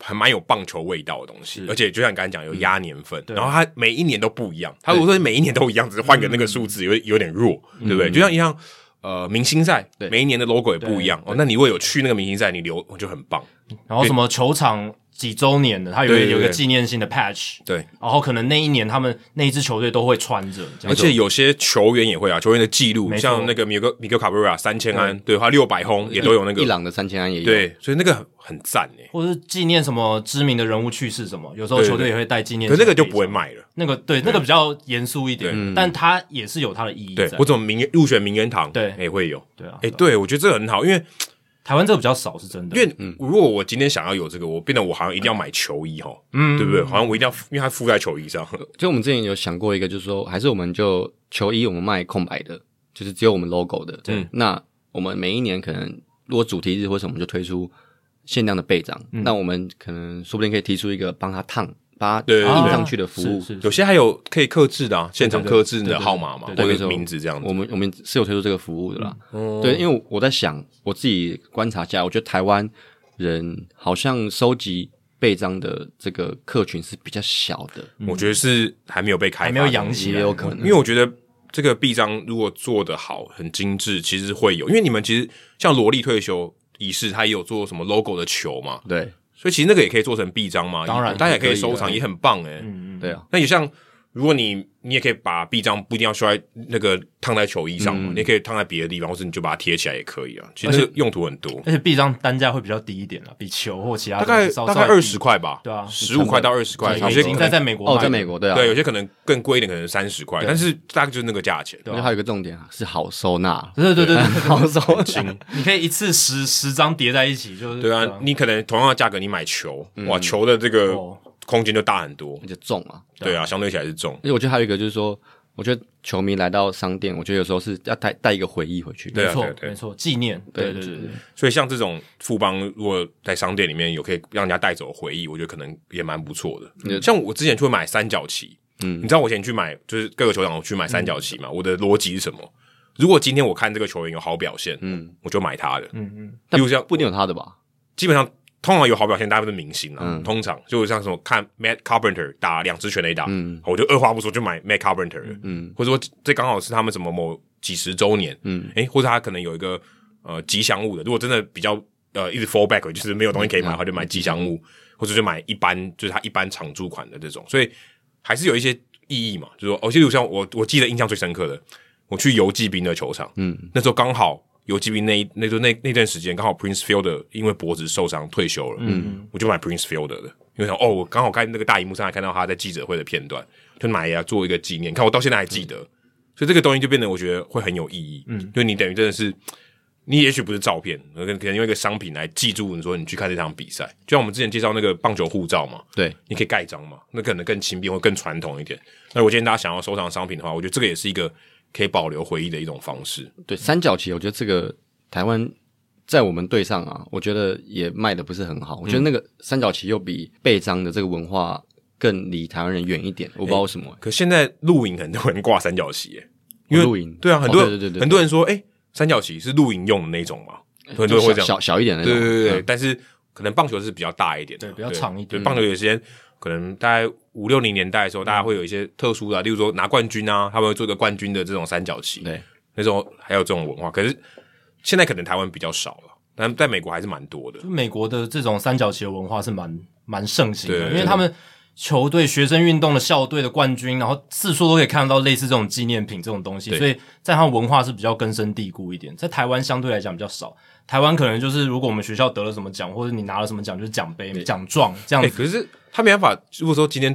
还蛮有棒球味道的东西，而且就像你刚才讲，有压年份，
对
然后它每一年都不一样。它如果说每一年都一样，只是换个那个数字，有有点弱，对不对？就像一样。呃，明星赛
对
每一年的 logo 也不一样哦。那你如果有去那个明星赛，你留哦就很棒。
然后什么球场几周年的，它有
对
一
对
有一个
对
纪念性的 patch，
对，
然后可能那一年他们那一支球队都会穿着，这样
而且有些球员也会啊，球员的记录，
没错
像那个米格米格卡布拉三千安，对他六百轰也都有那
伊
个，
朗的三千安也有。
对，所以那个很很赞诶。
或者是纪念什么知名的人物去世什么，有时候
对对
球队也会带纪念
可
性的
那个
徽章。
就不会卖了。
那个对那个比较严肃一点，但它也是有它的意义
对，
在
或。者名入选名人堂，
对嗯
也会有。
对啊，
哎，对，我觉得这个很好，因为
台湾这个比较少是真的，
因为如果我今天想要有这个，我变得我好像一定要买球衣哈，嗯，对不对？好像我一定要，因为它附在球衣上，
就我们之前有想过一个，就是说，还是我们就球衣我们卖空白的，就是只有我们 logo 的。
对，
那我们每一年可能如果主题日或什么，我们就推出限量的背章。
嗯
那我们可能说不定可以提出一个帮他烫、把它
对
印
对对
上去的服务。
是是
有些还有可以刻制的啊，现场刻制你
对
的
对对
号码嘛，
对
或
对
者
对
是名字这样子
我。们我们是有推出这个服务的
嗯
啦。
哦
对，因为我在想，我自己观察下来，我觉得台湾人好像收集背章的这个客群是比较小的，
我觉得是还没有被开发，
还没有养起
也
来
有。可能
因为我觉得这个臂章如果做得好，很精致，其实会有。因为你们其实像萝莉退休仪式，他也有做什么 logo 的球嘛，
对
所以其实那个也可以做成臂章嘛，
当然啊
大家也可以
可以
收藏，
对
也很棒哎、
嗯嗯，
对啊，
那也像，如果你你也可以把臂章不一定要刷在那个烫在球衣上
嗯
嘛，你也可以烫在别的地方，或是你就把它贴起来也可以啊。其实这个用途很多，
而且臂章单价会比较低一点了，比球或其他
大概
东西稍
大概
稍微
二
低
十块吧，
对啊
十五块到二十块，有
对
些
已
可
经在
能
在美国
哦，
卖
在
的
美国对啊，
对，有些可能更贵一点，可能三十块，但是大概就是那个价钱。
而且还有一个重点啊，是好收纳，
对对对对，对
*laughs* 好 *laughs* 收纳。
*laughs* 你可以一次十十张叠在一起，就是
对啊，你可能同样的价格，你买球，哇，球的这个
哦
空间就大很多
而。且重啊。
对啊，相对起来是重。
而且我觉得还有一个就是说，我觉得球迷来到商店，我觉得有时候是要带带一个回忆回去。
对啊
没错
对对
没错，纪念，对
对
对对对，
所以像这种富邦，如果在商店里面有可以让人家带走的回忆，我觉得可能也蛮不错的。像我之前去买三角旗，嗯，你知道我以前去买就是各个球场我去买三角旗嘛？我的逻辑是什么？如果今天我看这个球员有好表现，嗯，我就买他的。
嗯嗯，
比如像
不一定有他的吧？
基本上通常有好表现，大部分是明星啊。通常就像什么看 Matt Carpenter 打两支全垒打，我就二话不说就买 Matt Carpenter 了。嗯，或者说这刚好是他们什么某几十周年，嗯，诶、或者他可能有一个呃吉祥物的。如果真的比较呃一直 fall back，就是没有东西可以买，的话，就买吉祥物，或者就买一般就是他一般常驻款的这种，所以还是有一些意义嘛。就是说，哦，其实像我我记得印象最深刻的，我去游骑兵的球场，那时候刚好游击兵那一那就那那段时间刚好 Prince Fielder 因为脖子受伤退休了，嗯，我就买 Prince Fielder 的，因为想哦，我刚好看那个大荧幕上还看到他在记者会的片段，就买呀做一个纪念。看我到现在还记得，所以这个东西就变得我觉得会很有意义，嗯，就你等于真的是。你也许不是照片，可能可能用一个商品来记住你说你去看这场比赛，就像我们之前介绍那个棒球护照嘛，
对，
你可以盖章嘛，那可能更轻便或更传统一点。那如果今天大家想要收藏商品的话，我觉得这个也是一个可以保留回忆的一种方式。
对，三角旗，我觉得这个台湾在我们队上啊，我觉得也卖的不是很好。我觉
嗯
得那个三角旗又比背章的这个文化更离台湾人远一点，我不知道为什么欸、
可现在露营很多人挂三角旗耶，因为
露营
对啊，很多
哦
人、
对对对哎对
很多人说，哎、三角旗是露营用的那种嘛，很多人会这
就
样，
小小小一点的那
对
种。
对对对，
嗯
但是可能棒球是比较大一点的，
对比较长一点
对，棒球有些可能大概五六零年代的时候，大家会有一些特殊的啊、例如说拿冠军啊，他们会做一个冠军的这种三角旗，
对，
那时候还有这种文化。可是现在可能台湾比较少了，但在美国还是蛮多的。
就美国的这种三角旗的文化是蛮蛮盛行的，
对
因为他们球队、学生运动的校队的冠军，然后四处都可以看到类似这种纪念品这种东西，
对
所以在他们文化是比较根深蒂固一点，在台湾相对来讲比较少。台湾可能就是，如果我们学校得了什么奖，或者你拿了什么奖，就是奖杯、奖状这样
哎、
子。
可是他没办法。如果说今天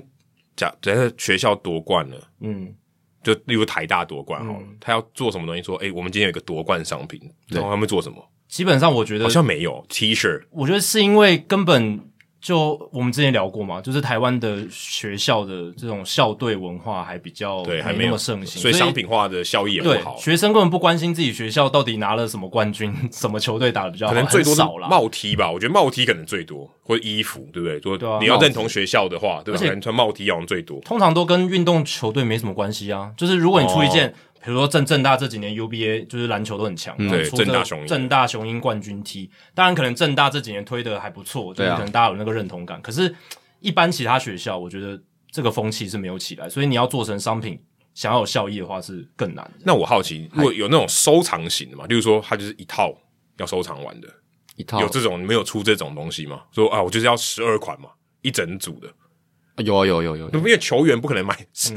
假假设学校夺冠了，
嗯，
就例如台大夺冠好了，他要做什么东西？说，哎、我们今天有一个夺冠商品，然后他们做什么？
基本上我觉得
好像没有 T 恤，
我觉得是因为根本就我们之前聊过嘛，就是台湾的学校的这种校队文化还比较
对，还
哦没
没
那
有
么盛行，
所以商品化的效益也不
对
好。
学生根本不关心自己学校到底拿了什么冠军， *laughs* 什么球队打的比较好，
可能最多
哦很
是
少啦。
帽 T 吧，我觉得帽 T 可能最多，或者衣服，对不对？如
对啊
果你要
帽子
认同学校的话，对吧？
而且
可能穿帽 T 好像最多。
通常都跟运动球队没什么关系啊。就是如果你出一
哦
件，比如说正正大这几年 UBA 就是篮球都很强，然后
嗯对
出这
正大雄鹰
正大雄鹰冠军 T，当然可能正大这几年推的还不错，就是
对啊
可能大家有那个认同感。可是，一般其他学校，我觉得这个风气是没有起来，所以你要做成商品，想要有效益的话是更难的。
那我好奇，如果有那种收藏型的嘛，例如说它就是一套要收藏完的，
一
啊
套
有这种没有出这种东西吗？说啊，我就是要十二款嘛，一整组的。
有啊有有有有
嗯
因为球员不可能买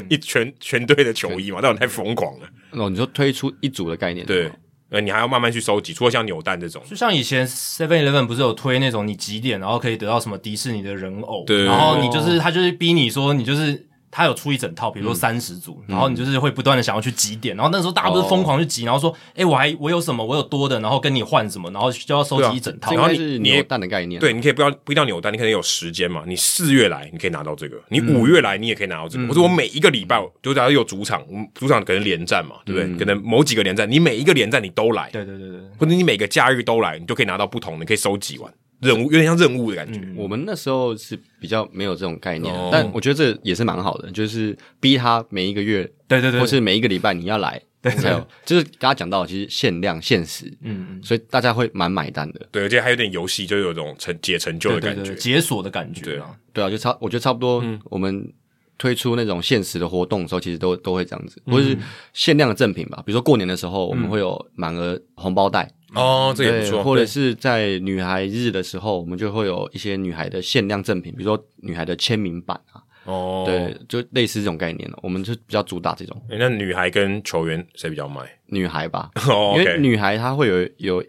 一全全队的球衣嘛，那种太疯狂了。
哦，你说推出一组的概念，哦
对，呃，你还要慢慢去收集，除了像扭蛋这种，
就像以前 Seven Eleven 不是有推那种你几点然后可以得到什么迪士尼的人偶，
对
然后你就是他就是逼你说你就是他有出一整套，比如说三十组，然后你就是会不断的想要去集点，然后那时候大家不是疯狂去集，然后说，哎、我还我有什么，我有多的，然后跟你换什么，然后就要收
对啊
集一整套
这应
然。后
该
你
是
你也
扭蛋的概念，
对，你可以不要不一定要扭蛋，你可能有时间嘛，你四月来你可以拿到这个，你五月来你也可以拿到
嗯
这个。或者我每一个礼拜，就假如有主场，我们主场可能连战嘛，对不对？可能某几个连战，你每一个连战你都来，
嗯对对对对，对
或者你每个假日都来，你就可以拿到不同的，你可以收集完任务，有点像任务的感
嗯
觉。
我们那时候是比较没有这种概念，
哦
但我觉得这也是蛮好的，就是逼他每一个月，
对对对
或是每一个礼拜你要来，对才有，就是刚刚讲到，其实限量限时，
嗯，
所以大家会蛮买单的，
对，而且还有点游戏，就有一种成解成就
对
的
对
感
对，
觉
对。解锁的感觉
对
啊。
对啊，就差我觉得差不多，
嗯
我们推出那种限时的活动的时候，其实都都会这样
嗯
子，或是限量的赠品吧，比如说过年的时候，我们会有满额红包袋，
哦，这也不
对
错。
或者是在女孩日的时候，我们就会有一些女孩的限量赠品，比如说女孩的签名版啊，
哦，
对，就类似这种概念了。我们就比较主打这种
诶那女孩跟球员谁比较卖？ *laughs*
女孩吧，
哦
因
，OK，
为女孩她会有有，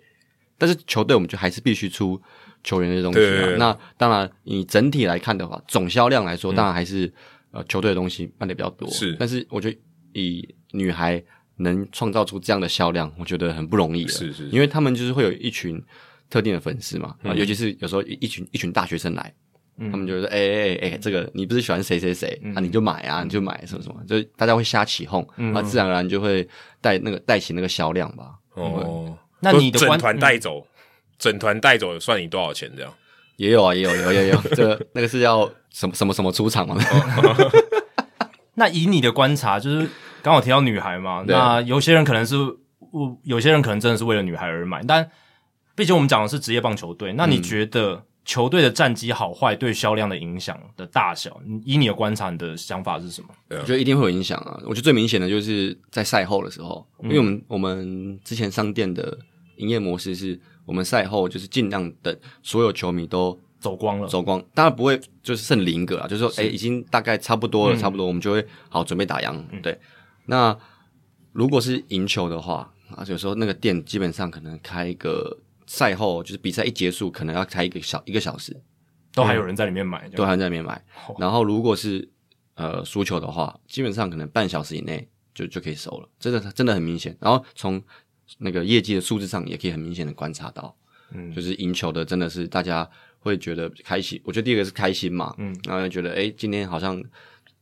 但是球队我们就还是必须出球员的东西
对对
啊
对。嗯
那当然，你整体来看的话，总销量来说，当然还是、呃球队的东西卖的比较多。
是
但是我觉得以女孩能创造出这样的销量，我觉得很不容易了。
是是是嗯
因为他们就是会有一群特定的粉丝嘛，啊，尤其是有时候一一群一群大学生来。他们就会说：“哎哎哎，这个你不是喜欢谁谁谁啊？你就买啊，你就买什么什么，就是大家会瞎起哄，啊，自然而然就会带那个带起那个销量吧。
哦，
那你的
整
观嗯
团带走，整团带走算你多少钱？这样
也有啊，也有，有有有，这个那个是要什么什么什么出场嘛？ *laughs*
那以你的观察，就是刚好提到女孩嘛，
对
那有些人可能是，我有些人可能真的是为了女孩而买，但毕竟我们讲的是职业棒球
嗯
队，那你觉得球队的战绩好坏对销量的影响的大小，你以你的观察，你的想法是什么？
我觉得一定会有影响啊。我觉得最明显的就是在赛后的时候，因为我们我们之前商店的营业模式是，我们赛后就是尽量等所有球迷都
走光了，
走光，当然不会就是剩零个啊，就是说，哎、已经大概差不多了，差不多，我们就会好准备打烊。对，那如果是赢球的话，啊，有时候那个店基本上可能开一个赛后，就是比赛一结束，可能要开一个小一个小时，
都还有人在里面买，这
都
样
还在那边买。然后如果是呃输球的话，基本上可能半小时以内就就可以收了，真的真的很明显。然后从那个业绩的数字上也可以很明显的观察到，嗯，就是赢球的真的是大家会觉得开心。我觉得第一个是开心嘛，嗯，然后就觉得诶今天好像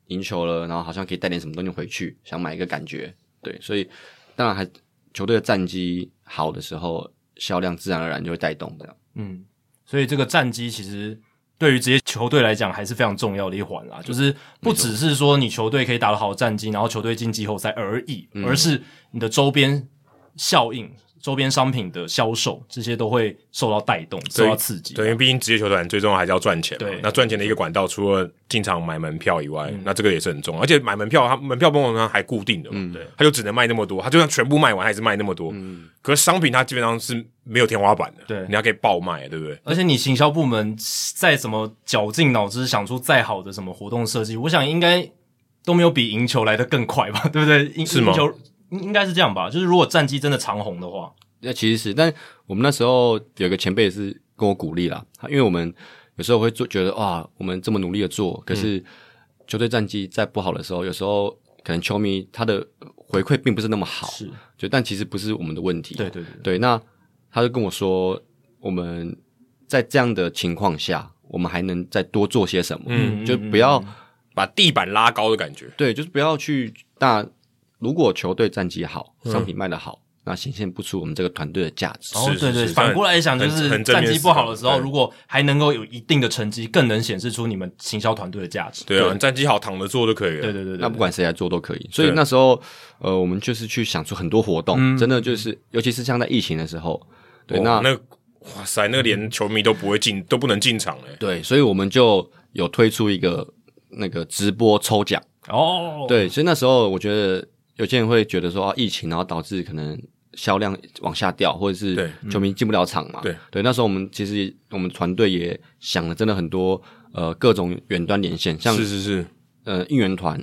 赢球了，然后好像可以带点什么东西回去，想买一个感觉，对，所以当然还球队的战绩好的时候，销量自然而然就会带动的。
嗯，所以这个战绩其实对于职业球队来讲还是非常重要的一环啦，就是不只是说你球队可以打得
嗯
好战绩，然后球队进季后赛而已，而是你的周边效应。周边商品的销售，这些都会受到带动、受到刺激。
对，因为毕竟职业球团最重要还是要赚钱嘛
对。
那赚钱的一个管道，除了进场买门票以外，那这个也是很重要。而且买门票，它门票不能让它还固定的嘛，对，它就只能卖那么多，它就算全部卖完，还是卖那么多。可是商品它基本上是没有天花板的，
对
你要可以爆卖，对不对？
而且你行销部门再怎么绞尽脑汁想出再好的什么活动设计，我想应该都没有比赢球来的更快吧，对不对？赢
是吗
赢球应应该是这样吧，就是如果战绩真的长红的话，
那其实是，但我们那时候有个前辈也是跟我鼓励啦，他因为我们有时候会做觉得哇，我们这么努力的做，可
嗯
是球队战绩在不好的时候，有时候可能球迷他的回馈并不是那么好，
是
就但其实不是我们的问题，
对对对
对，那他就跟我说，我们在这样的情况下，我们还能再多做些什么？
嗯
就不要、
把地板拉高的感觉，
对，就是不要去大。如果球队战绩好，
嗯
商品卖得好，那显现不出我们这个团队的价值。
哦，
是
对对，
是
反过来想，就
很
是
很正
战
面
绩
思
不好
考
的时候，
对
如果还能够有一定的成绩，更能显示出你们行销团队的价值。
对啊，你战绩好躺着做就可以了。
对对对对，
那不管谁来做都可以。所以
对
那时候，呃，我们就是去想出很多活动，真的就是，尤其是像在疫情的时候，对，
哇嗯
那
哦那哇塞，那个连球迷都不会进，都不能进场欸嘞。
对，所以我们就有推出一个那个直播抽奖。
哦，
对，所以那时候我觉得有些人会觉得说，啊，疫情然后导致可能销量往下掉，或者
对嗯
是球迷进不了场嘛。
对
对，那时候我们其实我们团队也想了真的很多，呃，各种远端连线，像
是是是，
呃应援团，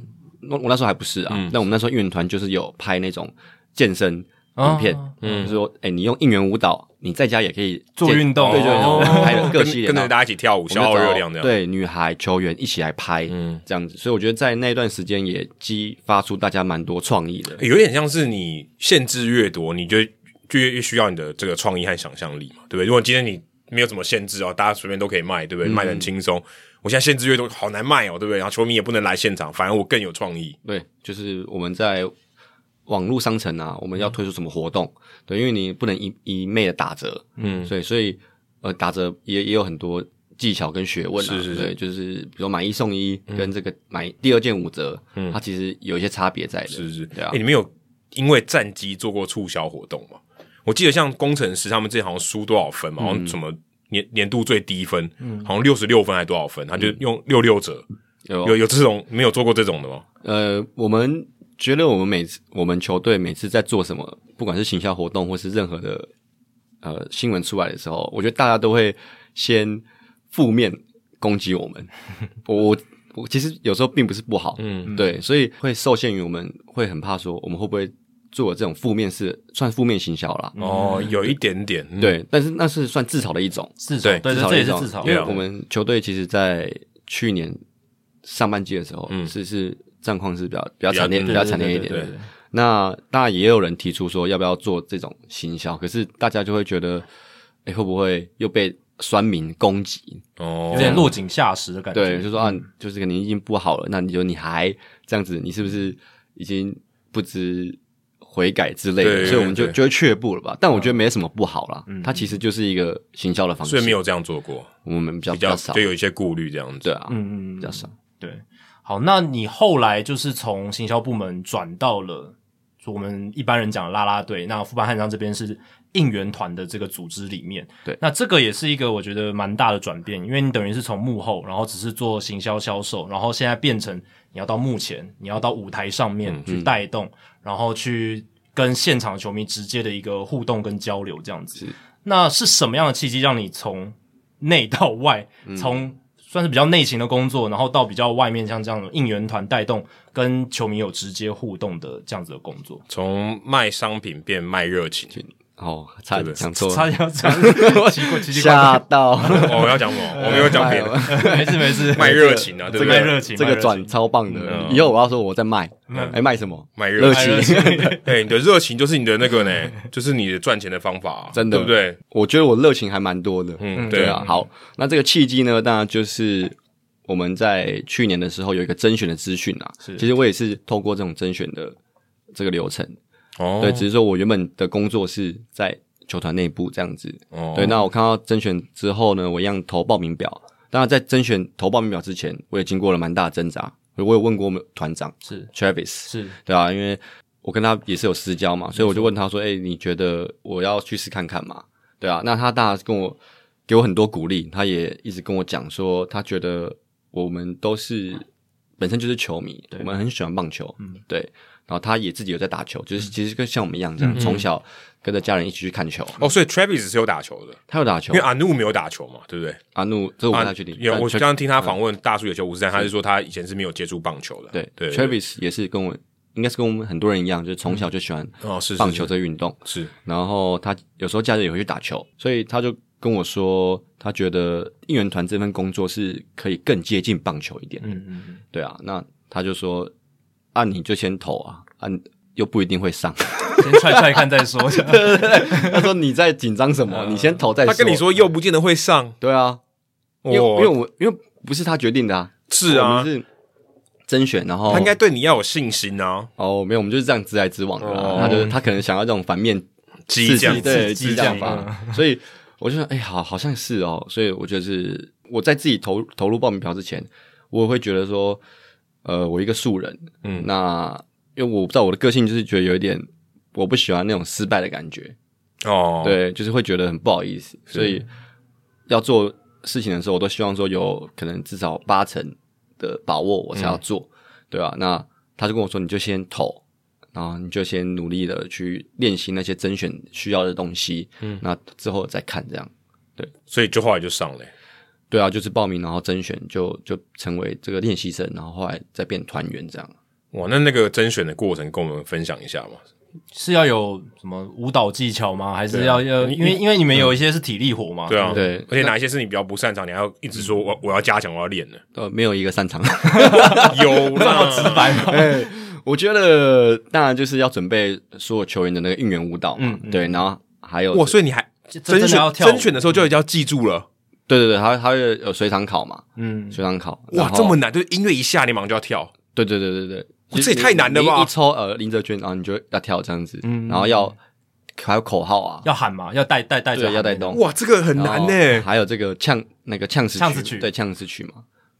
我我那时候还不是啊，
嗯
但我们那时候应援团就是有拍那种健身影片，
哦
嗯，就是说，哎、你用应援舞蹈，你在家也可以
做
健
运动
对，做运动，
哦
我们拍了各
跟
系列，
跟
然
着
后
大家一起跳舞，消耗
我们就找
热量这样。
对，女孩球员一起来拍，
嗯
嗯，这样子，所以我觉得在那段时间也激发出大家蛮多创意的，
有点像是你限制越多，你就就越需要你的这个创意和想象力嘛，对不对？如果今天你没有什么限制哦，大家随便都可以卖，对不对？
嗯
卖的很轻松。我现在限制越多，好难卖哦，对不对？然后球迷也不能来现场，反而我更有创意。
对，就是我们在网络商城啊，我们要推出什么活动，对，因为你不能一一昧的打折，嗯，所以所以呃，打折也也有很多技巧跟学问、啊，
是嗯是是
对，就是比如买一送一跟这个买第二件五折，嗯，它其实有一些差别在的，
是不是？
对啊
诶你们有因为战机做过促销活动吗？我记得像工程师他们之前好像输多少分
嗯
嘛，好像什么年年度最低分，好像六十六分还是多少分，他
嗯
就用六六折。
有
有有这种没有做过这种的吗？
呃，我们觉得我们每次我们球队每次在做什么，不管是行销活动或是任何的呃新闻出来的时候，我觉得大家都会先负面攻击我 *laughs* 们。我我我其实有时候并不是不好，嗯，对，所以会受限于我们会很怕说我们会不会做这种负面事，算负面行销啦。
哦，有一点点，嗯，
对，但是那是算自嘲的一种，
自
对
嘲，对对，
至少
这也
一
是
种
自嘲
因。为
对啊
我们球队其实，在去年上半季的时候，是是战况是比较比较
比较
惨烈、
嗯
比较惨烈一
对
点
对对
的
对对。
那当然也有人提出说，要不要做这种行销？可是大家就会觉得，哎、会不会又被酸民攻击？
有
哦，
点落井下石的感
对，
觉。
就说啊，就是可能已经不好了，那你就你还这样子，你是不是已经不知悔改之类
对
的？所以我们就
对
就会却步了吧。但我觉得没什么不好啦，它其实就是一个行销的方
嗯
式。
所以没有这样做过，
我们比较
比
比
较
较少
就，有一些顾虑这样子。
对啊，
嗯嗯
比较少。
对，好，那你后来就是从行销部门转到了就我们一般人讲的啦啦队，那富邦汉商这边是应援团的这个组织里面。
对
那这个也是一个我觉得蛮大的转变，因为你等于是从幕后，然后只是做行销销售，然后现在变成你要到幕前，你要到舞台上面
嗯
去带动，然后去跟现场球迷直接的一个互动跟交流这样子
是。
那是什么样的契机让你从内到外，
嗯
从算是比较内勤的工作，然后到比较外面像这样的应援团带动跟球迷有直接互动的这样子的工作，
从卖商品变卖热情。
哦，差
对
点讲错了，
差点要这样子奇怪奇奇怪
吓到，
哦，我要讲什么？ *laughs* 我没有讲别
*laughs*
的，
怪， *laughs* 没事没事，
卖热情啊，对不
卖
对？
热情，
这
卖
个
热
转
情
超棒的。
嗯
以后我要说我在卖，哎，卖什么？
卖热
卖热
情，
情，
*laughs* 对，你的热情就是你的那个呢，就是你的赚钱的方法啊，
真的
对不对？
我觉得我热情还蛮多的。
嗯，
对
对
啊，，好，那这个契机呢，当然就是我们在去年的时候有一个甄选的资讯啊。
是
其实我也是透过这种甄选的这个流程，
哦，
对，只是说我原本的工作是在球团内部这样子，
哦
对，那我看到甄选之后呢，我一样投报名表。当然，在甄选投报名表之前，我也经过了蛮大的挣扎。我有问过我们团长
是
Travis，
是
对啊，因为我跟他也是有私交嘛，所以我就问他说：“哎、你觉得我要去试看看嘛？”对啊，那他当然是跟我给我很多鼓励，他也一直跟我讲说，他觉得我们都是本身就是球迷，我们很喜欢棒球，对。然后他也自己有在打球，就是其实跟像我们一样这样，从小跟着家人一起去看球。
哦，所以 Travis 是有打球的，
他有打球
因为，阿努没有打球嘛，对不对？
阿怒，这我不
啊，
太确定。
有，
但
我
确嗯
刚刚听他访问大叔野球五十三，他是说他以前是没有接触棒球的。
对
对
，Travis 也是跟我，应该是跟我们很多人一样，就是从小就喜欢
哦，是是
棒球这个运动。
是
然后他有时候假日也会去打球，所以他就跟我说，他觉得应援团这份工作是可以更接近棒球一点。
嗯嗯，
对啊，那他就说，啊，你就先投啊，啊，又不一定会上。 *laughs*
嗯先踹踹看再说。 *laughs*
他说你在紧张什么？你先投再
啊他跟你说又不见得会上，
对啊，因为、因为
哦，
我因为不是他决定的啊，
是
我
啊
们，是哦甄选，然后
他应该对你要有信心啊，
哦，没有，我们就是这样直来直往的啦。
哦
他就是他可能想要这种反面
激
激
将
对
激
激将
激
法， *laughs* 所以我就说，哎、好，好像是哦。所以我觉得是我在自己投投入报名表之前，我也会觉得说，呃，我一个素人，
嗯
嗯，那因为我不知道我的个性就是觉得有一点我不喜欢那种失败的感觉，
哦，，
对，就是会觉得很不好意思，所以要做事情的时候，我都希望说有可能至少八成的把握我才要做，
嗯
对吧、那他就跟我说，你就先投，然后你就先努力的去练习那些甄选需要的东西，嗯，那之后再看这样。
所以就后来就上了欸。
对啊，就是报名，然后甄选就就成为这个练习生，然后后来再变团员这样。
哇，那那个甄选的过程跟我们分享一下嘛？
是要有什么舞蹈技巧吗？还是
对
要
啊
要？
你嗯
因为因为你们有一些是体力活嘛，
对啊，嗯
对
而且哪一些是你比较不擅长，你还要一直说我我要加强，我要练的，
呃，没有一个擅长。
*laughs*
*laughs*
有啦，直白 *laughs*
哎，我觉得当然就是要准备所有球员的那个应援舞蹈嘛，
嗯
对，然后还有
哇，所以你还
这，这真
甄
的要
选
跳舞
甄选的时候就已经要记住了，
对对对，还有还有有水场考嘛，
嗯，
水场考，然
哇，
后
这么难，就是音乐一下你马上就要跳，
对对对对对，
哇
就是
这也太难了
你
吧
你一抽呃林哲轩，然后你就要跳这样子，
嗯
然后要还有口号啊，
要喊嘛，要带带带着
对，要带
喊
动，
哇，这个很
然
难欸
后
呢。
还有这个呛那个呛死
呛死曲
对呛死曲嘛，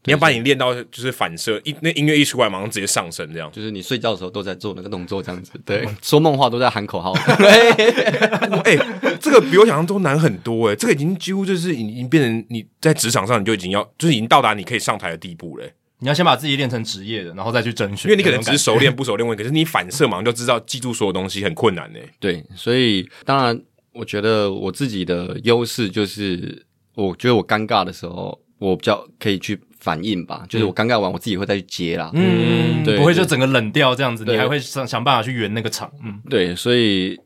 你要把你练到就是反射，一那音乐一出来马上直接上升这 *laughs* 样。
就是你睡觉的时候都在做那个动作这样子，对，说梦话都在喊口号，
哎、这个比我想象中难很多哎、这个已经几乎就是已经变成你在职场上你就已经要就是已经到达你可以上台的地步了欸、
你要先把自己练成职业的，然后再去甄选。
因为你可能只是
那种
熟练不熟练问题，可是你反射马上就知道记住所有东西很困难呢、
对，所以当然我觉得我自己的优势就是，我觉得我尴尬的时候，我比较可以去反应吧，就是我尴尬完我自己会再去接啦，嗯
感觉，嗯，
对
不会
对
就整个冷掉这样子，你
对
还会想想办法去圆那个场，嗯，
对，所以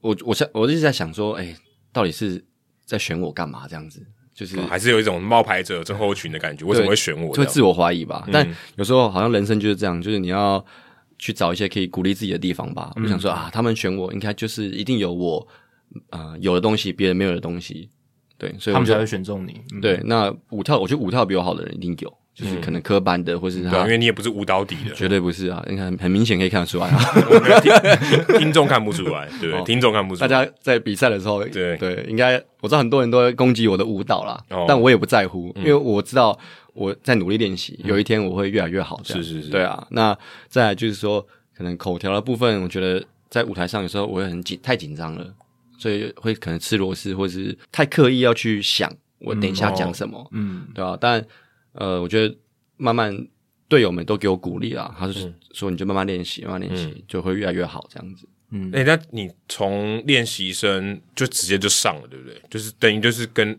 我我想我一直在想说，哎、到底是在选我干嘛？这样子就是
哦
还是有一种冒牌者症候群的感觉，为什么会选我
就
这
会
样？
自我怀疑
嗯
吧。但有时候好像人生就是这样，就是你要去找一些可以鼓励自己的地方吧。我想说
嗯
啊，他们选我应该就是一定有我呃有的东西，别人没有的东西。对，所以
他
我
们
就
才会选中你。嗯，
对那舞跳，我觉得舞跳比我好的人一定有，就是可能科班的，或是
嗯对啊，
他
因为你也不是舞蹈底
*laughs*
的，
绝对不是啊，你看很明显可以看得出来
*laughs*
啊。哦
我没有听听众看不出来，对不对？听众看不出
大
来，
家在比赛的时候，
对
对，应该我知道很多人都会攻击我的舞蹈啦，
哦
但我也不在乎，因为我知道我在努力练习，有一天我会越来越好这
嗯
样。
是是是
对啊。那再来就是说，可能口条的部分，我觉得在舞台上有时候我会很紧，太紧张了，所以会可能吃螺丝，或是太刻意要去想我等一下
哦
讲什么，
嗯，
对啊，但呃，我觉得慢慢队友们都给我鼓励啦，
嗯
他就是说你就慢慢练习，慢慢练习、就会越来越好这样子。
哎、那你从练习生就直接就上了，对不对？就是等于就是跟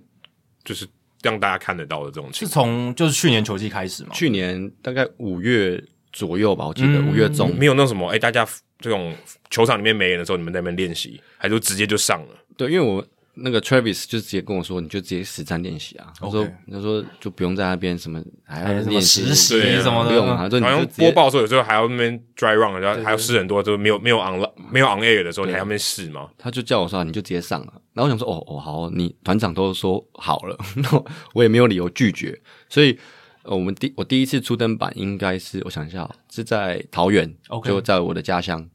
就是让大家看得到的这种情
是从就是去年球季开始嘛，
*laughs* 去年大概五月左右吧，我记得
嗯
五月中
况，，没有那种什么哎、大家这种球场里面没人的时候，你们在那边练习，还是直接就上了？
对，因为我那个 Travis 就直接跟我说，你就直接实战练习啊。他说
OK
他说就不用在那边什么还
还
要
有什么
练习
实习
对啊
什么
不
的，
用
嗯
啊，他说你
好
就
像
直
播
接
报的时候，有时候还要那边 dry run，然后还要试很多，都没有没有 on 没有 on air 的时候，你还要那边试吗？
他就叫我说啊你就直接上了。然后我想说哦哦好，你团长都说好了，那我也没有理由拒绝。所以呃我们第我第一次出登板应该是我想一下哦是在桃园
OK
就在我的家乡，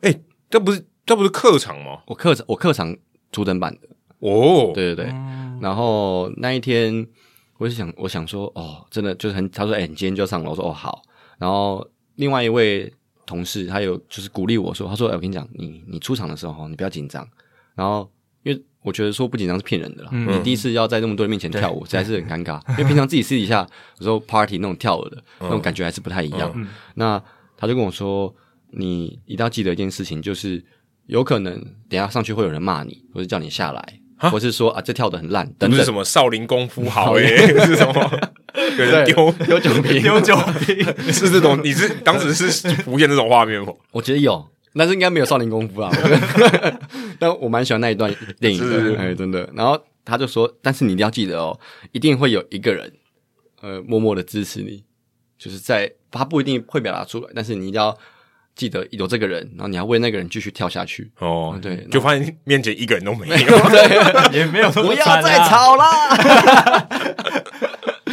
哎、这不是这不是客场吗？
我客场我客场出登板的。
哦，
对对对。然后那一天，我就想，我想说，哦，真的就是很，他说，哎、你今天就上了，我说，哦，好。然后另外一位同事，他有就是鼓励我说，他说：“哎、我跟你讲，你你出场的时候哦，你不要紧张。”然后因为我觉得说不紧张是骗人的啦，你第一次要在那么多人面前跳舞，实在是很尴尬。因为平常自己私底下有时候 party 那种跳舞的、那种感觉还是不太一样。那他就跟我说：“你一定要记得一件事情，就是有可能等一下上去会有人骂你，或者叫你下来，或是说啊这跳的很烂等
不是
等。
什么少林功夫好诶、 *laughs* 是什
*laughs*
么？有人丢
有酒瓶，
丢酒瓶，
是这种？你是当时是浮现这种画面
*laughs*
吗？
我觉得有，但是应该没有少林功夫啊。我觉得 *laughs* 但我蛮喜欢那一段电影
是
的，哎，真的。然后他就说，但是你一定要记得哦，一定会有一个人，呃，默默的支持你，就是在他不一定会表达出来，但是你一定要记得有这个人，然后你要为那个人继续跳下去。
哦，
对
就发现面前一个人都没有。
也没有
不要啊再，吵啦！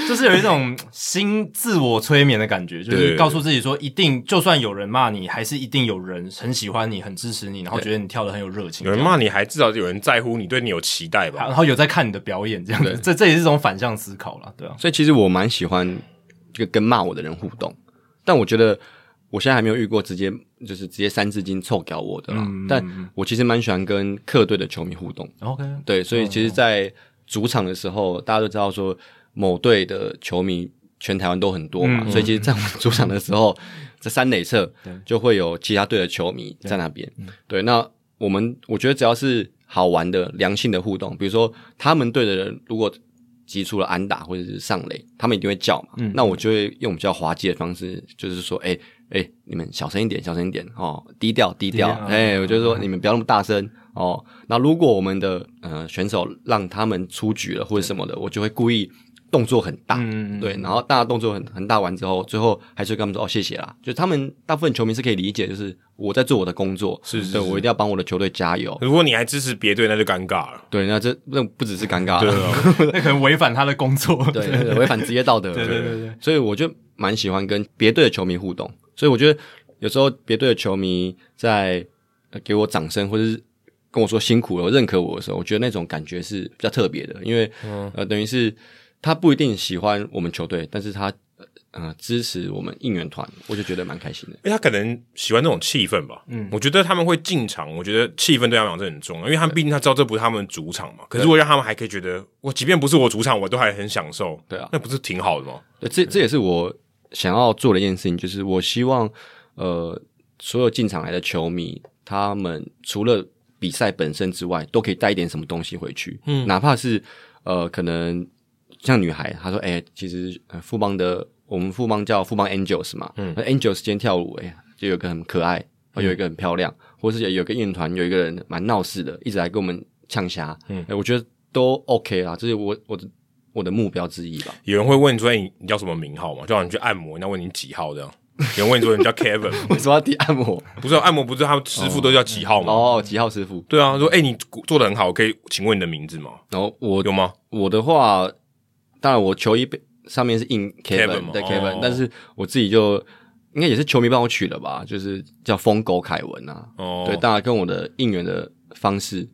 就是有一种新自我催眠的感觉，就
对
是告诉自己说，一定就算有人骂你，还是一定有人很喜欢你，很支持你，然后觉得你跳的很有热情，
有人骂你，还至少有人在乎你，对你有期待
这样，
吧？
然后有在看你的表演，这样子，这这也是一种反向思考了，对啊，
所以其实我蛮喜欢这个跟骂我的人互动，但我觉得我现在还没有遇过直接就是直接三字经臭屌我的啦。但我其实蛮喜欢跟客队的球迷互动。
OK，
对，啊所以其
嗯
实，在主场的时候，大家都知道说某队的球迷全台湾都很多嘛，
嗯
所以其实，在我们主场的时候，在三垒侧就会有其他队的球迷在那边。
嗯
对，那我们我觉得只要是好玩的、良性的互动，比如说他们队的人如果击出了安打或者是上垒，他们一定会叫嘛。
嗯
那我就会用比较滑稽的方式，就是说，哎、哎、你们小声一点，小声一点哦，低调低调。
低调
哎、我就
嗯
说你们不要那么大声哦。那如果我们的呃选手让他们出局了或者什么的，我就会故意动作很大，
嗯，
对，然后大家动作很很大完之后，最后还是会跟他们说哦谢谢啦。就他们大部分球迷是可以理解，就是我在做我的工作，是对我一定要帮我的球队加油。
如果你还支持别队，那就尴尬了。
对，那这那不只是尴尬
对
了，
啊，
那可能违反他的工作，
对，
*laughs*
对对违反职业道德。
对对对对，
所以我就蛮喜欢跟别队的球迷互动。所以我觉得有时候别队的球迷在呃给我掌声或者是跟我说辛苦了、认可我的时候，我觉得那种感觉是比较特别的，因为、呃，等于是他不一定喜欢我们球队，但是他呃呃支持我们应援团，我就觉得蛮开心的。
因为他可能喜欢那种气氛吧。嗯，我觉得他们会进场，我觉得气氛对他们来讲是很重要，因为他们毕竟他知道这不是他们主场嘛。可是我让他们还可以觉得，我即便不是我主场，我都还很享受。
对啊
那不是挺好的吗？
对，呃这这也是我想要做的一件事情，就是我希望呃，所有进场来的球迷，他们除了比赛本身之外，都可以带一点什么东西回去，嗯，哪怕是呃，可能像女孩，她说，哎、其实呃富邦的我们富邦叫富邦 Angels 嘛，嗯，Angels 今天跳舞，哎、呀，就有一个很可爱，哦有一个很漂亮，或是有一个应援团有一个人蛮闹事的，一直来跟我们呛虾，嗯、我觉得都 OK 啦，这是我我的我的目标之一吧。
有人会问说哎你你叫什么名号嘛？就让你去按摩，那问你几号这样。有人问你说你叫 Kevin，吗
为什么要提按摩？
不是按摩不是他们师傅都叫几号吗？
哦，几号师傅？
对啊，说哎、你做的很好，可以请问你的名字吗？
然后哦我
有吗？
我的话，当然我球衣背上面是印
Kevin 嘛
Kevin 对
哦
Kevin，、但是我自己就应该也是球迷帮我取的吧，就是叫疯狗凯文啊。
哦
对，当然跟我的应援的方式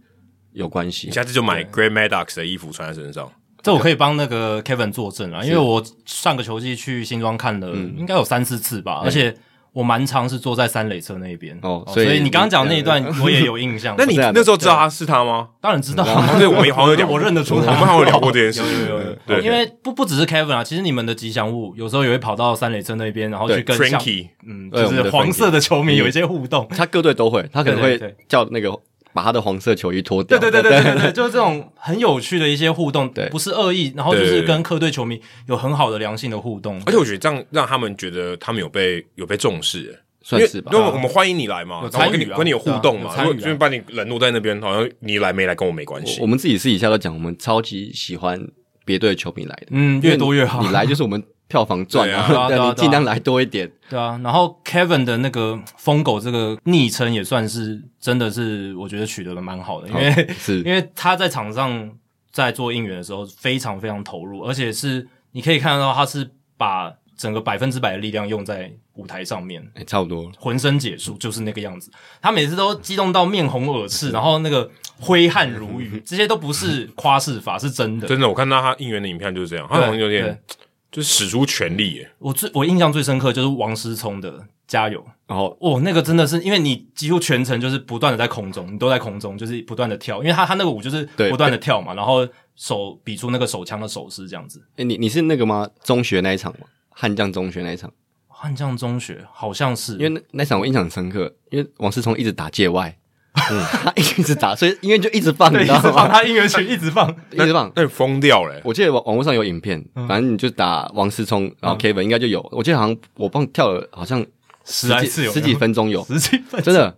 有关系
你。下次就买 Great Maddox 的衣服穿在身上。
这我可以帮那个 Kevin 作证啊，因为我上个球季去新庄看了，应该有三四次吧，而且我蛮常是坐在三垒侧那一边
哦
所
所以
以你刚刚讲那一段我也有印象。
*laughs* 那你
这样的
那时候知道他是他吗？
当然知道，
哦 *laughs* 对，我们好像有讲，
啊我认得出
我
他
们好像有聊过这件事
*laughs*
情。
有有有
对
因为不不只是 Kevin 啊，其实你们的吉祥物有时候也会跑到三垒侧那边，然后去
对
跟像
Frankie
嗯，
对
就
我们
是
的
黄色的球迷有一些互动。
他各队都会，他可能
对
会
对对
叫那个把他的黄色球衣脱掉。
对对对对对对，就是这种很有趣的一些互动，
对
不是恶意，然后就
对对
是
对
跟客队球迷有很好的良性的互动，
而且我觉得这样让他们觉得他们有被有被重视，
算是吧
因为。因为我们欢迎你来嘛
啊有，
然后我跟你
参与啊
跟你有互动嘛，
对啊有参与啊
如果就是把你冷落在那边，好像你来没来跟我没关
我
系
我。们自己私底下都讲，我们超级喜欢别队的球迷来的，
嗯，
因为
越多越好。
你来就是我们票房赚
对啊对啊对啊
你尽量来多一点。
对啊，然后 Kevin 的那个疯狗这个昵称也算是真的是我觉得取得的蛮好的，因为、
是
*laughs* 因为他在场上在做应援的时候非常非常投入，而且是你可以看到他是把整个百分之百的力量用在舞台上面，
哎，差不多。
浑身解数就是那个样子。他每次都激动到面红耳赤，然后那个挥汗如雨，这些都不是夸饰法，是真
*laughs*
的。
真的，我看到他应援的影片就是这样，他好像有点就是使出全力耶。
我最我印象最深刻就是王思聪的加油！
然后
哦，那个真的是，因为你几乎全程就是不断的在空中，你都在空中，就是不断的跳，因为他他那个舞就是
对
不断的跳嘛，然后手比出那个手枪的手势这样子。
哎，你你是那个吗？中学那一场吗？悍将中学那一场，
悍将中学好像是，
因为那那场我印象很深刻，因为王思聪一直打界
*laughs*
外，嗯他一直打，所以音乐就一直放，你
对，一
知道
直放
吗？
他音乐曲，一直放，
*laughs* 一直放。
那你疯掉嘞、
我记得网网络上有影片，
嗯
反正你就打王思聪，然后 Kevin 应该就有。我记得好像我帮跳了，好像
十
十
来
几
次有
十几，分钟有，
十几分，
真的，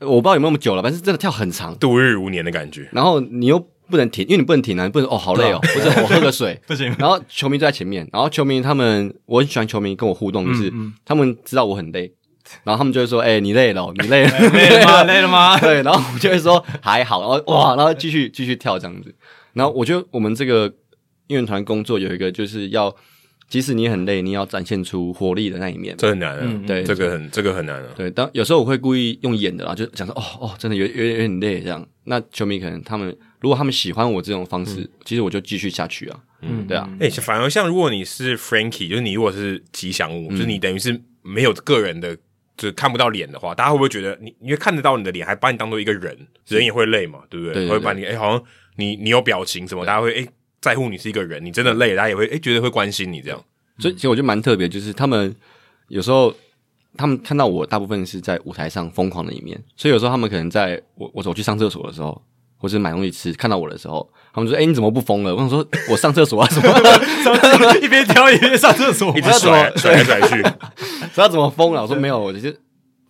我不知道有没有那么久了，反正真的跳很长。
度日如年的感觉。
然后你又不能停，因为你不能停啊，你不能哦好累哦，不是我喝个水。
不行，
然后球迷就在前面，然后球迷他们，我很喜欢球迷跟我互
嗯
动，就是、他们知道我很累，然后他们就会说：“哎、你累了哦，你累了，
哎累了
*laughs*
吗？累了吗？
对，然后我就会说还好，然后哇，然后继续继续跳这样子。然后我觉得我们这个应援团工作有一个就是要，即使你很累，你要展现出活力的那一面。
这很难啊，
嗯
对
这个很这个很难啊。
对，当有时候我会故意用演的啦，就讲说哦哦，真的有有有有点累这样。那球迷可能他们如果他们喜欢我这种方式，其实我就继续下去啊。
嗯
对啊，
哎、反而像如果你是 Frankie，就是你如果是吉祥物，就是你等于是没有个人的，就是看不到脸的话，大家会不会觉得你因为看得到你的脸，还把你当做一个人，人也会累嘛，对不对？
对对
会把你哎、好像你你有表情什么，大家会哎、在乎你是一个人，你真的累，大家也会哎、觉得会关心你这样。
所以其实我觉得蛮特别，就是他们有时候他们看到我，大部分是在舞台上疯狂的一面，所以有时候他们可能在我我走去上厕所的时候，或是买东西吃，看到我的时候，他们就说：“哎、你怎么不疯了？”我想说：“ *laughs* 我上厕所啊，什么 *laughs*
嗯一边跳一边上厕所
一
吗，
直甩
啊
甩来甩 *laughs* 去，
不要怎么疯了？”我说：“没有，我就是。”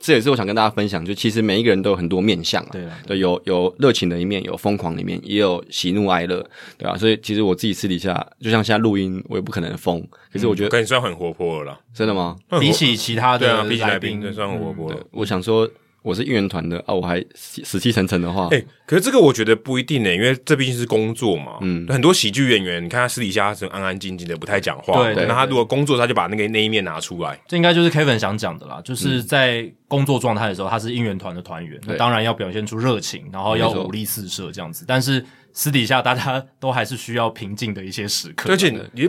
这也是我想跟大家分享，就其实每一个人都有很多面相、啊，
对啊
对，有有热情的一面，有疯狂的一面，也有喜怒哀乐，对吧、所以其实我自己私底下，就像现在录音，我也不可能疯，可是我觉得、
可你算很活泼了啦，
真的吗？
算很活
比起其他
对啊，
的
比起来宾嗯
宾，嗯
对算很活泼了。
我想说我是应援团的啊，我还死死气沉沉的话，
哎、可是这个我觉得不一定呢、因为这毕竟是工作嘛。嗯，很多喜剧演员，你看他私底下他是安安静静的，不太讲话。
对对
那他如果工作，他就把那个那一面拿出来。
这应该就是 Kevin 想讲的啦，
嗯
就是在工作状态的时候，他是应援团的团员，那
对
当然要表现出热情，然后要
没错
武力四射这样子。但是私底下大家都还是需要平静的一些时刻，
而且你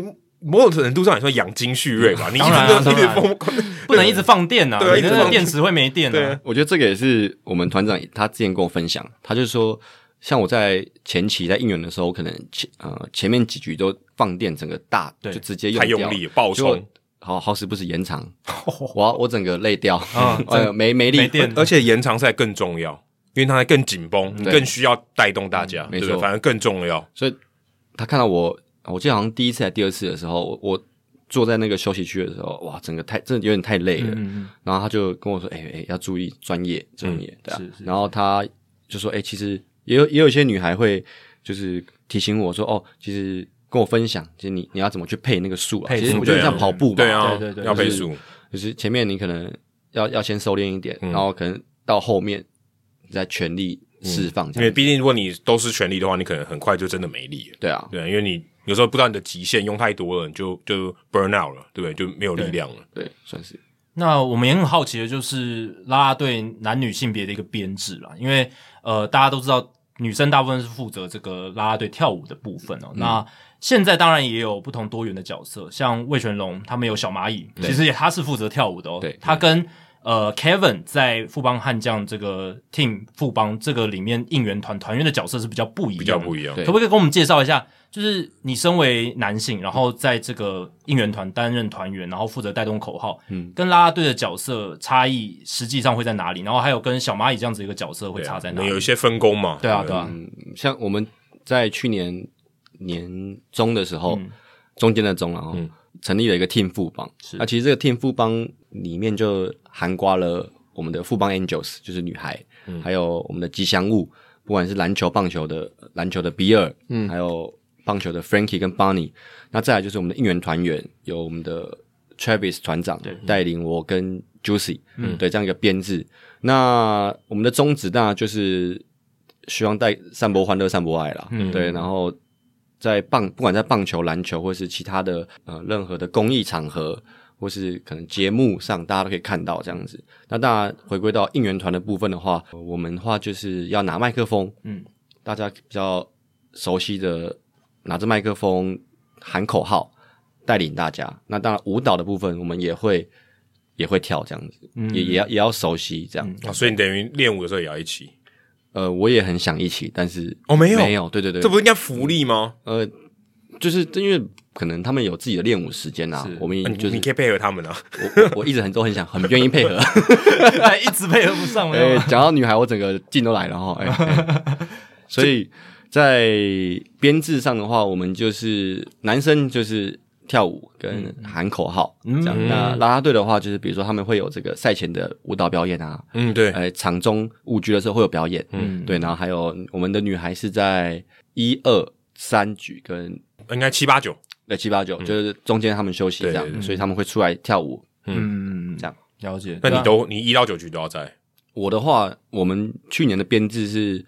某种程度上也算养精蓄锐吧，你一直
当然啊
一直
当然
疯狂，
不能一直放电呐、
对啊
你
一直
那
放
个电池会没电
对
啊
啊。
我觉得这个也是我们团长他之前跟我分享，他就说，像我在前期在应援的时候，可能前呃前面几局都放电，整个大
对
就直接用
太
掉
用力，爆
结果
冲，
好好死不死延长，我要我整个累掉， *laughs*
嗯
呃没没力，
没电嗯
而且延长赛更重要，因为它更紧绷，
对
更需要带动大家，
没
对不对？
错
反而更重要。
所以他看到我，我记得好像第一次还是第二次的时候，我我坐在那个休息区的时候，哇，整个太真的有点太
嗯
累了。然后他就跟我说：“哎、哎、要注意专业，专
嗯
业，对啊。
是是
然后他就说：“哎、其实也有也有一些女孩会就是提醒我说，哦，其实跟我分享，其实你你要怎么去配那个数啊？
配
其实
速
我觉得
对啊
像跑步吧，
对啊，
对对对
要
就是
倍速，
就是前面你可能要要先收敛一
嗯
点，然后可能到后面你再全力释放这
嗯因为
样子，
毕竟如果你都是全力的话，你可能很快就真的没力了。
对啊，
对，因为你有时候不知道你的极限，用太多了，你就就 burn out 了，对不对？就没有力量了。
对，算是
那我们也很好奇的就是啦啦队男女性别的一个编制啦，因为呃大家都知道女生大部分是负责这个啦啦队跳舞的部分哦。那现在当然也有不同多元的角色，像魏全龙他们有小蚂蚁，其实也他是负责跳舞的哦。
对
他跟呃 Kevin 在富邦悍将这个 team 富邦这个里面应援团团员的角色是比较不一样的，
比较不一样。啊
对
可不可以跟我们介绍一下？就是你身为男性，然后在这个应援团担任团员，然后负责带动口号，嗯，跟啦啦队的角色差异实际上会在哪里？然后还有跟小蚂蚁这样子一个角色会
对啊
差在
我
哪
们
里？
有一些分工嘛。
对啊，
不
对啊，
嗯，像我们在去年年中的时候，中间的中，然后、成立了一个 Team 富邦。
是
那其实这个 Team 富邦里面就涵盖了我们的富邦 Angels，就是女孩，还有我们的吉祥物，不管是篮球、棒球的篮球的比尔，嗯，还有棒球的 Frankie 跟 Bonnie。那再来就是我们的应援团员，有我们的 Travis 团长带领我跟 Juicy，嗯，对这样一个编制。那我们的宗旨当然就是希望带散播欢乐、散播爱啦，对，然后在棒不管在棒球、篮球或是其他的呃任何的公益场合，或是可能节目上，大家都可以看到这样子。那当然回归到应援团的部分的话，呃我们的话就是要拿麦克风，
嗯，
大家比较熟悉的拿着麦克风喊口号，带领大家。那当然舞蹈的部分，我们也会也会跳这样子，也也要也要熟悉这样。
啊，所以你等于练舞的时候也要一起。
呃，我也很想一起，但是
哦没有
没有，对对对，
这不是应该福利吗？
呃，就是因为可能他们有自己的练舞时间啊，我们
你
就是
你可以配合他们
哎
啊。
我 *laughs* 我我一直很都很想很愿意配
*laughs*
合。
啊 *laughs* 一直配合不上了。
啊
哎、讲到女孩，我整个劲都来了哈。哎、
*laughs*
哎所以在编制上的话，我们就是男生就是跳舞跟
嗯
喊口号、这样。那啦啦队的话，就是比如说他们会有这个赛前的舞蹈表演啊，
嗯，
哎
对，
呃，场中舞局的时候会有表演，嗯，对。然后还有我们的女孩是在一二三局跟
应该七八九。
呃七八九，就是中间他们休息这样，
嗯对对
所以他们会出来跳舞。
嗯，
这样
了解。
那
对
你
啊
都你一到九局都要在。
我的话，我们去年的编制是，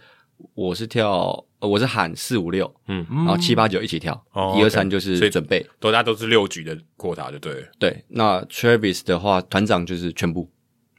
我是跳，呃我是喊四五六，
嗯
嗯，然后七八九一起跳
哦，
一
OK
二三就是
所以
准备。
都大家都是六局的过塔就对了。
对，那 Travis 的话，团长就是全部，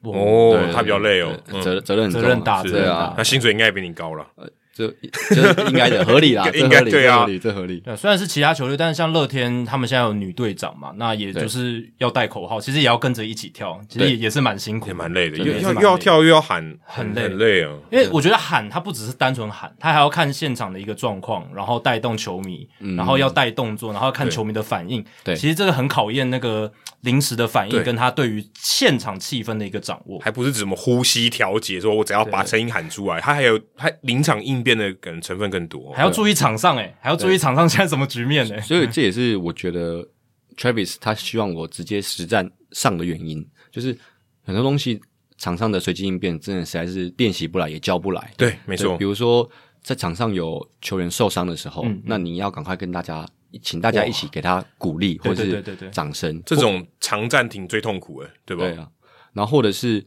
哦
对，
他比较累哦，
对
嗯，
责责任很重啊
责任大，
是
责任
对
大
啊。
那薪水应该也比你高了。
哎
这这应该的，合理啦，
*laughs* 应
这
该
合理，
对啊
这合理，这合理。
对，虽然是其他球队，但是像乐天他们现在有女队长嘛，那也就是要带口号，其实也要跟着一起跳，其实也
对
也是蛮辛苦
也
的，
蛮累的，又
真的是
要
蛮
又
累
要跳又要喊，
很累
很累啊。
因为我觉得喊他不只是单纯喊，他还要看现场的一个状况，然后带动球迷，然后要带动作，然后要看球迷的反应。
嗯对
其实这个很考验那个临时的反
对
应，跟他对于现场气氛的一个掌握。
还不是怎么呼吸调节，说我只要把声音喊出来，他还有他临场应变的可能成分更多啊
还。要注意场上、欸，还要注意场上现在什么局面呢、欸？
所以这也是我觉得 Travis 他希望我直接实战上的原因，就是很多东西场上的随机应变真的实在是练习不来，也教不来。
对，没
对
错
比，如说在场上有球员受伤的时候，
嗯
那你要赶快跟大家，请大家一起给他鼓励
对
或者
对对
是
对对
掌声，
这种长暂停最痛苦了，对吧
对？啊。然后或者是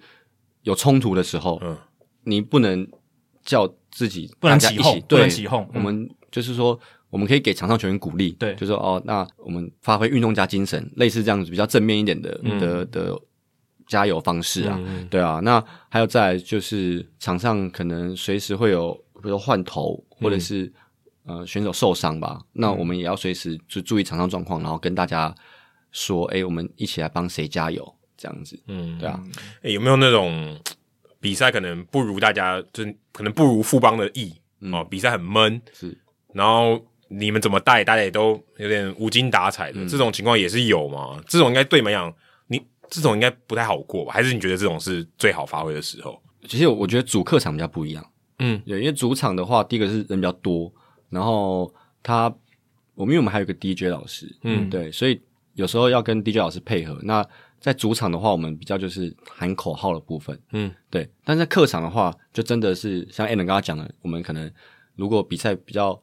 有冲突的时候，
嗯
你不能叫自己
不能
大家
起
一起
哄不
对
能起哄嗯
我们就是说。我们可以给场上球员鼓励，
对
就说哦，那我们发挥运动家精神，类似这样子比较正面一点的、
嗯
的的加油方式啊，
嗯
对啊。那还有再来就是场上可能随时会有，比如说换头或者是、呃选手受伤吧，那我们也要随时就注意场上状况，然后跟大家说，哎、我们一起来帮谁加油，这样子，
嗯
对啊，
诶有没有那种比赛可能不如大家，就是可能不如富邦的意
嗯
哦，比赛很闷，
是
然后你们怎么带，大家也都有点无精打采
嗯
的，这种情况也是有嘛？这种应该对你们来讲，你这种应该不太好过吧？还是你觉得这种是最好发挥的时候？
其实我我觉得主客场比较不一样，
嗯，
对，因为主场的话，第一个是人比较多，然后他我们因为我们还有一个 DJ 老师，
嗯
对，所以有时候要跟 DJ 老师配合。那在主场的话，我们比较就是喊口号的部分，
嗯，
对。但是在客场的话，就真的是像 a l n 刚刚讲的，我们可能如果比赛比较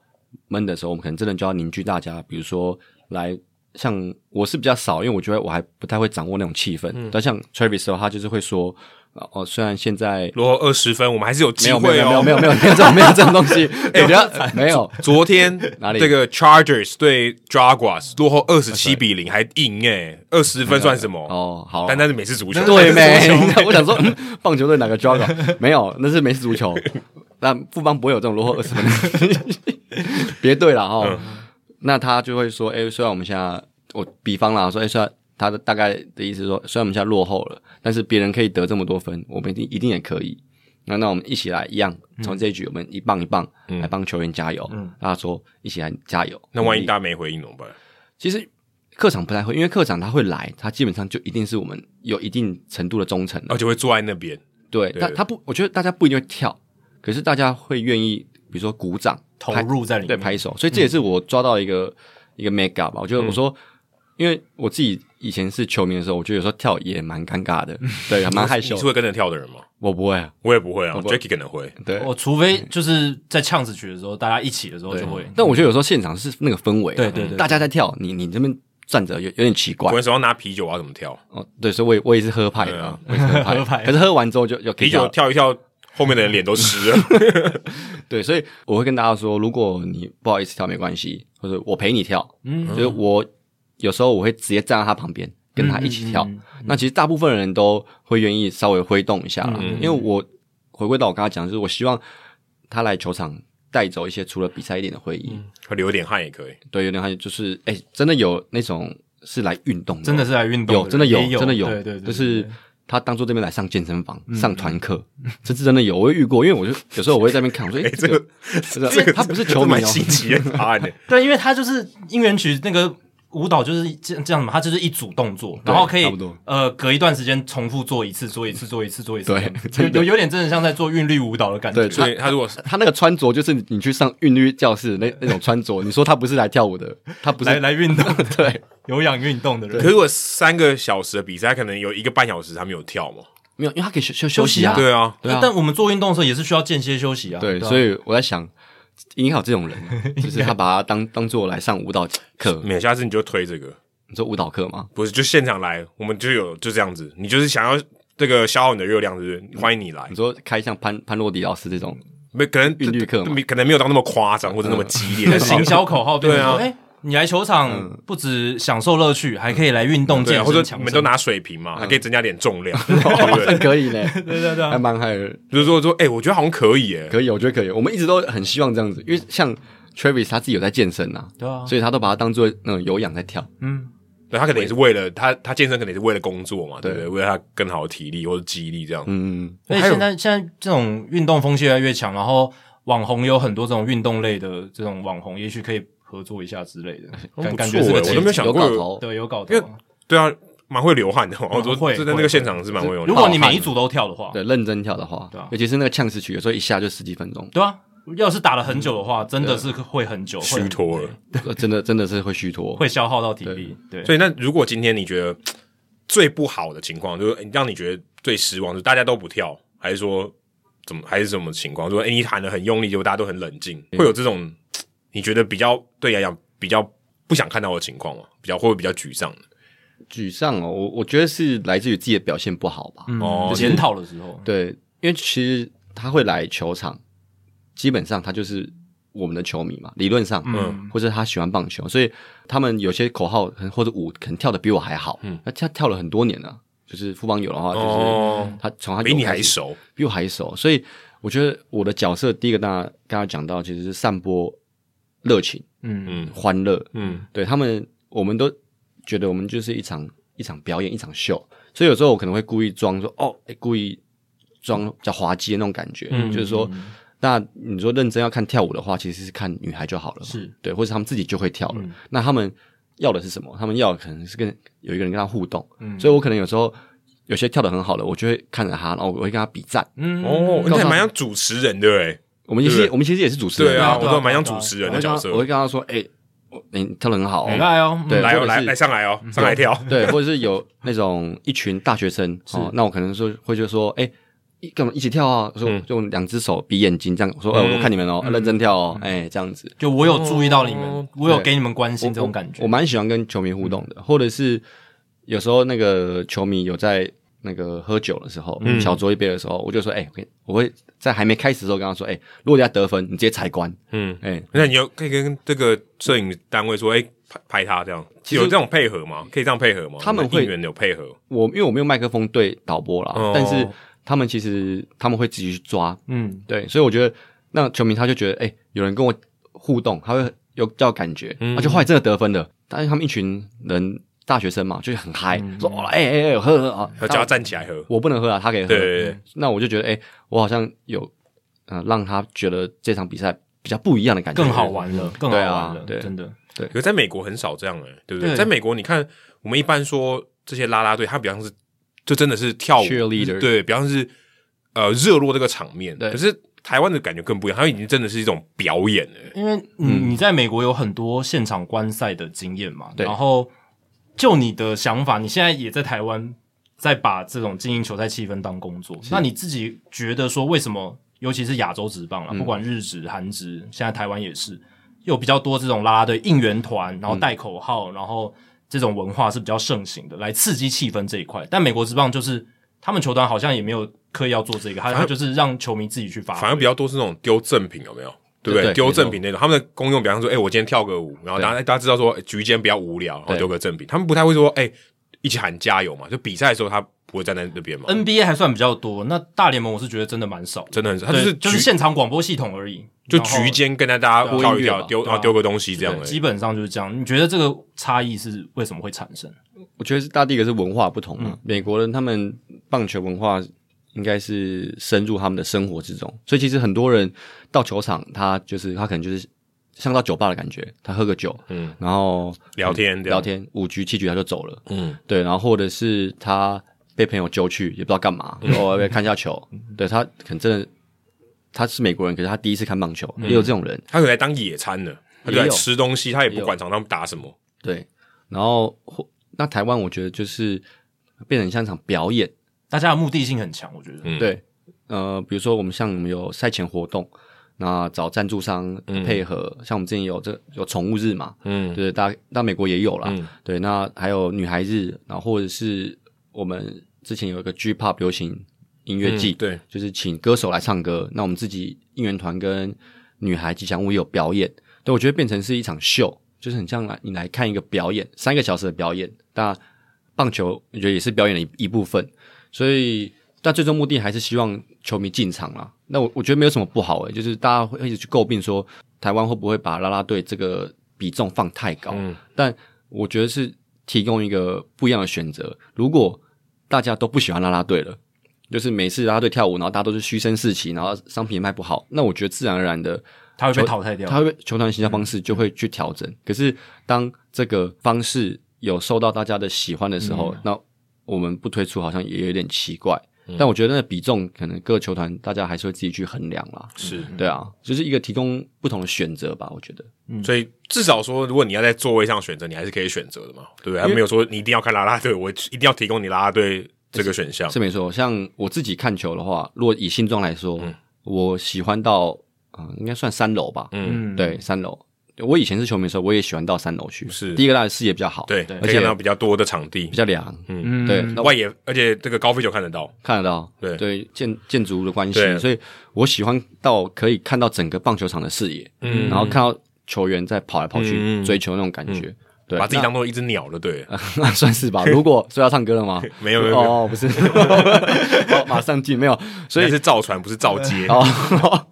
闷的时候，我们可能真的就要凝聚大家，比如说来。像我是比较少，因为我觉得我还不太会掌握那种气氛。
嗯
但像 Travis 的话，他就是会说，哦，虽然现在
落后二十分，我们还是有
没
机
有没
会
有
哦
没
哎
有。没有没有没有这种没有这种
*laughs*
东西，我觉得没有。
昨天
*laughs* 哪里
这个 Chargers 对 Jaguars 落后二十七比零，还赢诶，二十分算什么？
哦，好，
但那是美式足球， *laughs*
对没？ *laughs* 我想说，嗯棒球队哪个 j o g 没有，那是美式
*laughs*
足球。那富邦不会有这种落后二十分的，
*laughs*
别对了
嗯
哈。那他就会说，哎，虽然我们现在，我比方啦，说，哎，虽然他的大概的意思是说，虽然我们现在落后了，但是别人可以得这么多分，我们一定一定也可以。那那我们一起来一样，
嗯
从这一局我们一棒一棒来帮球员加油。大家说一起来加油。
那万一大家没回应怎么办？
其实客场不太会，因为客场他会来，他基本上就一定是我们有一定程度的忠诚了。
而且会坐在那边，
对，
哦对
但他不，我觉得大家不一定会跳，可是大家会愿意，比如说鼓掌、
投
拍
入在里
对
面，
拍手，所以这也是我抓到一个、一个 mega 吧。我觉得我说，因为我自己以前是球迷的时候，我觉得有时候跳也蛮尴尬的，对，还蛮害羞
你是。会跟着跳的人吗？
我不会啊，
我也不会啊
我不
，Jacky 可能会。
对，
我哦除非就是在呛子曲的时候，大家一起的时候
对
就会。
但我觉得有时候现场是那个氛围啊，
对对对
大家在跳，你你这边站着有有点奇怪
我。那时候拿啤酒，我要怎么跳？
哦，对，所以我也我也是喝派
对
的
啊
啊，我也是喝
喝
派
派
的。可是喝完之后就就可以
啤
跳
酒
了
跳一跳，后面的人脸都湿
*laughs*
了。
对，所以我会跟大家说，如果你不好意思跳没关系，或者我陪你跳，嗯，就是我有时候我会直接站在他旁边跟他一起
嗯
跳。那其实大部分人都会愿意稍微挥动一下啦，
嗯
因为我回归到我刚才讲，就是我希望他来球场带走
嗯
一些除了比赛一点的回忆，
流点汗也可以。
对，有点他就是哎、真的有那种是来运动的哦，
真的是来运动
有，真的
人
有
也，有，
真的有，
对对对，
就是他当做这边来上健身房、上团课，这是真的有，我会遇过，因为我就有时候我会在那边看，我说，哎，
这个
这个这个他不是球迷
蛮
哦，
新奇的啊答
*laughs*
案的。
对，因为他就是应援曲那个舞蹈就是这样这样嘛，他就是一组动作，然后可
差
以
不多
呃隔一段时间重复做一次，做一次，做一次，做一次，
对
这样 *laughs*
真的
有有有点真的像在做韵律舞蹈的感觉。
对
所以他如果是
他那个嗯穿着就是你去上韵律教室那那种穿着，你说他不是来跳舞的，他不
来
是
来运动、 *laughs*
对，
有氧运动的
可是
人，啊
如果三个小时的比赛，可能有一个半小时他没有跳嘛？
没有，因为他可以休休
休息
息
啊
啊，
对啊，
对啊
但我们做运动的时候也是需要间歇休息啊。
对，
啊
所以我在想，应该有这种人啊，就是他把他当当做来上舞蹈课，
没有，下次你就推这个，
你说舞蹈课吗？
不是就现场来，我们就有就这样子。你就是想要这个消耗你的热量，是不是？欢迎你来
你，说开像潘潘洛迪老师这种，
没可能
韵律课嘛嗯
没可能没有到那么夸张或者那么激烈，但是
行销口号变成说，
对
哎、你来球场不止享受乐趣，还可以来运动
对
健
啊，
身，
或者
强
你
身
们都拿水瓶
嗯
嘛，还可以增加点重量，哦对不
*laughs* 这
对？
可以呢，
对对对啊
还蛮嗨的，
就是说说，哎，我觉得好像可以，哎，
可以，我觉得可以。我们一直都很希望这样子，因为像 Travis 他自己有在健身呐、
对
哦
啊，
所以他都把它当做那种有氧在跳。
嗯，
对他可能也是为了他他健身，可能也是为了工作嘛，对不
对
对？为了他更好的体力或者肌力这样。
嗯，
所以
还有
现在现在这种运动风气越来越强，然后网红有很多这种运动类的这种网红，也许可以合作一下之类的，感
不
感
错
觉是
欸
个
我
契
都没有
机。
想
有
过
搞头，
对，有搞头
因。为对啊，蛮会流汗的哦，我说
会
这在那个
会
现场是蛮会流
如
汗。
果你每一组都跳的话，
对，认真跳的话，
对啊
尤其是那个呛死曲，有时候一下就十几分钟，
对啊，要是打了很久的话，真的是会很久，会
虚脱了，
呃真的真的是会虚脱。
会消耗到体力。对，
所以那如果今天你觉得最不好的情况，就是让你觉得最失望，就是大家都不跳，还是说怎么还是什么情况？说哎、诶你喊的很用力，结果大家都很冷静，会有这种你觉得比较对你来讲比较不想看到的情况吗？比较会不会比较沮丧？
沮丧哦，我我觉得是来自于自己的表现不好吧。
嗯
哦
检讨的时候，
对，因为其实他会来球场，基本上他就是我们的球迷嘛，理论上，
嗯
嗯，或者他喜欢棒球，所以他们有些口号可能或者舞可能跳的比我还好，
嗯
嗯，那他跳了很多年了，就是富邦有的话，啊就是、
哦
他从他
比你
有开
还
始
熟，
比我还熟，所以我觉得我的角色第一个大家刚刚讲到，其实是散播热情、
嗯
嗯
欢乐，
嗯，
对他们，我们都觉得我们就是一场一场表演，一场秀，所以有时候我可能会故意装说哦，诶故意装比较滑稽的那种感觉，
嗯
就是说，那你说认真要看跳舞的话，其实是看女孩就好了嘛，
是
对，或者他们自己就会跳了。那他们要的是什么？他们要的可能是跟有一个人跟他互动，
嗯
所以我可能有时候有些跳的很好的，我就会看着他，然后我会跟他比赞。
嗯
哦，那
告诉
还
他
蛮像主持人的哎、
我们其
对
实
不对
我们其实也是主持
对
人
啊，
对啊
我都蛮像主持
我
人的
会跟
角
他
色
我。会跟他说，哎、我诶你跳的很好、哦，
很爱哦，嗯
对
来
或
哦，
者
来
是
来上来哦，上来跳。
*laughs*
对，或者是有那种一群大学生，哦，那我可能说会就说，哎、一跟我们一起跳啊，说
嗯
用两只手比眼睛这样，我说，
嗯
哎、我看你们哦，认真跳哦，哎、这样子，
就我有注意到你们
哦，
我有
对
给你们关嗯心这种感觉。嗯
我我蛮喜欢跟球迷互动的，或者是有时候那个球迷有在那个喝酒的时候，
嗯
小酌一杯的时候，我就说，哎、我跟我会在还没开始的时候跟他说，哎、如果人家得分，你直接采关，
嗯，
哎、
那你有可以跟这个摄影单位说，哎、拍拍他这样，有这种配合吗？可以这样配合吗？
他们会
应援有配合，
我因为我没有麦克风对导播啦，
哦
但是他们其实他们会自己去抓
嗯，
对，所以我觉得那球迷他就觉得，哎、有人跟我互动，他会有比较有感觉，
嗯
而且后来真的得分了。但是他们一群人大学生嘛，就是很嗨、
嗯
说哦，哎哎哎，喝喝啊，
要叫他站起来喝。
我不能喝啊，他可以喝。
对对对，
那我就觉得，哎、我好像有嗯、呃让他觉得这场比赛比较不一样的感觉，
更好。玩了，更好
对啊
玩了，
对
真的。
可是在美国很少这样哎、对不对？
对
在美国，你看我们一般说这些啦啦队，它比方是就真的是跳舞
Cheerleader
对，比方是呃热络这个场面。
对
可是台湾的感觉更不一样，它已经真的是一种表演了、
因为
嗯
你你在美国有很多现场观赛的经验嘛，
对
然后就你的想法，你现在也在台湾，在把这种经营球赛气氛当工作，那你自己觉得说为什么，尤其是亚洲职棒啦，啊
嗯
不管日职、韩职，现在台湾也是有比较多这种啦啦队应援团，
嗯
然后带口号，然后这种文化是比较盛行的，来刺激气氛这一块。但美国职棒就是他们球团好像也没有刻意要做这个，他他就是让球迷自己去发挥，
反而比较多是那种丢赠品，有没有？对不对？
对
丢赠品那种，他们的功用，比方说，哎、我今天跳个舞，然后大家大家知道说，哎局间比较无聊，然后
对
丢个赠品。他们不太会说，哎、一起喊加油嘛。就比赛的时候，他不会站在那边嘛。
NBA 还算比较多，那大联盟我是觉得真的蛮少的，
真的很少，他就
对
是
就是
局
现场广播系统而已，
就
然后
局间跟大家
对啊
跳一
播音乐
跳，
吧
丢
对啊
然后丢个东西这样而
基
已。
本上就是这样。你觉得这个差异是为什么会产生？
我觉得是大第一个是文化不同
嗯
嘛，美国人他们棒球文化应该是深入他们的生活之中，所以其实很多人到球场，他就是他可能就是像到酒吧的感觉，他喝个酒，
嗯
嗯，然后嗯
聊天这样
聊天，五局七局他就走了，
嗯，
对，然后或者是他被朋友揪去，也不知道干嘛，
嗯
偶尔看一下球，对他可能真的他是美国人，可是他第一次看棒球，
嗯
也有这种人，
他可能来当野餐的，他就
也
来
有
吃东西，他也
也
不
有
管场上打什么。
对，然后或那台湾我觉得就是变成像一场表演。
大家的目的性很强，我觉得。
嗯
对，呃，比如说我们像我们有赛前活动，那找赞助商配合，像我们之前有这有宠物日嘛，
嗯
对，大那美国也有啦，
嗯
对，那还有女孩日，然后或者是我们之前有一个 G-pop 流行音乐季，
嗯对，
就是请歌手来唱歌，那我们自己应援团跟女孩吉祥物也有表演，对我觉得变成是一场秀，就是很像来你来看一个表演，三个小时的表演，那棒球我觉得也是表演的一一部分，所以。但最终目的还是希望球迷进场啦。那我我觉得没有什么不好诶、就是大家会一直去诟病说台湾会不会把啦啦队这个比重放太高？
嗯
但我觉得是提供一个不一样的选择。如果大家都不喜欢啦啦队了，就是每次啦啦队跳舞，然后大家都是虚声四起，然后商品也卖不好，那我觉得自然而然的
他会被
球
淘汰掉
他会被球团行销方式就会去调整。可是当这个方式有受到大家的喜欢的时候，那我们不推出好像也有点奇怪。但我觉得那个比重可能各个球团大家还是会自己去衡量啦。
是，
对啊，就是一个提供不同的选择吧，我觉得。
所以至少说，如果你要在座位上选择，你还是可以选择的嘛，对不对？他没有说你一定要看啦啦队，我一定要提供你啦啦队这个选项。
是没错，像我自己看球的话，如果以性状来说，我喜欢到啊、呃应该算三楼吧。
嗯，
嗯，
对，三楼。我以前是球迷的时候，我也喜欢到三楼去。
是
第一个当然视野比较好，
对，
对
可以看到比较多的场地
比，较凉，
嗯
对那
外野，而且这个高飞球看得到。
看得到。
对
建建筑物的关
对
系，所以我喜欢到可以看到整个棒球场的视野，嗯，然后看到球员在跑来跑
嗯
去追求那种感觉。对，啊
把自己当做一只鸟就对了，
那算
*laughs*
是吧。如果说要唱歌了吗？
没有没有没有
哦，不是， *laughs* 哦马上进没有，所
所
以
以是造船不是造接。
哦，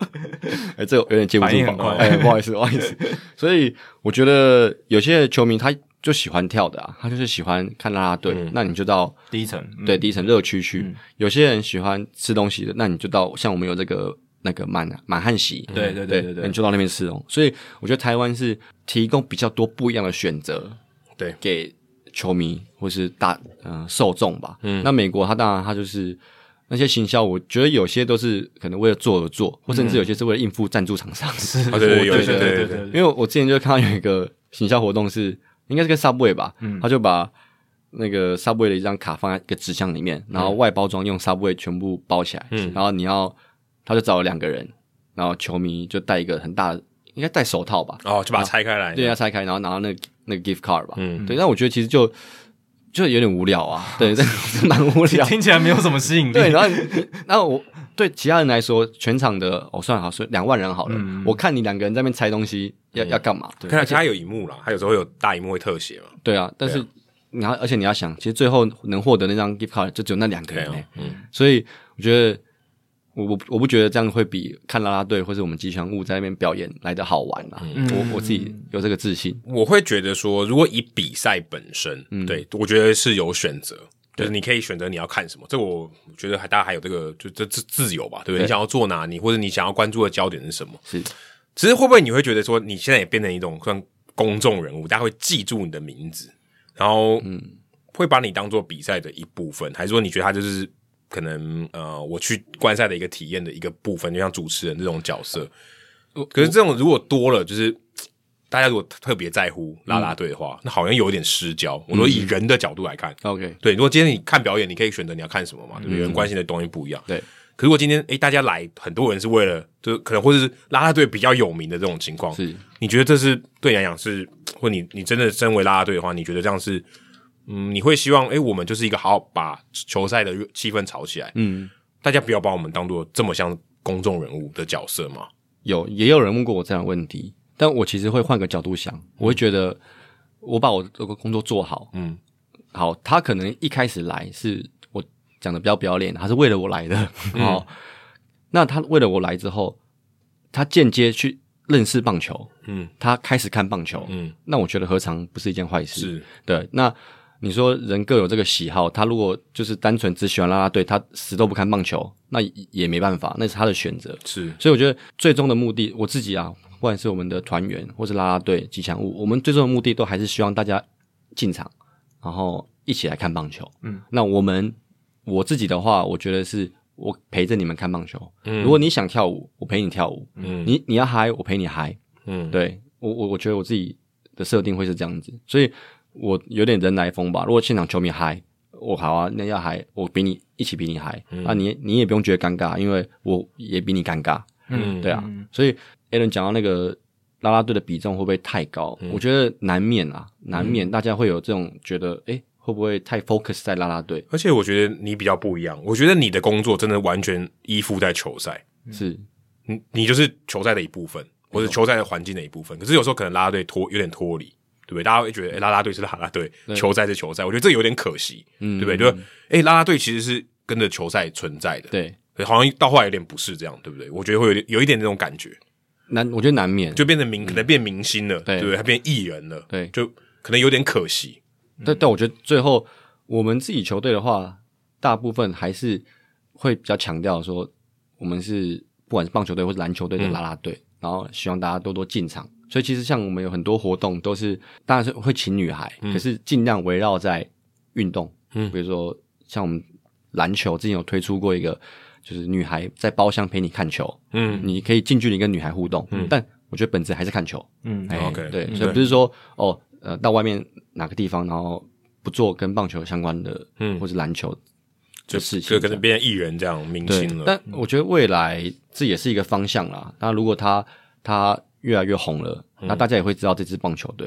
*laughs* 哎，这有点接不
反应很
住
快
吧？哎，不好意思，不好意
*laughs*
思。所以我觉得有些球迷他就喜欢跳的啊，他就是喜欢看啦啦队，
嗯
那你就到
第一层，嗯
对第一层热区去。有些人喜欢吃东西的，那你就到像我们有这个那个满啊满汉席，
对对对对对
你就到那边吃哦。所以我觉得台湾是提供比较多不一样的选择，
对
给球迷或是大呃受众吧。嗯，那美国它当然它就是那些行销，我觉得有些都是可能为了做而做，或
嗯
甚至有些是为了应付赞助厂商。是
哦对对对有
对
一
对
些
对
对
对
对，
对
因为我之前就看到有一个行销活动是，应该是跟 Subway 吧，他就把那个 Subway 的一张卡放在一个纸箱里面，然后外包装用 Subway 全部包起来，然后你要，他就找了两个人，然后球迷就戴一个很大的，应该戴手套吧，
哦，就把它拆开来。
对，啊要拆开，然后拿到那个那个 gift card 吧，
嗯
对，但我觉得其实就就有点无聊啊，对，但蛮无聊，
听起来没有什么吸引力。嗯
对，
啊
然后你然后我对其他人来说，全场的哦，算好说两万人好了，我看你两个人在那边拆东西要、要干嘛？
看来它有荧幕啦，它有时候会有大荧幕会特写嘛。
对啊，但是你要，而且你要想，其实最后能获得那张 gift card 就只有那两个
对
人、欸
啊，嗯，
所以我觉得我我我不觉得这样会比看啦啦队或者我们吉祥物在那边表演来的好玩啦。我我自己有这个自信，
我会觉得说，如果以比赛本身，对我觉得是有选择。就是你可以选择你要看什么，这我觉得还大家还有这个就这自自由吧，对不对？
对
你想要做哪里，或者你想要关注的焦点是什么？
是
只是会不会你会觉得说，你现在也变成一种算公众人物，大家会记住你的名字，然后会把你当做比赛的一部分，还是说你觉得他就是可能呃，我去观赛的一个体验的一个部分，就像主持人这种角色。可是这种如果多了，就是嘖大家如果特别在乎啦啦队的话，那好像有点失焦。我说以人的角度来看，
OK，
对，如果今天你看表演，你可以选择你要看什么嘛，对不对？有人关心的东西不一样。
嗯对。
可如果今天诶，大家来很多人是为了，就是可能或者是拉拉队比较有名的这种情况，
是
你觉得这是对你来讲是，或你你真的身为拉拉队的话，你觉得这样是，嗯，你会希望诶，我们就是一个好好把球赛的气氛炒起来，
嗯。
大家不要把我们当做这么像公众人物的角色嘛？
有也有人问过我这样的问题，但我其实会换个角度想，我会觉得我把我这个工作做好，
嗯，
好，他可能一开始来是我讲的比较不要脸，他是为了我来的
嗯
*laughs* 哦。那他为了我来之后，他间接去认识棒球，
嗯
他开始看棒球，
嗯，
那我觉得何尝不是一件坏事？
是
对，那你说人各有这个喜好，他如果就是单纯只喜欢啦啦队，他死都不看棒球，那也也没办法，那是他的选择。
是，
所以我觉得最终的目的，我自己啊，不管是我们的团员或是啦啦队、吉祥物，我们最终的目的都还是希望大家进场，然后一起来看棒球。
嗯，
那我们我自己的话，我觉得是我陪着你们看棒球。
嗯
如果你想跳舞，我陪你跳舞；
嗯
你你要嗨，我陪你嗨。
嗯，
对我我我觉得我自己的设定会是这样子，所以我有点人来疯吧。如果现场球迷嗨，我好啊，那要嗨，我比你一起比你嗨、啊，你你也不用觉得尴尬，因为我也比你尴尬，
嗯
对啊。所以 Alan 讲到那个啦啦队的比重会不会太高？
嗯
我觉得难免啊，难免大家会有这种觉得，诶、会不会太 focus 在啦啦队？
而且我觉得你比较不一样，我觉得你的工作真的完全依附在球赛，
是
你你就是球赛的一部分，或者球赛的环境的一部分。可是有时候可能啦啦队脱有点脱离，对不对？大家会觉得，哎、啦啦队是啦啦队，球赛是球赛，我觉得这有点可惜，
嗯
对不对？就是，哎、啦啦队其实是跟着球赛存在的，
对，
对，好像到后来有点不是这样，对不对？我觉得会有点有一点那种感觉，
难，我觉得难免。
就变成明，可能变明星了，
嗯对
对不对？他变艺人了，
对
就可能有点可惜，嗯
但但我觉得最后我们自己球队的话，大部分还是会比较强调说，我们是不管是棒球队或是篮球队
嗯
的啦啦队，然后希望大家多多进场。所以其实像我们有很多活动都是，当然是会请女孩，可是尽量围绕在运动，
嗯
比如说像我们篮球之前有推出过一个，就是女孩在包厢陪你看球，
嗯
你可以近距离跟女孩互动，但我觉得本质还是看球，
嗯
哎
OK，
对，
嗯
所以
对
不是说哦，呃，到外面哪个地方，然后不做跟棒球相关的，
嗯
或是篮球
就
的事情
就可
这样
能变成艺人这样明
对
星，了，嗯
但我觉得未来这也是一个方向啦。那如果他他越来越红了，
嗯
那大家也会知道这支棒球队，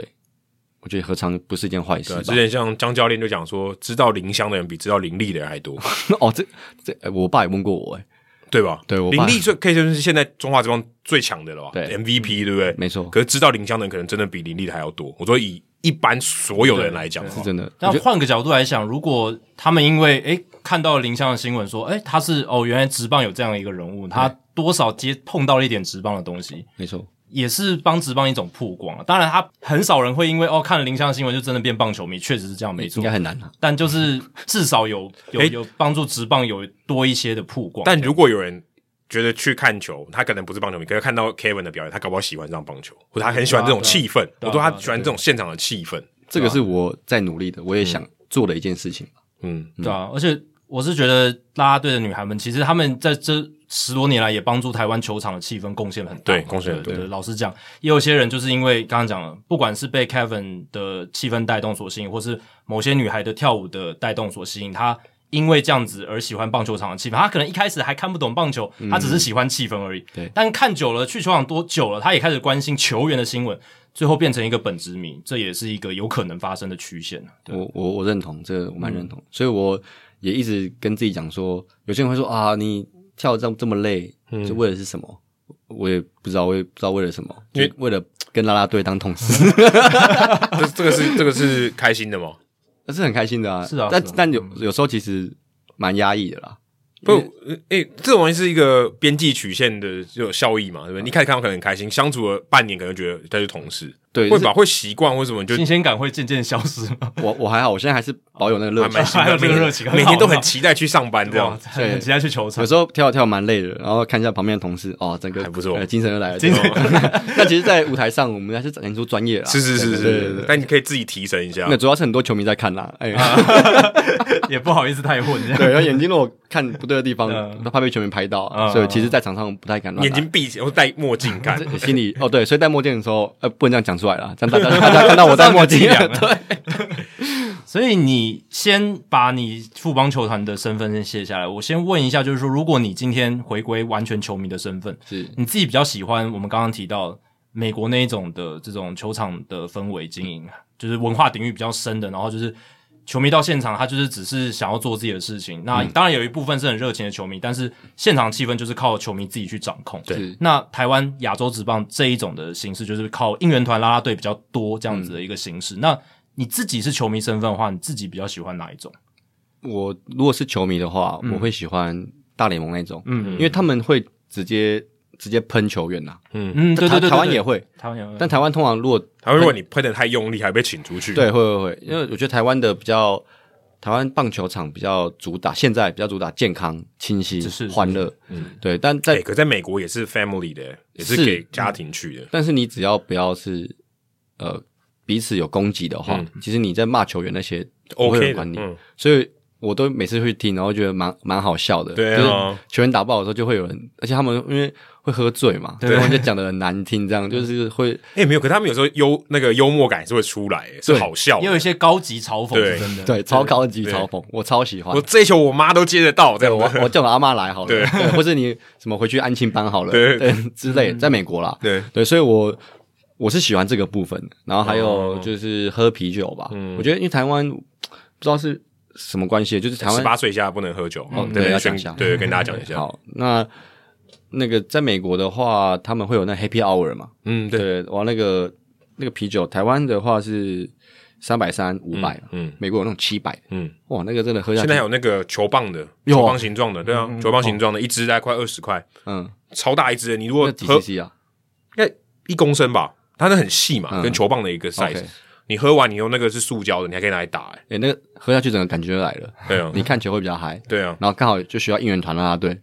我觉得何尝不是一件坏事
对啊，
吧？
之前像张教练就讲说，知道林香的人比知道林立的人还多，
哦，这这、呃我爸也问过我、哎，
对吧？
对我
林
爸
立最可以就是现在中华之邦最强的了吧？
对
MVP 对不对？
没错，
可是知道林香的人可能真的比林立的还要多。我说以一般所有的人来讲的话
是，真的。
但换个角度来想，如果他们因为诶看到了林湘的新闻说，诶他是哦原来职棒有这样一个人物，他多少接碰到了一点职棒的东西，
没错，
也是帮职棒一种曝光、啊。当然，他很少人会因为哦看了林湘的新闻就真的变棒球迷，确实是这样没
应
错
该。很难啊。
但就是至少有有
诶
有帮助职棒有多一些的曝光。
但如果有人觉得去看球，他可能不是棒球迷，可是看到 Kevin 的表演，他搞不好喜欢上棒球，或者他很喜欢这种气氛。
对啊对啊
我说他
对啊
喜欢这种现场的气氛。
这个是我在努力的，我也想做的一件事情。
嗯，
对啊，而且我是觉得啦啦队的女孩们，其实她们在这十多年来也帮助台湾球场的气氛贡献很大嘛，
对贡献很多
对对对老实讲，也有些人就是因为刚刚讲了，不管是被 Kevin 的气氛带动所吸引，或是某些女孩的跳舞的带动所吸引，她。因为这样子而喜欢棒球场的气氛，她可能一开始还看不懂棒球，她只
嗯
是喜欢气氛而已。
对
但看久了，去球场多久了，她也开始关心球员的新闻，最后变成一个本职迷，这也是一个有可能发生的曲线。啊
我我我认同，这个
嗯
我蛮认同，所以我也一直跟自己讲说，有些人会说啊，你跳得这么这么累，
嗯
是为了是什么？我也不知道，我也不知道为了什么，
因为嗯
就为了跟啦啦队当同事，
这这个是这个是开心的吗？
*laughs* 那是很开心的啊。
是啊
但
是啊
但
嗯
有有时候其实蛮压抑的啦。
不，呃诶、这种东西是一个边际曲线的这种效益嘛，对不对？你一开始看到可能很开心，相处了半年，可能觉得他是同事，
对
会吧？会习惯或什么，就
新鲜感会渐渐消失吗？
我我还好，我现在还是保有那个热
还蛮
情。
习惯
还有这个
每
热情
每
很
天
好
都很期待去上班，这
对啊
样，
很很期待去球场
有。时候跳跳蛮累的，然后看一下旁边的同事，哦，整个
还不错
呃精神又来了。精神。 *laughs* 那其实，在舞台上，我们还是展现出专业啦。
是是是
对对
是啊
对。，
但你可以自己提升一下
那。主要是很多球迷在看啦，哎，
也不好意思太混 *laughs* 这样。
对，然后眼睛如果看不对的地方
嗯，
他怕被球迷拍到
嗯
啊，所以其实，在场上不太敢乱来
眼睛闭起来，或戴墨镜看，
这心里哦，对，所以戴墨镜的时候，呃，不能这样讲出来了，这样
*laughs*
大家大家看到我戴墨镜
这，样就 *laughs*
对，
所以你先把你富邦球团的身份先卸下来。我先问一下，就是说，如果你今天回归完全球迷的身份，
是
你自己比较喜欢我们刚刚提到美国那一种的这种球场的氛围经营，就是文化底蕴比较深的，然后就是球迷到现场，他就是只是想要做自己的事情。那当然有一部分是很热情的球迷，但是现场气氛就是靠球迷自己去掌控。
对
是
那台湾亚洲职棒这一种的形式，就是靠应援团啦啦队比较多这样子的一个形式。那你自己是球迷身份的话，你自己比较喜欢哪一种？
我如果是球迷的话，我会喜欢大联盟那种，
嗯
因为他们会直接直接喷球员呐。
嗯，对对对，
台台湾
对嗯
也，会，
台湾也会，
但台湾通常如
*clears throat*
果
他会如果你喷的太用力，还被请出去。
对，会会会，因为我觉得台湾的比较，台湾棒球场比较主打，现在比较主打健康、清晰
是是、嗯
欢乐，对。但在、
哎、可在美国也是 family 的、也是
是嗯
给家庭去的。
但是你只要不要是呃彼此有攻击的
嗯
话，其实你在骂球员那些不会有
OK
人
的，
管你。
嗯，
所以我都每次会听，然后觉得蛮蛮好笑的。
对啊
就是球员打不好的时候就会有人，而且他们因为会喝醉嘛，
对
然后就讲的很难听，
*laughs*
这样就是会
哎、没有，可他们有时候幽那个幽默感是会出来，是
对
好笑的。
也有一些高级嘲讽，
对
是真的，
对超高级
对
嘲讽，我超喜欢
我。这一球我妈都接得到，这
对
样
我
子。
我叫我阿妈来好了，
对
对，或者你什么回去安亲班好了，
对
之类，在美国啦，
对，
对，所以我我是喜欢这个部分的，然后还有
哦
就是喝啤酒吧，
嗯
我觉得因为台湾不知道是什么关系，就是台
十
湾
八岁以下不能喝酒。
哦
嗯
对
跟
要
宣
讲一下
对，跟大家讲一下。
好，那那个在美国的话，他们会有那 Happy Hour 嘛，
嗯，对，
对，哇，那个那个啤酒，台湾的话是三百三五百，
嗯
美国有那种七百，
嗯，
哇，那个真的喝下
现在
去，
有那个球棒的，
有啊
球棒形状的，对啊，球棒形状的，一支大概快二十块，
嗯，
超大一支的。你如
那
果
几
喝
cc 啊
应该一公升吧，它那很细嘛，
嗯
跟球棒的一个 size
？OK，。
你喝完，你用那个是塑胶的，你还可以拿来打、
*laughs*
欸。
哎、那个喝下去整个感觉就来了，
对啊，
你看球会比较嗨，
对啊。
然后刚好就需要应援团啦啦队，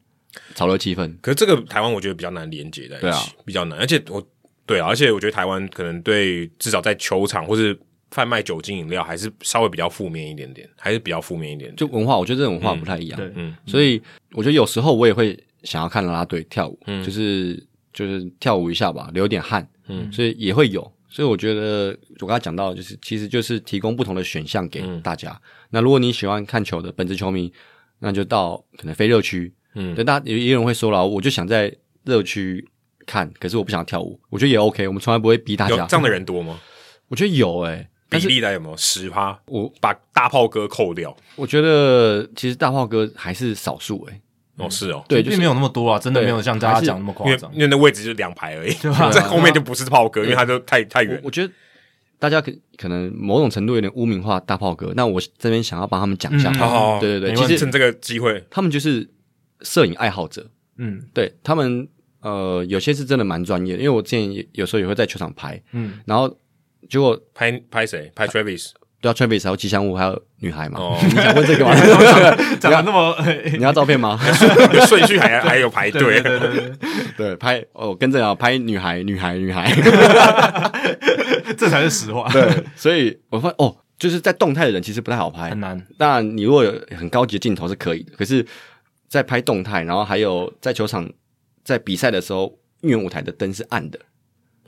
炒热气氛。
可是这个台湾我觉得比较难连接在一
对啊
起，比较难。而且我对啊，而且我觉得台湾可能对至少在球场或是贩卖酒精饮料还是稍微比较负面一点点，还是比较负面一点点。
就文化，我觉得这种文化不太一样，
对
嗯
所以我觉得有时候我也会想要看啦啦队跳舞，就是就是跳舞一下吧，流点汗，
嗯
嗯，所以也会有。所以我觉得我刚才讲到，就是其实就是提供不同的选项给
嗯
大家。那如果你喜欢看球的本职球迷，那就到可能非热区，
嗯
嗯，对，大家有也有人会说了，我就想在热区看，可是我不想跳舞，我觉得也 OK，我们从来不会逼大
有
家
这。样的人多吗？
我觉得有诶、
比
但是
例大概有没有十趴？
我
把大炮哥扣掉
我觉得其实大炮哥还是少数欸诶、
哦，是哦，
对，就是
并没有那么多啊，真的
对
没有像大家
还是
讲那么
因
夸
为
张
因。为那位置就两排而已，
啊
*laughs* 在后面就不是炮哥，因为他就太太
我
远。
我觉得大家可可能某种程度有点污名化大炮哥，那我这边想要帮他们讲一下，
嗯
哦
对对
没
对，
问
其
题
实
趁这个机会，
他们就是摄影爱好者，
嗯
对他们呃有些是真的蛮专业的，因为我之前也有时候也会在球场拍，
嗯，
然后结果
拍拍谁？拍 Travis *laughs*
对啊，Travis 还有吉祥物还有女孩嘛，
哦，
你想问这个吗？
*laughs* 讲的那么哎
*laughs* 你要照片吗？
有顺序还还有排
对对
队，
对对
对，拍哦，跟着啊，拍女孩，女孩，女孩。
对，这才是实话，
对， *laughs* 所以我发现哦，就是在动态的人其实不太好拍
很，难。
当然，你如果有很高级的镜头是可以的，可是，在拍动态，然后还有在球场在比赛的时候，应援舞台的灯是暗的，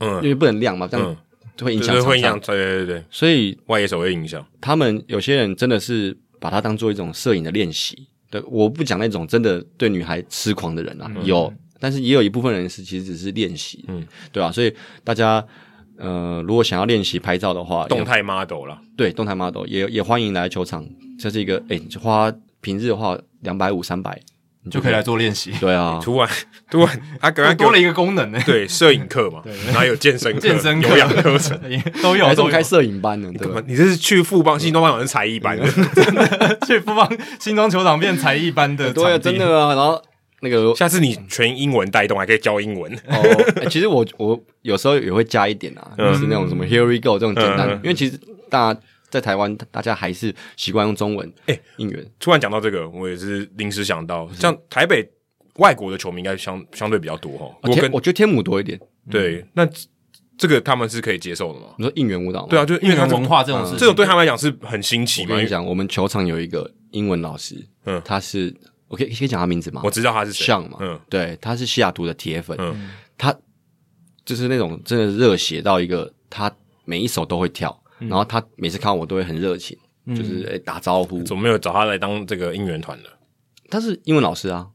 因
嗯
为不能亮嘛，这样
嗯，
就会影
就
响
是
场上。
会影响，对对对对，
所以
外野手会影响。
他们有些人真的是把它当做一种摄影的练习。对，我不讲那种真的对女孩痴狂的人啊，有，但是也有一部分人是其实只是练习，
嗯
嗯，对吧、所以大家。呃，如果想要练习拍照的话，也
动态 model 啦，
对动态 model 也也欢迎来球场，这是一个哎，就花平日的话两百五三百你
就可以来做练习，
对啊，
突然 *laughs* 突然他刚
多
刚给我
*laughs* 多了一个功能呢，
对摄影课嘛，然后有健身课、
健身课
有氧课程。
都有
还是
都
我
有
们开摄影班呢，对
干嘛
吧？
你这是去富邦新东方好像才艺班的，
去富邦新庄球场变才艺班的
对啊，
场地
真的啊。然后那
*laughs*
个
下次你全英文带动，还可以教英文。
哦，哎其实我我有时候也会加一点啊，
嗯
就是那种什么 Here we go 这种简单，
嗯嗯嗯
因为其实大家在台湾大家还是习惯用中文
哎
应援，
突然讲到这个，我也是临时想到，像台北外国的球迷应该相相对比较多哈。
啊
我
天
跟
我觉得天母多一点。
对，那这个他们是可以接受的嘛？
你说应援舞蹈吗？
对啊，就是
因
因为
为
他
文化这种事情，
嗯这种对他们来讲是很新奇
我
嘛
跟你。讲，我们球场有一个英文老师，
嗯
嗯，他是我可以可以讲他名字吗？
我知道他是谁，
像嘛，
嗯
对，他是西雅图的铁粉，
嗯
他就是那种真的热血到一个，他每一首都会跳，
嗯
然后他每次看到我都会很热情，就是、诶打招呼。
怎么没有找他来当这个应援团的？
他是英文老师啊，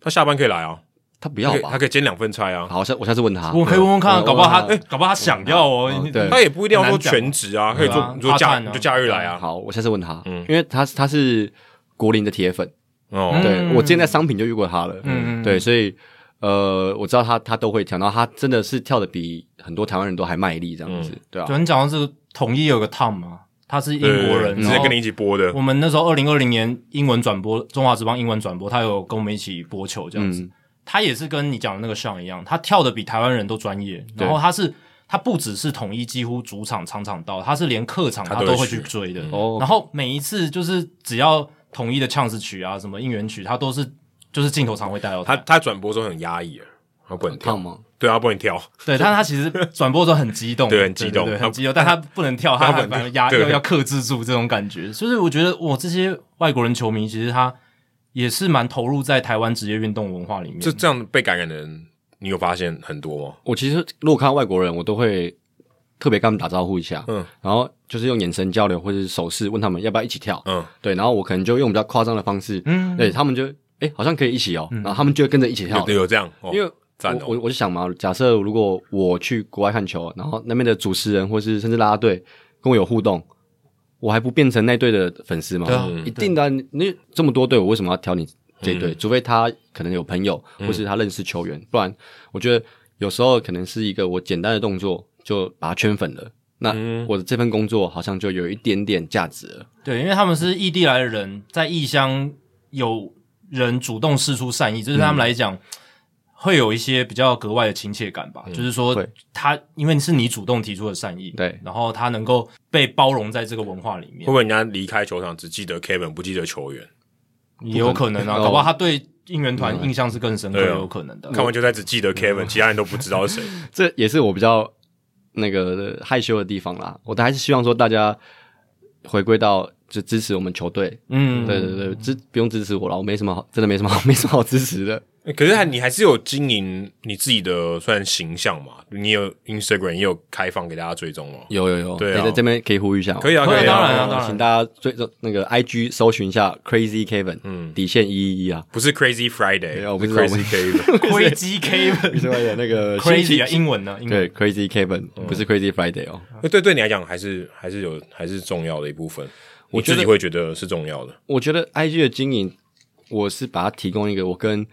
他下班可以来啊，
他不
他
要
可以他
吧？
可以兼两份差啊。
好，我下我下次问他。
我可以问问看，
嗯
搞不好他
我
哎，搞不好他想要哦
嗯，
你
对
他也不一定要说
很难讲
全职啊，可以
对
做
啊
你说假
怕看啊
就假日来啊。
哦好，我下次问他，
嗯
因为他他是国林的铁粉，
哦，
嗯
对我之前在商品就遇过他了，
嗯嗯嗯
对，所以呃，我知道他他都会跳，然后他真
嗯
的是跳的比很多台湾人都还卖力这样子，对啊
对，，你讲到这个统一有个 Tom 嘛他是英国人，哦然
对是
后
跟你一起播的
我，们那时候二零二零年英文转播中华职棒英文转播，他有跟我们一起播球这样
嗯
子。他也是跟你讲的那个像一样，他跳的比台湾人都专业。
对
然后他是他不只是统一几乎主场场场到，他是连客场
他
他
都
都
会
会
去
去追的。
哦
然后每一次就是只要统一的呛子曲啊，什么应援曲，他都是就是镜头常会带到
他他转播之后很压抑，啊他不能跳
胖，吗？
对啊他不能跳，
*laughs* 对，但是他其实转播的时候很激动，
对很激动
对对
他
很激动，但他不能跳，他
他不
反
能
正压
对
要要克制住这种感觉。所以我觉得，我这些外国人球迷其实他也是蛮投入在台湾职业运动文化里面。
这这样被感染的人，你有发现很多吗？
我其实如果看到外国人，我都会特别跟他们打招呼一下，
嗯
然后就是用眼神交流或者是手势问他们要不要一起跳，
嗯，
对，然后我可能就用比较夸张的方式，嗯，对他们就哎好像可以一起哦，然后他们就会跟着一起跳
嗯有，有这样，哦
因为
赞哦
我我我就想嘛，假设如果我去国外看球，然后那边的主持人或是甚至啦啦队跟我有互动，我还不变成那队的粉丝吗？
对啊
一定的啊、你你这么多队，我为什么要挑你这一队？除非他可能有朋友，或是他认识球员，不然我觉得有时候可能是一个我简单的动作就把他圈粉了。那
嗯
我的这份工作好像就有一点点价值了。
对，因为他们是异地来的人，在异乡有人主动示出善意，这、是
嗯
他们来讲、会有一些比较格外的亲切感吧。
嗯
就是说
会
他，因为是你主动提出的善意，
对
然后他能够被包容在这个文化里面
会不。会人家离开球场只记得 Kevin 不记得球员，
也有可能啊，
哦
搞不好他对应援团印象是更深刻，
对啊
有可能的。
呃
看完球赛只记
嗯
得 Kevin，其他人都不知道是
*laughs*
谁。
这也是我比较那个害羞的地方啦。我还是希望说大家回归到就支持我们球队，
嗯，
对对对，支不用支持我了，我没什么好，真的没什么好，没什么好支持的。
欸可是还你还是有经营你自己的算形象嘛？你有 Instagram 也有开放给大家追踪吗？
有有有，
对啊
在这边可以呼吁一下吗，
可以啊，
可以啊
以
当
啊，
然啊当然
请大家追踪那个 I G 搜寻一下 Crazy Kevin，嗯，底线一一 *laughs* 一啊，
不是 Crazy Friday，
对啊我不
是
知道
Crazy
*laughs*
Kevin。
灰机 K
你说的那个
crazy 啊，英文呢？英文
对 Crazy Kevin，不是 Crazy Friday 哦。
对对，对你来讲还是还是有还是重要的一部分，我自己会觉得是重要的。
我觉得 IG 的经营，我是把它提供一个我跟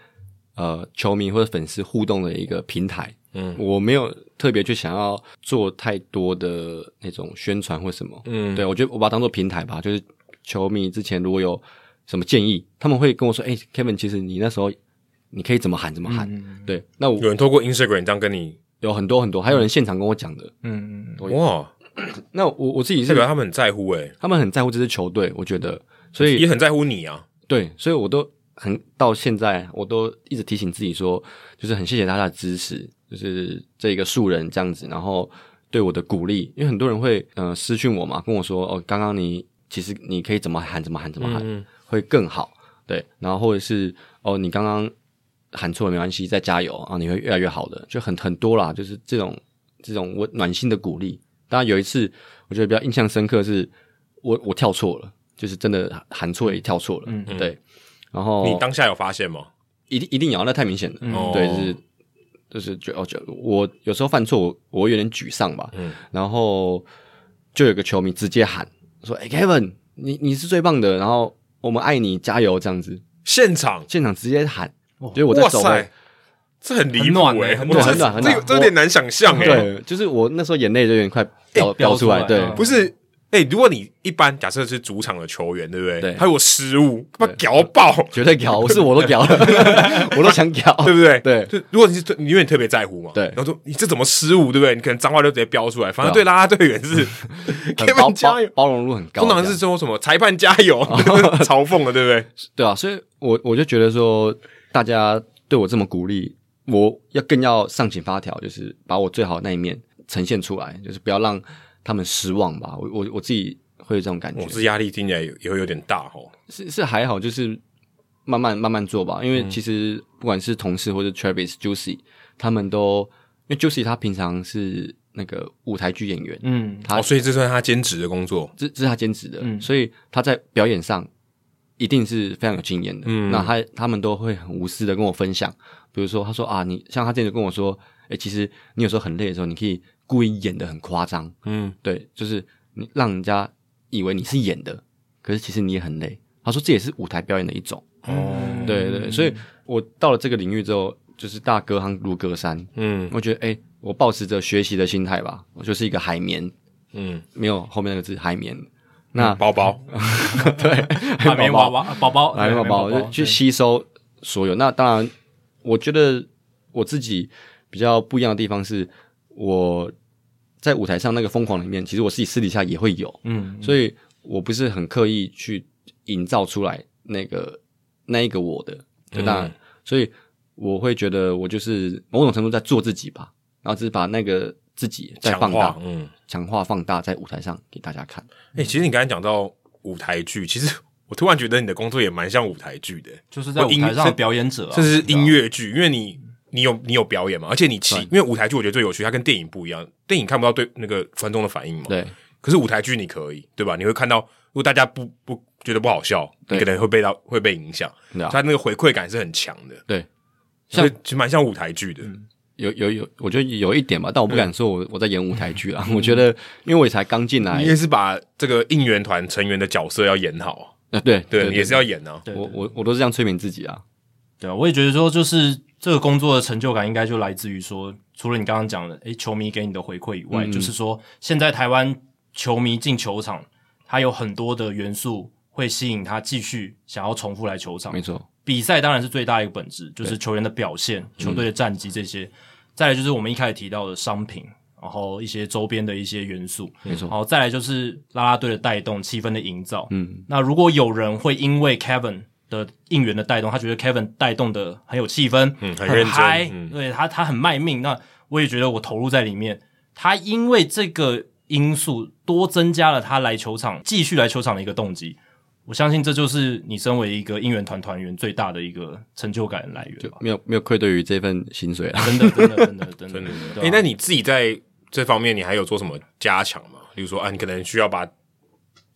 呃球迷或者粉丝互动的一个平台。嗯，我没有特别去想要做太多的那种宣传或什么。嗯，对我觉得我把它当做平台吧，就是球迷之前如果有什么建议，他们会跟我说：“哎、k e v i n 其实你那时候你可以怎么喊怎么喊。对，那我
有人透过 Instagram 这样跟你，
有很多很多，还有人现场跟我讲的。
嗯，嗯
我
哇，
那我我自己
代
是
表他们很在乎欸诶，
他们很在乎这支球队，我觉得，所以
也很在乎你啊。
对，所以我都很到现在，我都一直提醒自己说，就是很谢谢大家的支持，就是这一个素人这样子，然后对我的鼓励，因为很多人会呃私讯我嘛，跟我说哦，刚刚你其实你可以怎么喊怎么喊怎么喊、
嗯
会更好，对，然后或者是哦你刚刚喊错了没关系，再加油啊，你会越来越好的，就很很多啦，就是这种这种我暖心的鼓励。当然有一次我觉得比较印象深刻是我我跳错了，就是真的喊错也跳错了，
嗯
对。然后
你当下有发现吗？
一定一定要，那太明显了。
嗯
对，
哦
就是就是觉得哦，就我有时候犯错，我我会有点沮丧吧。
嗯
然后就有个球迷直接喊说：“哎、k e v i n 你你是最棒的，然后我们爱你，加油！”这样子，
现场，
现场直接喊，
哦
就是我在
哇
走位
塞，，这很离
很
谱
暖
诶，
欸很
我
暖
这
很暖很
这
暖
有这有点难想象欸诶。
对，就是我那时候眼泪就有点
哎
快
飙
飙飙出来，
出来
对
嗯
不是，哎、如果你一般假设是主场的球员，对不对？
对
他有失误，把屌爆，
绝对屌，我是我都
*laughs*
屌了，我都想屌，
对不对？
哦对
就如果你是你因为你特别在乎嘛，
对
然后说你这怎么失误，对不对？你可能脏话就直接飙出来，反正
对
对
啊
啦啦队员是
*laughs* 很包
Kevin 加油
包。包容度很高，
通
这
常
样
是说什么裁判加
*laughs*
油，嘲讽了，对不对？
对啊，所以我我就觉得说，大家对我这么鼓励，我要更要上紧发条，就是把我最好的那一面呈现出来，就是不要让他们失望吧。我我我自己会有这种感觉
我，这压力听起来也也会有点大哦。
是是还好，就是慢慢慢慢做吧。因为其实不管是同事或者 Travis、Juicy，他们都因为 Juicy 他平常是那个舞台剧演员，
嗯，
他
哦，所以这算他兼职的工作。
这这是他兼职的，
嗯
所以他在表演上一定是非常有经验的。
嗯
那他他们都会很无私的跟我分享，比如说他说啊，你像他之前就跟我说，哎、其实你有时候很累的时候，你可以故意演的很夸张，
嗯，
对，就是你让人家以为你是演的，可是其实你也很累。他说这也是舞台表演的一种，
哦，
对对，所以我到了这个领域之后，就是大隔行如隔山，
嗯
我觉得哎、诶我保持着学习的心态吧，我就是一个海绵，
嗯，
没有后面那个字海绵，那
包包，
对，
海绵娃娃、宝宝、
来
对
宝宝就去
对
吸收所有。那当然，我觉得我自己比较不一样的地方是，我在舞台上那个疯狂里面，其实我自己私底下也会有，
嗯，
所以我不是很刻意去营造出来那个那一个我的。对，当然，所以我会觉得我就是某种程度在做自己吧，然后只是把那个自己再
强
放大
化，、嗯，
强化、放大在舞台上给大家看。
哎、其实你刚才讲到舞台剧，其实我突然觉得你的工作也蛮像舞台剧的、
就是在舞
音
台上的
甚
表演者、啊，
甚至是音
乐。
乐剧，因为你你有你有表演嘛，而且你其因为舞台剧我觉得最有趣，它跟电影不一样，电影看不到对那个观众的反应嘛，。
对，
可是舞台剧你可以，对吧？你会看到，如果大家不不觉得不好笑，你
对
可能会被到会被影响，
对啊
它那个回馈感是很强的，
对，
所以其实蛮像舞嗯台剧的，
有有有，我觉得有一点吧，但我不敢说我我在演舞台剧啊。我觉得，因为我才刚进来
嗯你，也是把这个应援团成员的角色要演好，啊
呃，对
对，
对，
你也是要演啊。
我我我都是这样催眠自己啊。
对啊，我也觉得说，就是这个工作的成就感，应该就来自于说，除了你刚刚讲的，诶，球迷给你的回馈以外，就是说，现在台湾球迷进球场，他有很多的元素会吸引他继续想要重复来球场
没。错，
比赛当然是最大一个本质，就是球员的表现、球队的战绩这些。再来就是我们一开始提到的商品，然后一些周边的一些元素，
没错
然后再来就是啦啦队的带动、气氛的营造。
嗯，
那如果有人会因为 Kevin 的应援的带动，他觉得 Kevin 带动的很有气氛，
嗯很
很
认真
嗨、
嗯
对他他很卖命。那我也觉得我投入在里面，他因为这个因素多增加了他来球场继续来球场的一个动机。我相信这就是你身为一个应援团团员最大的一个成就感来源
就
吧。
没有没有愧对于这份薪水啊。 *laughs*
真的，真的，真的，
*laughs*
真的，
哎、
对啊
那你自己在这方面你还有做什么加强吗？例如说，啊，你可能需要把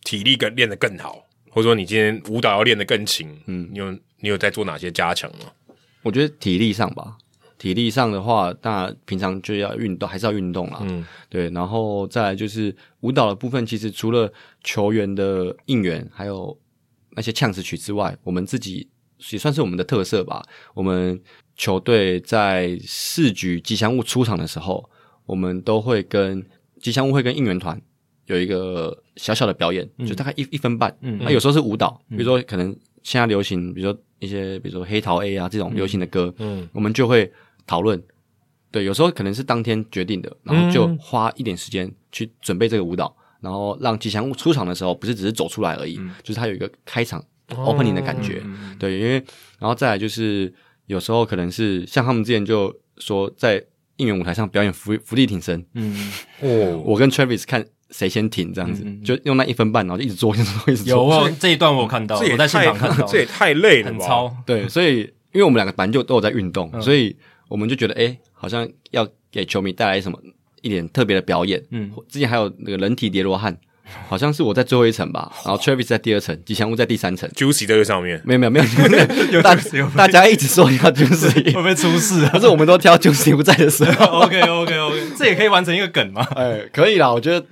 体力更练得更好，或者说你今天舞蹈要练得更勤，嗯，你有你有在做哪些加强吗？
我觉得体力上吧，体力上的话，那平常就要运动，还是要运动
啊
啦。
嗯，
对，然后再来就是舞蹈的部分，其实除了球员的应援，还有那些呛死曲之外，我们自己也算是我们的特色吧。我们球队在四局吉祥物出场的时候，我们都会跟吉祥物会跟应援团有一个小小的表演，就大概一一分半。
嗯
啊
哎
那有时候是舞蹈，比如说可能现在流行，比如说一些比如说黑桃 A 啊这种流行的歌，
嗯，
我们就会讨论。对，有时候可能是当天决定的，然后就
嗯
花一点时间去准备这个舞蹈，然后让吉祥物出场的时候，不是只是走出来而已，
嗯
就是它有一个开场 opening 的感觉。对，因为然后再来就是有时候可能是像他们之前就说在应援舞台上表演福福利挺身，
*laughs*
嗯，
哦，
我跟 Travis 看谁先挺这样子，就用那一分半，然后就一直做，一直做，一直做。
有我有这一段我有看到，
这也
哦我在现
太
场看到
*laughs* ，这也太累了
很
吧？
超，
对，所以因为我们两个本来就都有在运动，所以我们就觉得，哎、好像要给球迷带来什么一点特别的表演。
嗯，
之前还有那个人体叠罗汉，好像是我在最后一层吧，然后 Travis 在第二层，吉祥物在第三层。
Juicy 在这上面，
没有没有没有，大大家一直说
*laughs*
要
会
Juicy，
不会出事啊
可是我们都挑 Juicy 不在的时 *laughs* 候，
？OK OK OK，这也可以完成一个梗 *laughs* 吗？
哎，可以啦，我觉得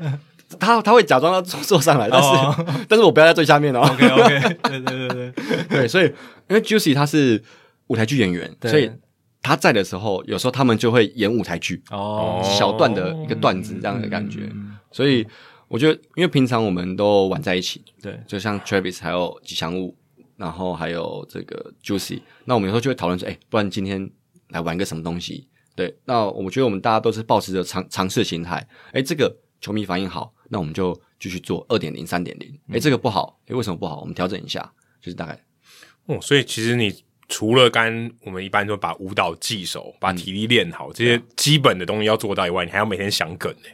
他他会假装要坐坐上来，但
哦
是 *laughs* 但是我不要在最下面哦。
OK OK，对对对对，
对，所以因为 Juicy 他是舞台剧演员，
对
所以他在的时候，有时候他们就会演舞台剧、
哦，
小段的一个段子这样的感觉。
嗯
所以我觉得，因为平常我们都玩在一起，
对，
就像 Travis 还有吉祥物，然后还有这个 Juicy，那我们有时候就会讨论说，哎、不然今天来玩个什么东西？对，那我觉得我们大家都是保持着尝尝试的心态，哎、这个球迷反应好，那我们就继续做二点零、三点零，
嗯
哎，这个不好，哎、为什么不好？我们调整一下，就是大概
哦，所以其实你除了刚我们一般说把舞蹈记熟、把体力练
嗯
好、这些基本的东西要做到以外，你还要每天想梗呢、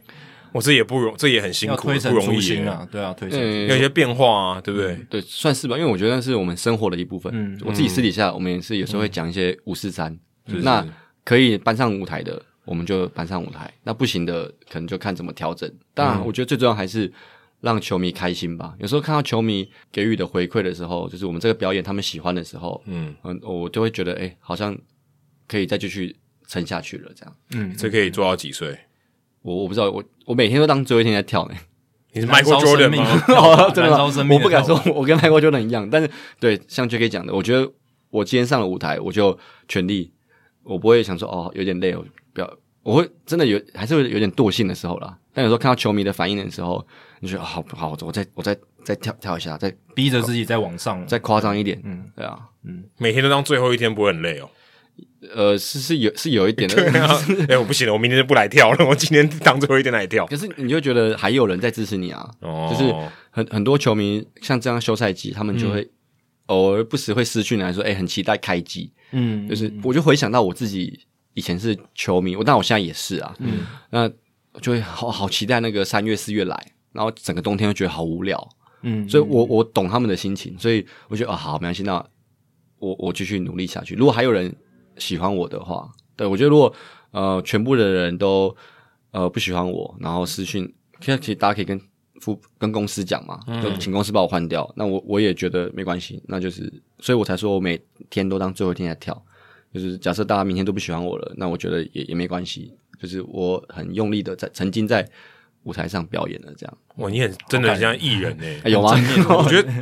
我、这也不容，这也很辛
要
苦，
推
不
陈
容
出
易耶、
新啊，对啊，推陈。
嗯
要有一些变化啊，对不对？
对，算是吧，因为我觉得那是我们生活的一部分。
嗯
我自己私底下，我们也是有时候会讲一些五四三，那可以搬上舞台的，我们就搬上舞台；那不行的，可能就看怎么调整。
嗯
当然，我觉得最重要还是让球迷开心吧。有时候看到球迷给予的回馈的时候，就是我们这个表演他们喜欢的时候，
嗯，
嗯，我就会觉得，哎、好像可以再继续撑下去了。这样，
嗯，
这可以做到几岁？
我我不知道，我我每天都当最后一天在跳呢、
你是
燃烧
Michael Jordan
生命
*laughs* 吗？
*laughs* 的
哦真
燃
的吗
烧生命啊
我
的
不敢
跳
说
舞，
我跟 Michael Jordan 一样，但是对像 J.K. 讲的，我觉得我今天上了舞台，我就全力，我不会想说哦有点累，我不要，我会真的有还是会有点惰性的时候啦。但有时候看到球迷的反应的时候，你觉得哦好好，我再我再再跳跳一下，再
逼着自己再往上，
再夸张一点，嗯，对啊，
每天都当最后一天，不会很累哦。 *laughs*
呃，是是有是有一点的，
啊
哎、我不行了，我明天就不来跳了， *laughs* 我今天当最后一天来跳。
*laughs* 可是你就觉得还有人在支持你啊，
哦
就是很很多球迷像这样休赛季，他们
嗯
就会偶尔不时会失去来说，哎、很期待开季，
嗯，
就是我就回想到我自己以前是球迷，我但我现在也是啊，嗯，那就会好好期待那个三月四月来，然后整个冬天就觉得好无聊，
嗯，
所以我我懂他们的心情，所以我觉得啊、好，没关系，那我我继续努力下去。如果还有人喜欢我的话，对我觉得如果呃全部的人都呃不喜欢我，然后私讯，其实其实大家可以跟副跟公司讲嘛，就请公司把我换掉。那我我也觉得没关系，那就是，所以我才说我每天都当最后一天在跳。就是假设大家明天都不喜欢我了，那我觉得也也没关系，就是我很用力的在沉浸在舞台上表演了，这样、
哇，你很真的很像艺人呢、欸
*laughs* 哎有吗？
我觉得，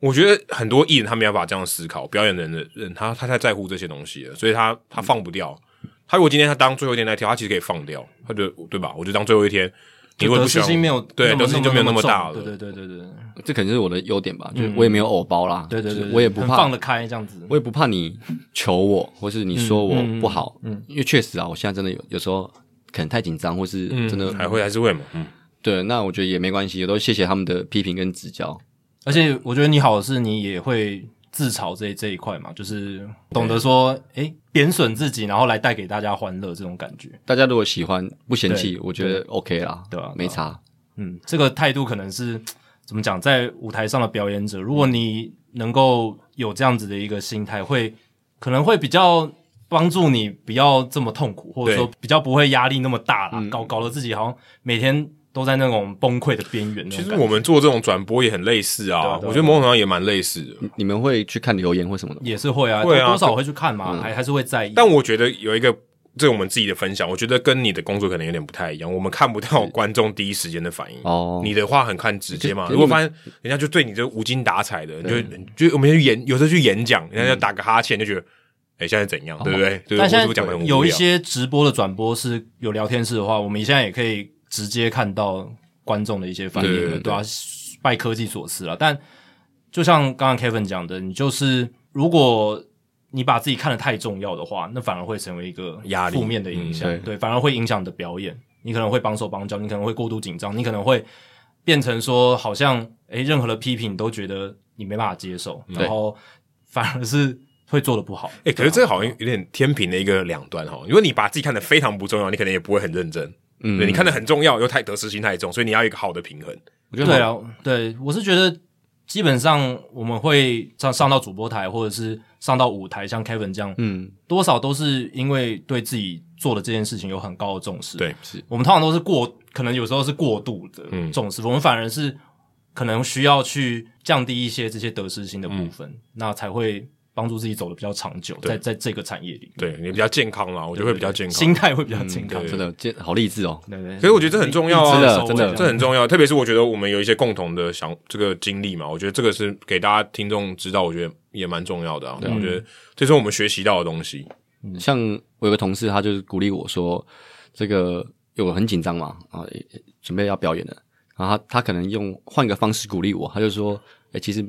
我觉得很多艺人他没有办法这样思考，表演人的人他他太在乎这些东西了，所以他他放不掉。他如果今天他当最后一天来跳，他其实可以放掉，他就对吧？我就当最后一天，你
就
会
得
不喜
失
欢
心
我
没有
对
那么
得失心就没有那么
重
大了
对对对对对
这可能是我的优点吧，就是我也没有偶包啦，
嗯对对对
就
对，
是我也不
很
怕
放得，开这样子，
我也不怕你求我，或是你说
嗯
我不好，因为确实啊，我现在真的有有时候可能太紧张，或是
嗯
真的、
还会还是会嘛？嗯，
对，那我觉得也没关系，也都谢谢他们的批评跟指教。
而且我觉得你好的是，你也会自嘲这这一块嘛，就是懂得说，诶，贬损自己，然后来带给大家欢乐这种感觉。
大家如果喜欢不嫌弃
对，
我觉得 OK 啦，
对啊
没差。
嗯，这个态度可能是怎么讲，在舞台上的表演者，如果你能够有这样子的一个心态，会可能会比较帮助你不要这么痛苦，或者说比较不会压力那么大
嗯
啦，搞搞得自己好像每天都在那种崩溃的边缘那
其
种感觉。
实我们做这种转播也很类似
对
啊
啊，对啊嗯
我觉得某种程度上也蛮类似的。
你们会去看留言或什么的吗？
也是会啊，
会啊
多多少会去看嘛，还还是会在意。
但我觉得有一个，这是我们自己的分享，我觉得跟你的工作可能有点不太一样，我们看不到观众第一时间的反应。
哦
你的话很看直接嘛。
就
如果发现人家就对你这无精打采的，你就你就我们去演，有时候去演讲，人家就打个哈欠，就觉得，哎，现在怎样，对不对？
哦但
对，我是
现
不是讲的
在
很无
有一
聊。
些直播的转播是有聊天室的话，我们现在也可以直接看到观众的一些反应，
对
对
对对
啊，拜科技所赐了。但就像刚刚 Kevin 讲的，你就是如果你把自己看得太重要的话，那反而会成为一个
压力
负面的影响，
嗯
对，反而会影响你的表演。你可能会绑手绑脚，你可能会过度紧张，你可能会变成说，好像诶、任何的批评你都觉得你没办法接受，
对
然后反而是会做的不好。
嗯哎，可是这好像有点天平的一个两端哈。如果你把自己看得非常不重要，你可能也不会很认真。对
嗯
你看得很重要，又太得失心太重，所以你要有一个好的平衡。
我觉得
对
好
啊，对，我是觉得基本上我们会上上到主播台，或者是上到舞台，像 Kevin 这样，
嗯，
多少都是因为对自己做的这件事情有很高的重视。
对，
我们通常都是过，可能有时候是过度
嗯
的重视，我们反而是可能需要去降低一些这些得失心的
嗯
部分，那才会帮助自己走的比较长久，在在这个产业里，
对你比较健康啦，我觉得会比较健康。嗯
心态会比较健康。
真的这好励志哦。
对对，
所以我觉得这很重要啊
一直
真的真的
收尾
这很重要，特别是我觉得我们有一些共同的想这个经历嘛，我觉得这个是给大家听众知道，我觉得也蛮重要的啊。我觉得这是我们学习到的东西。
像我有个同事，他就是鼓励我说，这个因为我很紧张嘛，啊，也也准备要表演了，然后他他可能用换个方式鼓励我，他就说，哎、其实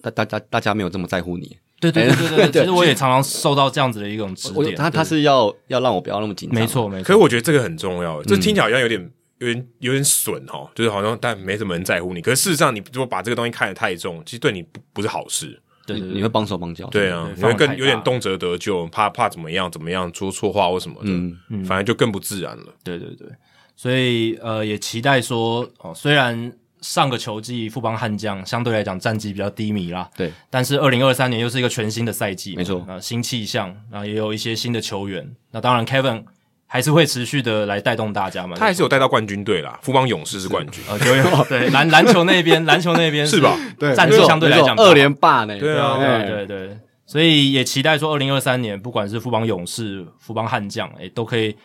大大家大家没有这么在乎你，
对对对对
*laughs*
对，
对
其实我也常常受到这样子的一种指
我
点。
他他
对
是要要让我不要那么紧张，
没，错没错嗯
可是，我觉得这个很重要，这听起来好像有点。有点有点损哦，就是好像但没什么人在乎你。可是事实上，你如果把这个东西看得太重，其实对你不不是好事。
对对
你会帮手帮脚，
对啊
对，嗯
你会
放得太
更有点
大
动辄得咎，怕怕怎么样怎么样说错话或什么的，
嗯
反而就更不自然了。
对对对，所以呃，也期待说哦，虽然上个球季富邦悍将相对来讲战绩比较低迷啦，
对，
但是二零二三年又是一个全新的赛季嘛，
没错
啊、新气象，然后也有一些新的球员，那当然 Kevin 还是会持续的来带动大家嘛，
他还是有带到冠军队啦，富邦勇士是冠军。
呃球员对篮篮球那边，篮球那边
是吧？
对
战绩相对来讲比较好
二连霸呢，
对啊
对
哎
对对，所以也期待说，二零二三年不管是富邦勇士、富邦悍将，诶、都可以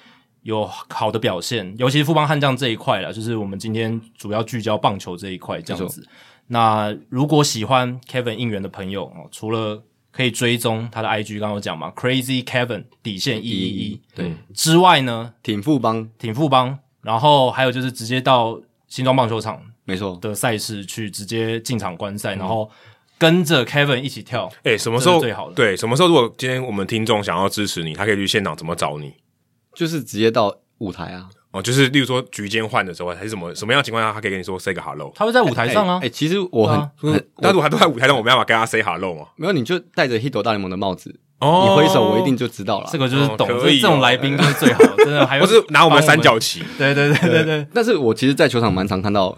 有好的表现。尤其是富邦悍将这一块啦，就是我们今天主要聚焦棒球这一块这样子。那如果喜欢 Kevin 应援的朋友哦，除了可以追踪他的 IG，刚刚有讲嘛，Crazy Kevin 底线一一一
对，
之外呢，
挺富帮
挺富邦，然后还有就是直接到新庄棒球场
没错，
的赛事去直接进场观赛，然后跟着 Kevin 一起跳。
哎、什么时候
这是最好的
对，什么时候如果今天我们听众想要支持你，他可以去现场怎么找你？
就是直接到舞台啊，
哦，就是例如说局间换的时候，还是什么什么样的情况下，他可以跟你说 say 个 hello。
他会在舞台上啊
哎、，哎其实我很、
对啊
很
那如果他都在舞台上，我没办法跟他 say hello 嘛。
没有，你就戴着 Hito 大联盟的帽子，
哦
你挥手我一定就知道了。
这个就是懂，
哦
这
可以哦
这种来宾就是最好，真的。还有
或是拿我们的三角，旗，
对对对对对，
但是我其实，在球场蛮常看到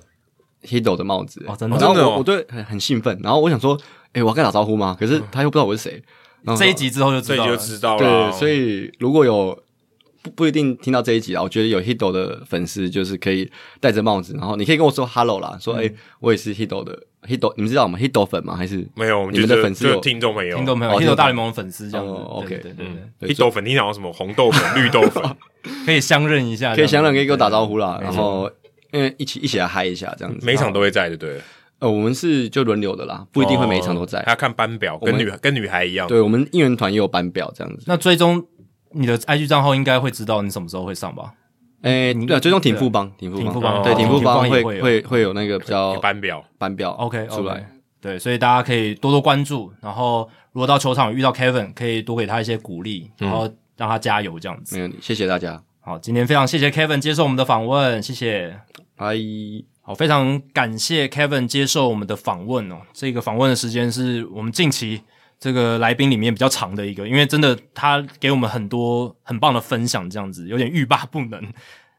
Hido 的帽子、
哦真的哦
然后我、
真的哦
我对很很兴奋，然后我想说，哎、我要跟他打招呼吗？可是他又不知道我是谁。然后
这一集之哦后就
这
知
你
道
就
了。
知道了。
对，所以如果有不不一定听到这一集啊，我觉得有 Hido 的粉丝就是可以戴着帽子，然后你可以跟我说 Hello 啦，说哎、
嗯
诶我也是 Hido 的 Hido，你们知道我们 Hido 粉吗？还是
没有，我们
你
就
们的粉丝
就
有
听众朋友，嗯
听众朋
哦
友，
听
听众
众
大联盟粉丝这样子。
哦
对
OK
对对对，
一豆粉，你讲到什么红豆粉、绿豆
*laughs*
粉，
可以相认一下，
可以
这样子
想让可以给我打招呼啦，
啊没
然
错
后因为一起一起来嗨一下这样子。
每场都会在，对不对了？
呃，我们是就轮流的啦，不一
哦
定会每一场都在。
嗯
还要看班表，
我们
跟女跟女孩一样。
对我们应援团也有班表这样子。
那最终你的 IG 账号应该会知道你什么时候会上吧？
哎、
你
对啊，最终挺富邦，挺
挺
富
富
邦，
邦
对，
哦
挺富邦
挺富邦
会
也会有
会会有那个比较
班表，
班表
OK，
出来。。
对，所以大家可以多多关注，然后如果到球场遇到 Kevin，可以多给他一些鼓励，然后让他加油这样子。
没有你，谢谢大家，
好，今天非常谢谢 Kevin 接受我们的访问，谢谢。
拜。
好，非常感谢 Kevin 接受我们的访问哦。这个访问的时间是我们近期这个来宾里面比较长的一个，因为真的他给我们很多很棒的分享，这样子有点欲罢不能。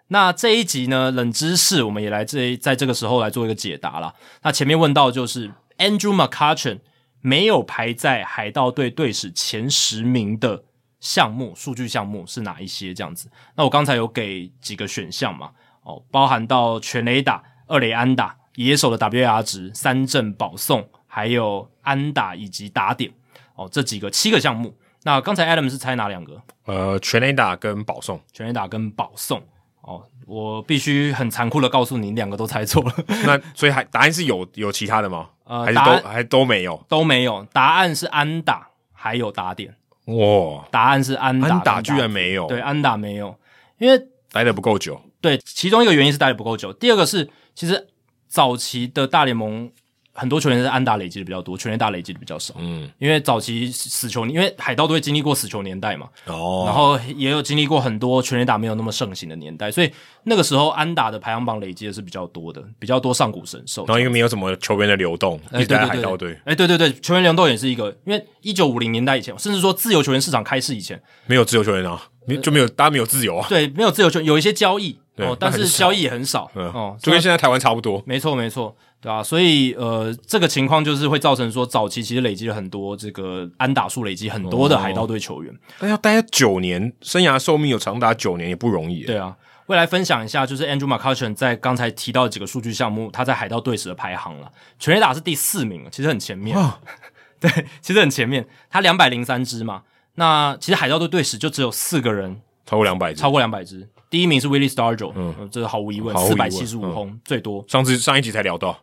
那这一集呢，冷知识我们也来这在这个时候来做一个解答啦。那前面问到就是 Andrew McCutcheon 没有排在海盗队队史前十名的项目数据项目是哪一些？这样子，那我刚才有给几个选项嘛，哦，包含到全垒打、二垒安打、野手的 WAR 值、三振保送，还有安打以及打点，哦，这几个七个项目。那刚才 Adam 是猜哪两个？
呃，全垒打跟保送，
全垒打跟保送。哦，我必须很残酷的告诉你，两个都猜错了， *laughs*
*laughs* 那所以还答案是有有其他的吗？
呃
还是
答案
都还都没有？
都没有。答案是安打，还有打点。
哇，
嗯答案是安打，
安打
跟
居然没有，
对，安打没有，因为
待的不够久。
对，其中一个原因是打得不够久，第二个是其实早期的大联盟很多球员是安打累积的比较多，全垒打累积的比较少，
嗯，
因为早期死球，因为海盗队经历过死球年代嘛，然
哦，
后也有经历过很多全垒打没有那么盛行的年代，所以那个时候安打的排行榜累积的是比较多的，比较多上古神兽
然。后因为没有什么球员的流动，一
哎，
直
对
在
对
哦海
对
盗
对
队，，
哎，对对对，球员联动也是一个，因为一九五零年代以前，甚至说自由球员市场开市以前，
没有自由球员啊，
呃
没就没有，大家没有自由啊，
对，没有自由球员，有一些交易
对
哦，但
但
是
很少
交易也很少
嗯
哦，，
就跟现在台湾差不多。
没错，没错，对啊，所以呃，这个情况就是会造成说，早期其实累积了很多这个安打数，累积很多
哦
的海盗队球员。
但要待九年，生涯寿命有长达九年也不容易。
对啊，未来分享一下，就是 Andrew McCutcheon 在刚才提到的几个数据项目，他在海盗队史的排行了，全垒打是第四名，其实很前面。
哇
*laughs* 对，其实很前面，他两百零三支嘛。那其实海盗队队史就只有四个人
超过两百只
超。过两百支，第一名是 Willie Stargell，嗯，这个毫无疑问，
毫无疑
四百
问
七十五
嗯
轰最多。嗯
上次上一集才聊到，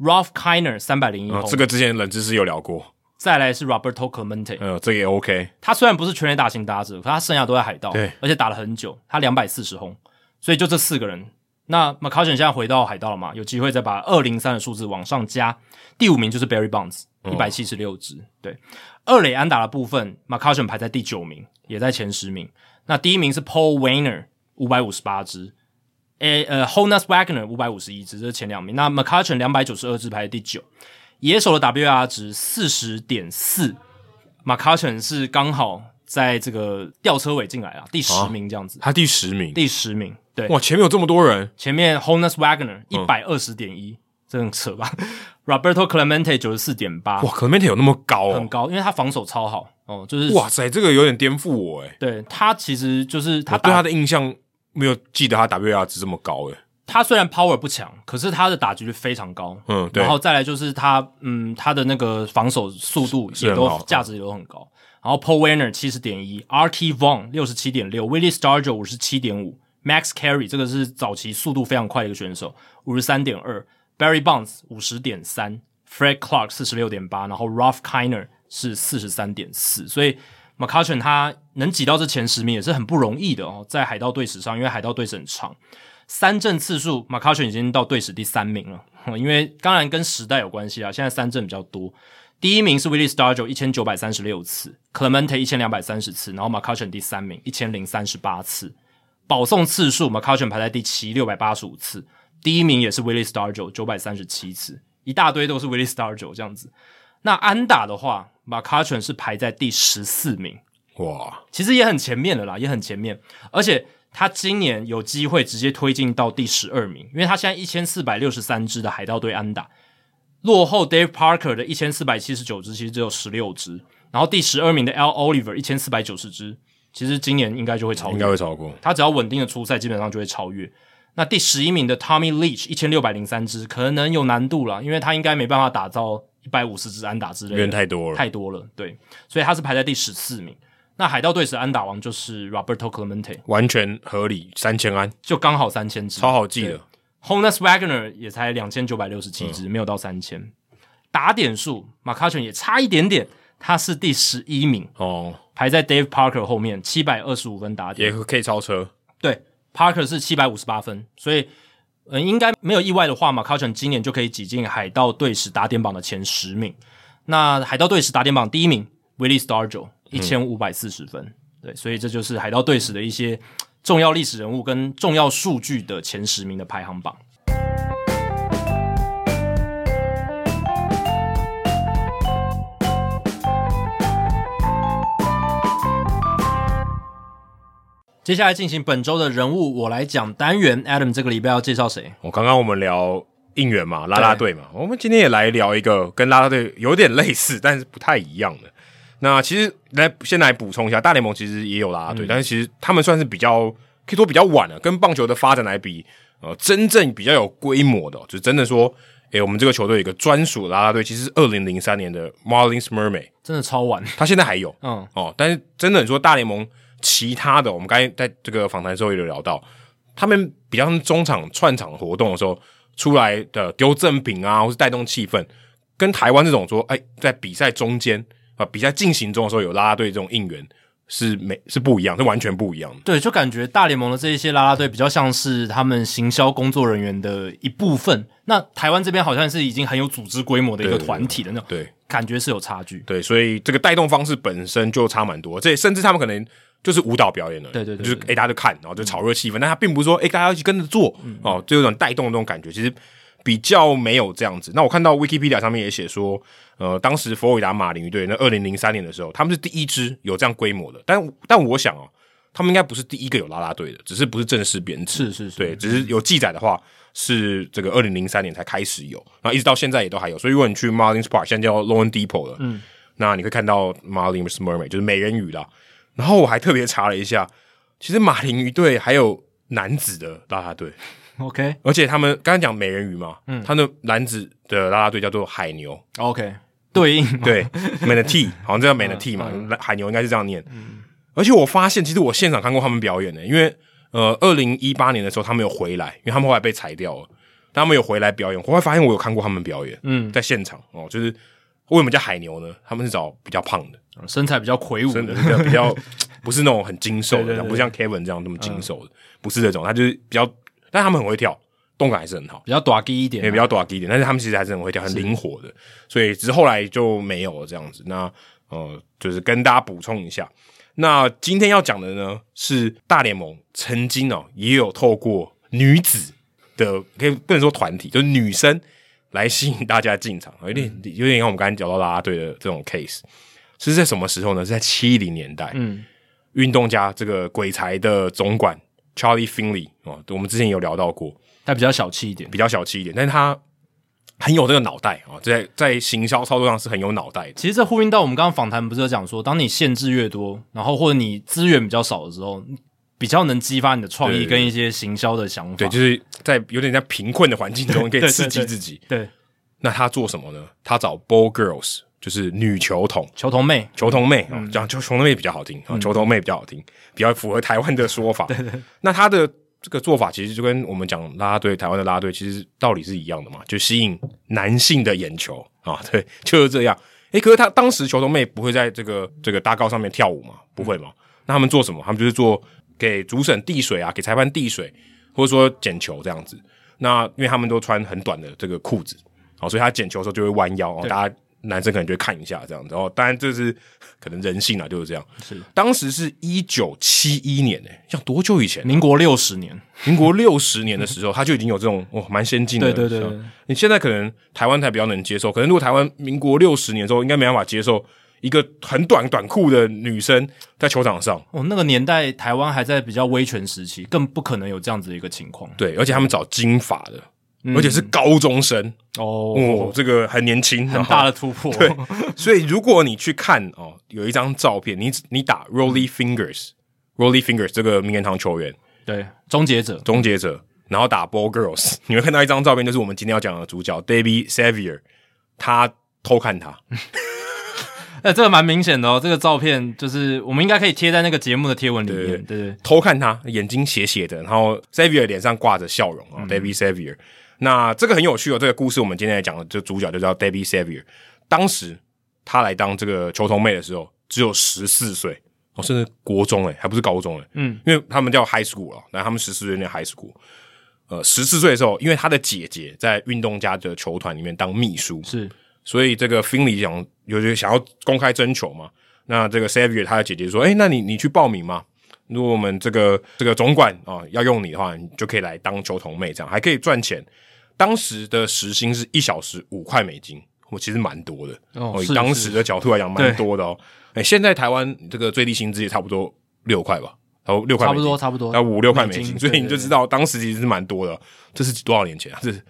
Ralph Kiner 三百零一
啊，
轰，
这个之前冷知识有聊过，
再来是 Roberto Clemente，
呃，这个也 OK，
他虽然不是全垒打型打者，可他生涯都在海盗，
对
而且打了很久，他两百四十轰，所以就这四个人。那 m c c u s h o n 现在回到海盗了嘛？有机会再把二零三的数字往上加。第五名就是 Barry Bonds，一百七十六支。对，二垒安打的部分 m c c u s h o n 排在第九名，也在前十名。那第一名是 Paul Wayner，五百五十八支。诶，呃，Honus Wagner 五百五十一支，这是前两名。那 m c c u s h o n 两百九十二支排在第九。野手的 WR 值四十点四，马卡肯是刚好在这个吊车尾进来啊，第十名这样子，
他第十名。
第十名，对，
哇，前面有这么多人，
前面 Honus Wagner
嗯
一百二十点一，这很扯吧 *laughs* ？Roberto Clemente 九十四点八，
哇，Clemente 有那么高
啊很
哦，
高，因为他防守超好哦，就是
哇，塞，这个有点颠覆我哎，
对他其实就是他
我对
打
他的印象没有记得他 WR 值这么高哎，
他虽然 power 不强，可是他的打击率非常高，
嗯，对
然，后再来就是他，嗯，他的那个防守速度
是
也
很
都
好
价值也都很高。然后 Paul Warner 七十点一，RT Vaughn 六十七点六，Willie Stargell 五十七点五，Max Carey 这个是早期速度非常快的一个选手，五十三点二，Barry Bonds 五十点三，Fred Clark 四十六点八，然后 Ralph Kiner 是四十三点四，所以 m c c u s h o n 他能挤到这前十名也是很不容易的哦，在海盗队史上，因为海盗队史很长。三振次数 m a c a s h n 已经到队史第三名了，哼因为当然跟时代有关系啊，现在三振比较多。第一名是 Willie Stargell 一千九百三十六次，Clemente 一千两百三十次，然后 m a c a s h n 第三名一千零三十八次，保送次数 m a c a s h n 排在第七六百八十五次，第一名也是 Willie Stargell 九百三十七次，一大堆都是 Willie Stargell 这样子。那安打的话 m a c a s h n 是排在第十四名，
哇，
其实也很前面了啦，也很前面，而且他今年有机会直接推进到第十二名，因为他现在一千四百六十三支的海盗队安打，落后 Dave Parker 的一千四百七十九支，其实只有十六支，然后第十二名的 L Oliver 一千四百九十支，其实今年应该就会超
应
越
该，会超过。
他只要稳定的出赛，基本上就会超越。那第十一名的 Tommy Leach 一千六百零三支，可能有难度啦，因为他应该没办法打造一百五十支安打之类的，
人太多了，
太多了，对，所以他是排在第十四名。那海盗队史安打王就是 Roberto Clemente，
完全合理，三千安，
就刚好三千支，
超好记
对
的。
Honus Wagner 也才两千九百六十七支，没有到三千。打点数马卡全也差一点点，他是第十一名，
哦，
排在 Dave Parker 后面，七百二十五分打点
也。可以超车，
对，Parker 是七百五十八分，所以嗯，应该没有意外的话，马卡全今年就可以挤进海盗队史打点榜的前十名。那海盗队史打点榜第一名 Willie Stargell 一千五百四十分，对，所以这就是海盗队史的一些重要历史人物跟重要数据的前十名的排行榜。接下来进行本周的人物我来讲单元，Adam 这个礼拜要介绍谁？
我哦刚刚我们聊应援嘛，啦啦队嘛，我们今天也来聊一个跟啦啦队有点类似，但是不太一样的。那其实来先来补充一下，大联盟其实也有啦啦队，但是其实他们算是比较可以说比较晚了，跟棒球的发展来比，呃，真正比较有规模的哦，就真的说，诶、我们这个球队有一个专属的啦啦队，其实是二零零三年的 Marlins Mermaid，
真的超晚，
他现在还有，
嗯
哦，但是真的你说大联盟其他的，我们刚才在这个访谈的时候也有聊到，他们比较像中场串场活动的时候出来的丢赠品啊，或是带动气氛，跟台湾这种说，哎，在比赛中间啊，比赛进行中的时候有啦啦队这种应援是没是不一样，是完全不一样的。
对，就感觉大联盟的这一些啦啦队比较像是他们行销工作人员的一部分。那台湾这边好像是已经很有组织规模的一个
对对对
团体的那种，
对
感觉是有差距。
对，所以这个带动方式本身就差蛮多，这也甚至他们可能。就是舞蹈表演了，
对对对
就是
对嗯
哎、大家就看，然后就炒热气氛，但他并不是说哎、大家一起跟着做、哦，就有种带动的那种感觉，其实比较没有这样子。那我看到 Wikipedia 上面也写说，呃，当时佛罗里达马林鱼队那二零零三年的时候，他们是第一支有这样规模的，但但我想哦，他们应该不是第一个有啦啦队的，只是不是正式编制，
是是是
对，只是有记载的话是这个二零零三年才开始有，然后一直到现在也都还有。所以如果你去 Marlins Park，现在叫 l o w e n Depot 了，嗯，那你会看到 Marlins Mermaid 就是美人鱼啦。然后我还特别查了一下，其实马林鱼队还有男子的啦啦队，
OK
而且他们刚刚讲美人鱼嘛，嗯，他的男子的啦啦队叫做海牛，
OK，对应
*laughs* 对，Manatee，好像这叫
嗯
Manatee 嘛，海牛应该是这样念。而且我发现，其实我现场看过他们表演的、因为呃，二零一八年的时候他们有回来，因为他们后来被裁掉了，但他们有回来表演。我会发现我有看过他们表演，嗯，在现场哦，就是为什么叫海牛呢？他们是找比较胖的，
*laughs* 身材比较魁梧
真的
的，
比较
*laughs*
比较不是那种很精瘦的，
对对对嗯
不像 Kevin 这样那么精瘦的，不是这种，他就是比较，但他们很会跳，动感还是很好。
比较短低一点、
也
啊，
比较短一点，但是他们其实还是很会跳，很灵活的，所以只是后来就没有了这样子。那呃，就是跟大家补充一下，那今天要讲的呢是大联盟曾经哦也有透过女子的，可以不能说团体，就是女生来吸引大家进场，有点
嗯
有点像我们刚才讲到啦啦队的这种 case，是在什么时候呢？是在七零年代，
嗯，
运动家这个鬼才的总管 Charlie Finley 哦，我们之前有聊到过，
他比较小气一点。
比较小气一点，但是他很有这个脑袋啊，在在行销操作上是很有脑袋的。
其实这呼应到我们刚刚访谈不是有讲说，当你限制越多，然后或者你资源比较少的时候，比较能激发你的创
对
意
对对
跟一些行销的想法。
对，就是在有点在贫困的环境
*laughs*
中，你可以刺激自己。
对，
那他做什么呢？他找 ball girls，就是女球童、
球童妹
球童妹啊，讲球球童妹比较好听啊，球童妹比较好听，比较符合台湾的说法。那他的这个做法其实就跟我们讲啦啦队台湾的啦啦队其实道理是一样的嘛，就吸引男性的眼球啊，对，就是这样。诶，可是他当时球童妹不会在这个这个搭高上面跳舞嘛？不会嘛？那他们做什么？他们就是做给主审递水啊，给裁判递水，或者说捡球这样子。那因为他们都穿很短的这个裤子，好、所以他捡球的时候就会弯腰，哦，
对
大家男生可能就会看一下这样子。哦，当然这是可能人性啊，就是这样。
是
当时是一九七一年诶、像多久以前啊？
民国六十年，
民国六十年的时候，他就已经有这种哇，蛮先进的。
对对对
是吧你现在可能台湾才比较能接受，可能如果台湾民国六十年的时候，应该没办法接受一个很短短裤的女生在球场上。
哦，那个年代台湾还在比较威权时期，更不可能有这样子的一个情况。
对，而且他们找金发的，而且是高中生哦
嗯哦，，
这个很年轻，
很大的突破，
所以如果你去看哦，有一张照片，你你打 Rolly Fingers，Rolly Fingers 这个名人堂球员，
*laughs* 对，终结者，
终结者，然后打 Ball Girls，你 *laughs* 会看到一张照片，就是我们今天要讲的主角 David Savier，他偷看他，
那哎这个蛮明显的哦，这个照片就是我们应该可以贴在那个节目的贴文里
对
面，对对，
偷看他，眼睛斜斜的，然后 Savier 脸上挂着笑容啊、d a v i d Savier。那这个很有趣哦，这个故事我们今天来讲的，就主角就叫 David Savier。当时他来当这个球童妹的时候，只有十四岁，哦，甚至国中诶、还不是高中诶、欸
嗯，
因为他们叫 high school 了，然后他们十四岁念 high school。呃，十四岁的时候，因为他的姐姐在运动家的球团里面当秘书，
是
所以这个 Finley 想有就想要公开征求嘛，那这个 Savier 他的姐姐说，哎、那你你去报名嘛。如果我们这个这个总管啊、要用你的话，你就可以来当球童妹，这样还可以赚钱。当时的时薪是一小时五块美金，我其实蛮多的
哦
以
是
当时的角度来讲，蛮多的哦。哎、现在台湾这个最低薪资也差不多六块吧，然后六块
差
美
不
金
多差不多
要五六块美
美金
金，所以你就
对对
知道当时其实是蛮多的。哦这是多少年前啊？这是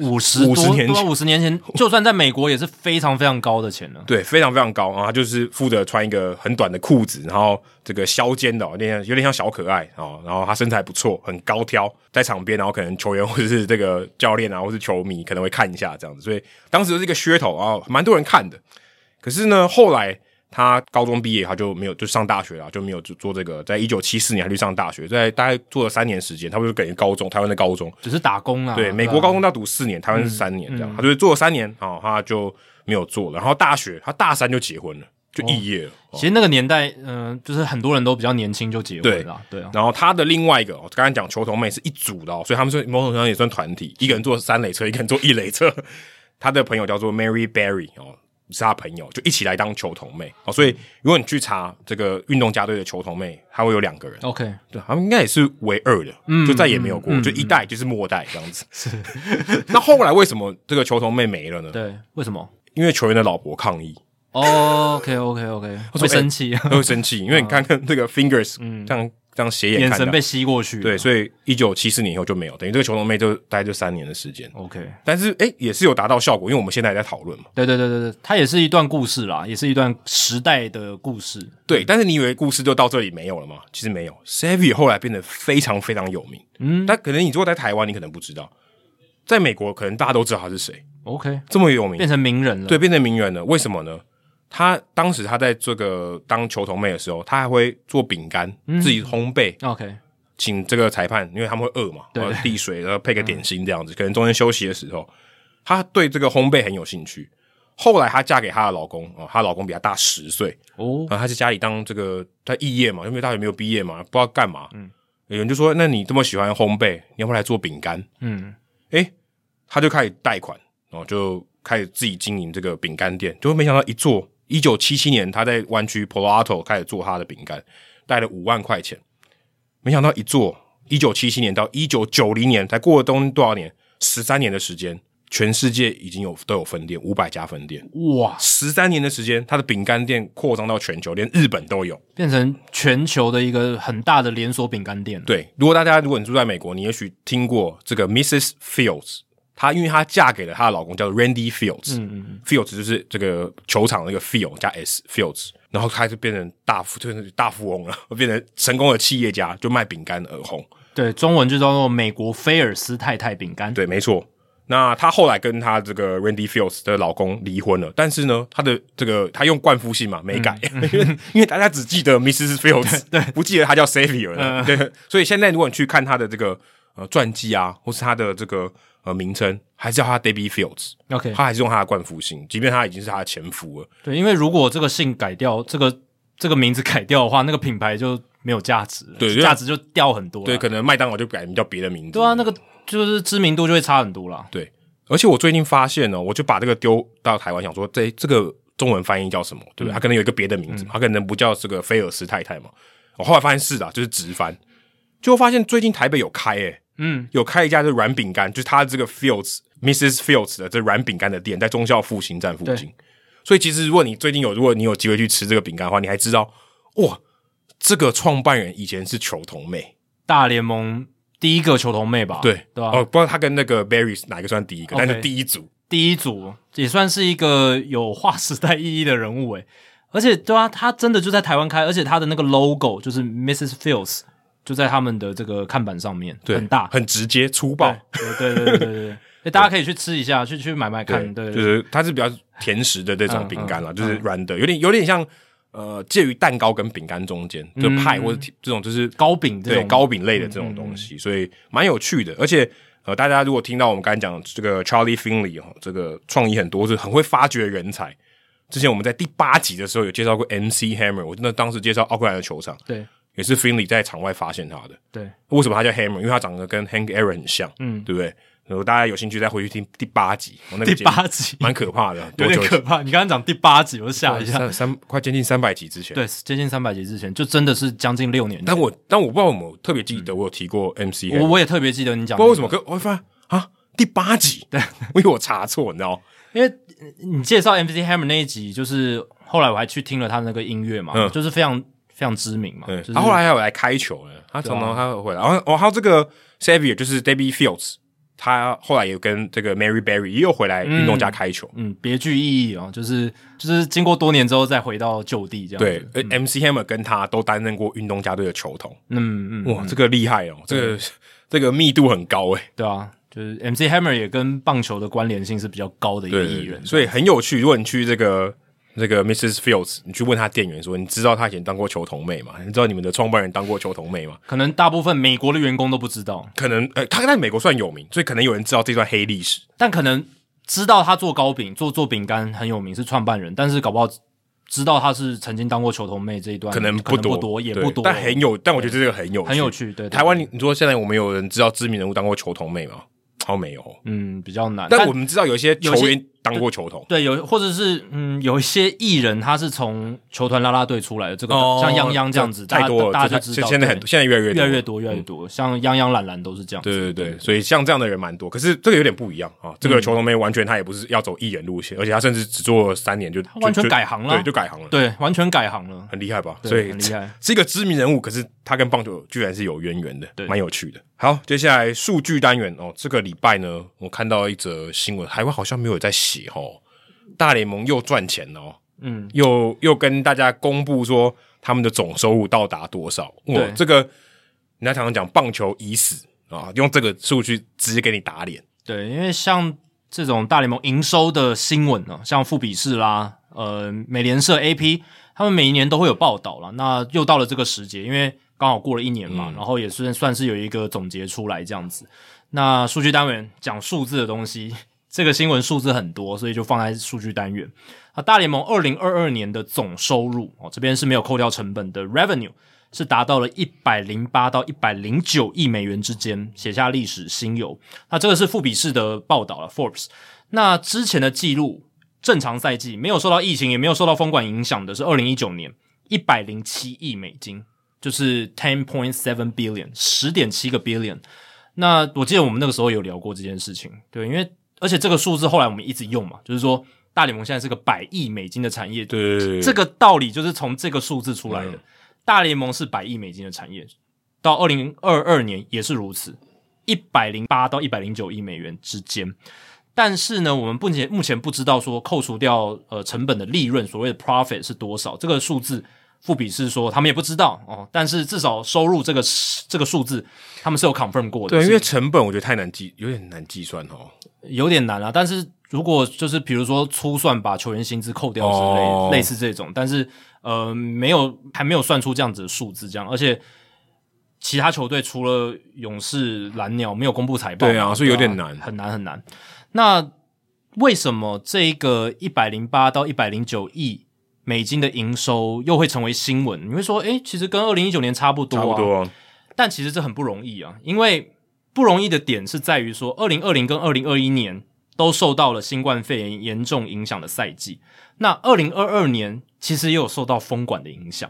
五十
50年前
五十年 *laughs* 前，就算在美国也是非常非常高的钱了。
对，非常非常高啊！然后他就是负责穿一个很短的裤子，然后这个削肩的、哦，有点像有点像小可爱哦。然后他身材不错，很高挑，在场边，然后可能球员或 *laughs* 者是这个教练啊，或是球迷可能会看一下这样子，所以当时是一个噱头啊，蛮多人看的。可是呢，后来他高中毕业，他就没有就上大学了，就没有做做这个。在一九七四年，他去上大学，在大概做了三年时间，差不多就等于高中台湾的高中，
只是打工啊，
对，美
吧
国高中要读四年，台湾是三年，这样、他就是做了三年，哦，他就没有做了。然后大学他大三就结婚了，就肄业了。哦
其实那个年代，嗯、就是很多人都比较年轻就结
对
婚了，对啊，
然后他的另外一个，我刚才讲球童妹是一组的、哦，所以他们说某种程度上也算团体，一个人坐三垒车，一个人坐一垒车。 *laughs* 他的朋友叫做 Mary Berry 哦，是他朋友，就一起来当球童妹哦。所以如果你去查这个运动家队的球童妹，他会有两个人，
OK，
对，他们应该也是唯二的，就再也没有过，就一代就是末代这样子。嗯是。 *laughs* 那后来为什么这个球童妹没了呢？
对，为什么、
因为球员的老婆
*laughs*
抗议，
o k OK *laughs* OK，会生气，
她会生气，因为你看看这个 fingers，这样这样斜眼
嗯眼
看
神
她
被吸过去，啊
对，所以一九七四年以后就没有，等于这个球童妹就大概就三年的时间，
，OK，
但是诶也是有达到效果，因为我们现在也在讨论嘛，
对对对对对，它也是一段故事啦，也是一段时代的故事，
对，但是你以为故事就到这里没有了吗？其实没有，Savvy 后来变得非常非常有名，嗯，但可能你如果在台湾，你可能不知道，在美国可能大家都知道他是谁，
，OK，
这么有名
变，成名人了，
对，变成名人了，为什么呢？他当时他在这个当球童妹的时候，他还会做饼干，
嗯
自己烘焙，
，OK，
请这个裁判，因为他们会饿嘛，
对
然后递水，然后配个点心这样子。可能中间休息的时候，她对这个烘焙很有兴趣。后来她嫁给她的老公哦，她老公比她大十岁，
哦，
然后她在家里当这个她肄业嘛，因为大学没有毕业嘛，不知道干嘛。嗯，有人就说：“那你这么喜欢烘焙，你要不要来做饼干
嗯，？”
诶，她就开始贷款，然后就开始自己经营这个饼干店。就没想到一做，一九七七年她在湾区 Palo Alto 开始做她的饼干，带了五万块钱。没想到一做，一九七七年到一九九零年，才过了东多少年？十三年的时间，全世界已经有都有分店，五百家分店。
哇，
十三年的时间，它的饼干店扩张到全球，连日本都有。
变成全球的一个很大的连锁饼干店了，
对，如果大家如果你住在美国，你也许听过这个 Mrs. Fields，她因为她嫁给了她的老公叫 Randy Fields，嗯嗯 f i e l d s 就是这个球场那个 Field 加 S Fields，然后她就变成大富，就是大富翁了， *laughs* 变成成功的企业家，就卖饼干而红。
对，中文就叫做美国菲尔斯太太饼干，
对，没错。那她后来跟她这个 Randy Fields 的老公离婚了，但是呢，她的这个她用冠夫姓嘛没改，因为因为大家只记得 Mrs. Fields，对， *laughs* 嗯不记得她叫 Savior 了，对。所以现在如果你去看她的这个呃传记啊，或是她的这个呃名称，还是叫她 Debbie Fields，
，OK，
她还是用她的冠夫姓，即便她已经是她的前夫了。
对，因为如果这个姓改掉，这个这个名字改掉的话，那个品牌就没有价值了，
对因为
价值就掉很多了。
对，可能麦当劳就改名叫别的名字。
对啊，那个就是知名度就会差很多啦。
对，而且我最近发现呢，我就把这个丢到台湾，想说这这个中文翻译叫什么，对不对？它可能有一个别的名字嘛，它可能不叫这个菲尔斯太太嘛。我后来发现是的啊，就是直翻，就发现最近台北有开、欸，
嗯，
有开一家这软饼干，就是它这个 Fields Mrs Fields 的这软饼干的店，在中校复兴站附近。所以其实如果你最近有，如果你有机会去吃这个饼干的话，你还知道哇，这个创办人以前是球童妹。
大联盟第一个球童妹吧，
对
啊对吧、
哦，不知道他跟那个 Barry 哪一个算第一个
OK
但是第一组
第一组也算是一个有划时代意义的人物诶，而且对啊，他真的就在台湾开，而且他的那个 logo 就是 Mrs. Fields 就在他们的这个看板上面，
对
很大，
很直接粗暴，
对对对对对对。诶大家可以去吃一下，去去买买看，对，嗯
就
对
是它是比较甜食的这种饼干啦，就是软的，有点有点像呃介于蛋糕跟饼干中间，就派或者甜这种就是
嗯糕饼这
对
种嗯
糕饼类的这种东西，所以蛮有趣的。而且呃，大家如果听到我们刚才讲这个 Charlie Finley 哦，这个创意很多，是很会发掘人才。之前我们在第八集的时候有介绍过 MC Hammer，我真的当时介绍奥克兰的球场，
对
也是 Finley 在场外发现他的。
对，
为什么他叫 Hammer？因为他长得跟 Hank Aaron 很像，嗯，对不对？如果大家有兴趣，再回去听第八集，哦我那个
第
节目
八集
蛮可怕的，
*laughs* 有
多
点
久以前
可怕。你刚刚讲第八集，我就吓一
对
下。
三三快接近三百集之前。，
对，接近三百集之前，就真的是将近六年前。
但我但我不知道有没有特别记得我有提过 MC，Hammer
嗯我我也特别记得你讲
不知
那
道为
个，
什么，可我会发现啊，第八集，对，因 *laughs* 为我查错，你知道吗？
因为呃你介绍 MC Hammer 那一集，就是后来我还去听了他那个音乐嘛，
嗯
就是非常非常知名嘛。
嗯，
哦就是啊
他后来还有来开球呢，他常常他会来，然后哦，还有这个 Xavier 就是 Debbie Fields，他后来有跟这个 Mary Berry 也有回来运动家开球。
嗯，别具意义哦，就是就是经过多年之后再回到旧地这样
对
子。，
呃、m c Hammer 跟他都担任过运动家队的球童，
嗯嗯，
哇，这个厉害哦，这个 *laughs* 这个密度很高欸诶、
对啊，就是 MC Hammer 也跟棒球的关联性是比较高的一个艺人，
所以很有趣。如果你去这个这个 Mrs. Fields，你去问他店员说，你知道他以前当过球童妹吗？你知道你们的创办人当过球童妹吗？
可能大部分美国的员工都不知道，
可能呃，他在美国算有名，所以可能有人知道这段黑历史。
但可能知道他做糕饼、做做饼干很有名，是创办人，但是搞不好知道他是曾经当过球童妹这一段，
可
嗯可
能
不
多，
也
对
不多，
但很有，但我觉得这个很有
很有。趣。对，对
台湾，你你说现在我们有人知道知名人物当过球童妹吗？好像没有，哦
嗯比较难，
但我们知道有一些球
有些
员当过球童，
对有或者是嗯有一些艺人他是从球团啦啦队出来的，这个、
哦
像泱泱这样子，大
太
家
多了，
大
这
家
太
就知道
现在很
对
现在越来越
越来越
多。嗯
多越来越多，像泱泱懒懒都是这样子。嗯
对对对，所以像这样的人蛮多，可是这个有点不一样啊。这个球童妹完全她也不是要走艺人路线，而且她甚至只做了三年就就
完全
就
改行了
对，就改行了，
对，完全改行了。
很厉害吧？
对
所以
很厉害，
是一个知名人物，可是他跟棒球居然是有渊源的，
对
蛮有趣的。好，接下来数据单元哦，这个礼拜呢，我看到一则新闻，台湾好像没有在写哦，大联盟又赚钱了哦，
嗯，
又又跟大家公布说他们的总收入到达多少。哇
对，
这个人家常常讲棒球已死啊，用这个数据直接给你打脸。
对，因为像这种大联盟营收的新闻呢、像富比士啦，呃，美联社 AP，他们每一年都会有报道啦。那又到了这个时节，因为刚好过了一年嘛，然后也是算是有一个总结出来这样子。那数据单元讲数字的东西，这个新闻数字很多，所以就放在数据单元。啊，大联盟二零二二年的总收入哦，这边是没有扣掉成本的 revenue 是达到了一百零八到一百零九亿美元之间，写下历史新游。那这个是富比士的报道了，Forbes。那之前的记录，正常赛季没有受到疫情也没有受到风管影响的是二零一九年一百零七亿美金，就是 ten point seven billion 十点七个 billion。那我记得我们那个时候有聊过这件事情，对，因为而且这个数字后来我们一直用嘛，就是说大联盟现在是个百亿美金的产业，
对对
这个道理就是从这个数字出来的。
嗯
大联盟是百亿美金的产业，到二零二二年也是如此，一百零八到一百零九亿美元之间。但是呢，我们目前目前不知道说扣除掉呃成本的利润，所谓的 profit 是多少，这个数字。富比是说他们也不知道哦，但是至少收入这个这个数字，他们是有 confirm 过的。
对，因为
是
成本我觉得太难计，有点难计算哦。
有点难啊。但是如果就是比如说粗算把球员薪资扣掉之类、
哦
类似这种，但是呃没有还没有算出这样子的数字，这样而且其他球队除了勇士、蓝鸟没有公布财报嘛，
对啊所以有点难
很难很难。那为什么这一个一百零八到一百零九亿美金的营收又会成为新闻，你会说，诶，其实跟二零一九年差不多、啊，
差不多、啊。
但其实这很不容易啊，因为不容易的点是在于说，二零二零跟二零二一年都受到了新冠肺炎严重影响的赛季，那二零二二年其实也有受到封管的影响，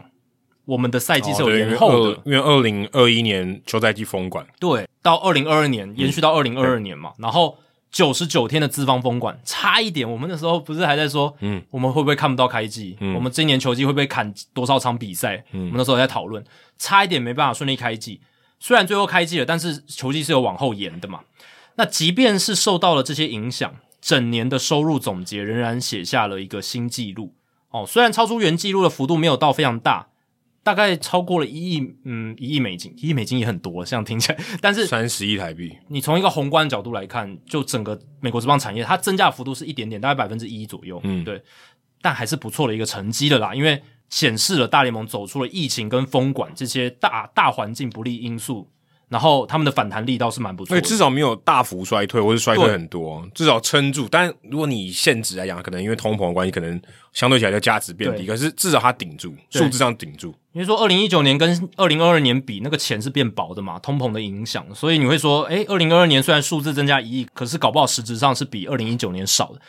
我们的赛季是有
哦对
延后的，
因为二零二一年休赛季封管，
对，到二零二二年
嗯
延续到二零二二年嘛，然后九十九天的资方封管，差一点，我们那时候不是还在说，嗯，我们会不会看不到开季？我们今年球季会不会砍多少场比赛？我们那时候还在讨论，差一点没办法顺利开季。虽然最后开季了，但是球季是有往后延的嘛。那即便是受到了这些影响，整年的收入总结仍然写下了一个新纪录哦。虽然超出原纪录的幅度没有到非常大，大概超过了一亿，嗯，一亿美金，一亿美金也很多，这样听起来，但是
三十亿台币，
你从一个宏观的角度来看，就整个美国职棒产业，它增加的幅度是一点点，大概百分之一左右，
嗯
对，但还是不错的一个成绩的啦，因为显示了大联盟走出了疫情跟封管这些大大环境不利因素，然后他们的反弹力道是蛮不错
所以
的，
至少没有大幅衰退，或是衰退
对
很多，至少撑住。但如果你现值来讲，可能因为通膨的关系，可能相对起来就价值变低，
对
可是至少它顶住，
对
数字上顶住。
因为说二零一九年跟二零二二年比，那个钱是变薄的嘛，通膨的影响，所以你会说，诶，二零二二年虽然数字增加一亿，可是搞不好实质上是比二零一九年少的。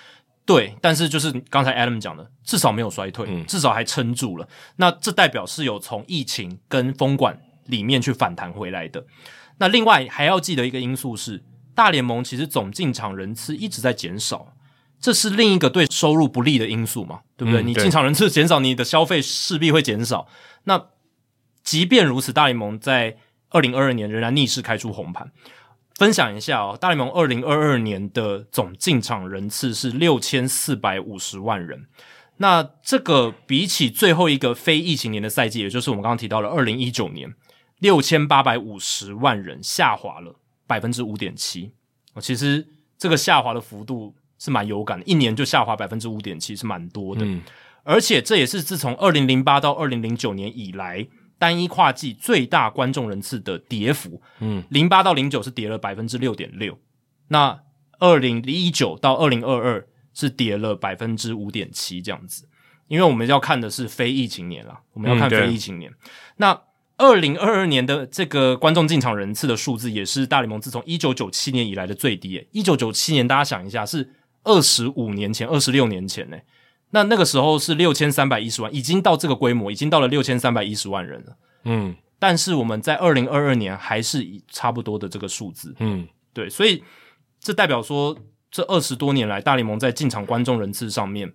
对，但是就是刚才 Adam 讲的，至少没有衰退，至少还撑住了。那这代表是有从疫情跟风管里面去反弹回来的。那另外还要记得一个因素是，大联盟其实总进场人次一直在减少，这是另一个对收入不利的因素嘛，对不对？
嗯
你
对
进场人次减少，你的消费势必会减少。那即便如此，大联盟在二零二二年仍然逆势开出红盘。分享一下哦，大联盟二零二二年的总进场人次是六千四百五十万人。那这个比起最后一个非疫情年的赛季，也就是我们刚刚提到的二零一九年，六千八百五十万人下滑了百分之五点七。哦其实这个下滑的幅度是蛮有感的，一年就下滑百分之五点七是蛮多的。
嗯
而且这也是自从二零零八到二零零九年以来单一跨季最大观众人次的跌幅。
嗯，
零八到零九是跌了百分之六点六，那二零一九到二零二二是跌了百分之五点七这样子。因为我们要看的是非疫情年啦，我们要看
嗯对
非疫情年。那二零二二年的这个观众进场人次的数字，也是大联盟自从一九九七年以来的最低、欸。一九九七年，大家想一下，是二十五年前、二十六年前呢、欸那那个时候是六千三百一十万，已经到这个规模，已经到了六千三百一十万人了。
嗯
但是我们在二零二二年还是以差不多的这个数字，
嗯，
对，所以这代表说，这二十多年来，大联盟在进场观众人次上面，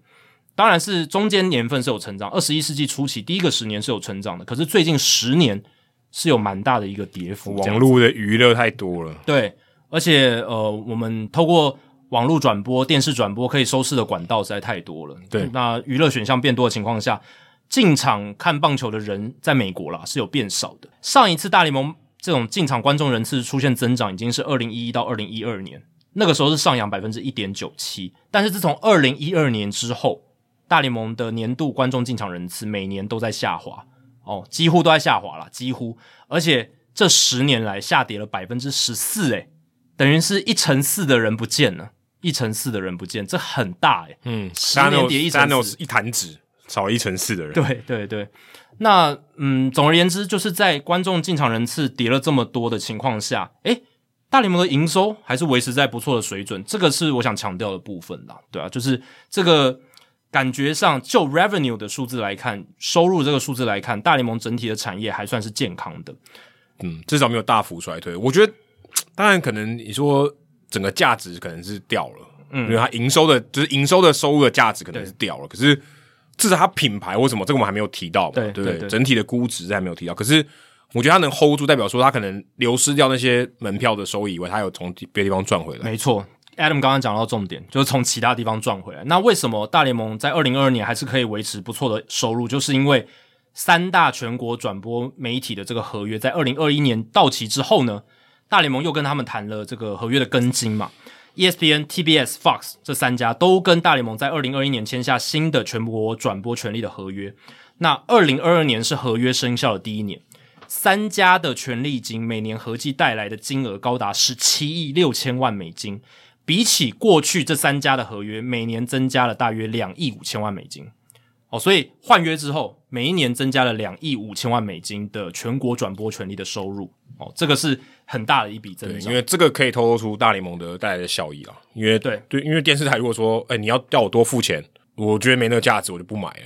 当然是中间年份是有成长，二十一世纪初期第一个十年是有成长的，可是最近十年是有蛮大的一个跌幅。这样
网络的娱乐太多了，
对，而且呃，我们透过网络转播、电视转播可以收视的管道实在太多了。
对
那娱乐选项变多的情况下，进场看棒球的人在美国啦是有变少的。上一次大联盟这种进场观众人次出现增长，已经是二零一一到二零一二年，那个时候是上扬百分之一点九七。但是自从二零一二年之后，大联盟的年度观众进场人次每年都在下滑，哦，几乎都在下滑啦，几乎，而且这十年来下跌了百分之十四，诶，等于是一乘四的人不见了，一乘四的人不见，这很大诶、欸
嗯，
十年跌一成
三
四
一弹指少一成四的人，
对对对，那嗯，总而言之，就是在观众进场人次跌了这么多的情况下，诶，大联盟的营收还是维持在不错的水准，这个是我想强调的部分啦。对啊，就是这个感觉上，就 revenue 的数字来看，收入这个数字来看，大联盟整体的产业还算是健康的。
嗯，至少没有大幅衰退。我觉得，当然可能你说整个价值可能是掉了，嗯，因为它营收的，就是营收的收入的价值可能是掉了，可是至少它品牌或什么，这个我们还没有提到嘛，
对
对不
对对
整体的估值还没有提到，可是。我觉得它能 hold 住，代表说它可能流失掉那些门票的收益以外，它有从别的地方赚回来。
没错，Adam 刚刚讲到重点，就是从其他地方赚回来。那为什么大联盟在二零二二年还是可以维持不错的收入？就是因为三大全国转播媒体的这个合约在二零二一年到期之后呢，大联盟又跟他们谈了这个合约的更新嘛。ESPN、TBS、Fox 这三家都跟大联盟在二零二一年签下新的全国转播权利的合约。那二零二二年是合约生效的第一年，三家的权利金每年合计带来的金额高达十七亿六千万美金，比起过去这三家的合约，每年增加了大约两亿五千万美金。哦，所以换约之后，每一年增加了两亿五千万美金的全国转播权利的收入，哦，这个是很大的一笔增
对，
长，
因为这个可以透露出大联盟的带来的效益啊。因为
对
对，因为电视台如果说，哎、你要要我多付钱，我觉得没那个价值，我就不买了。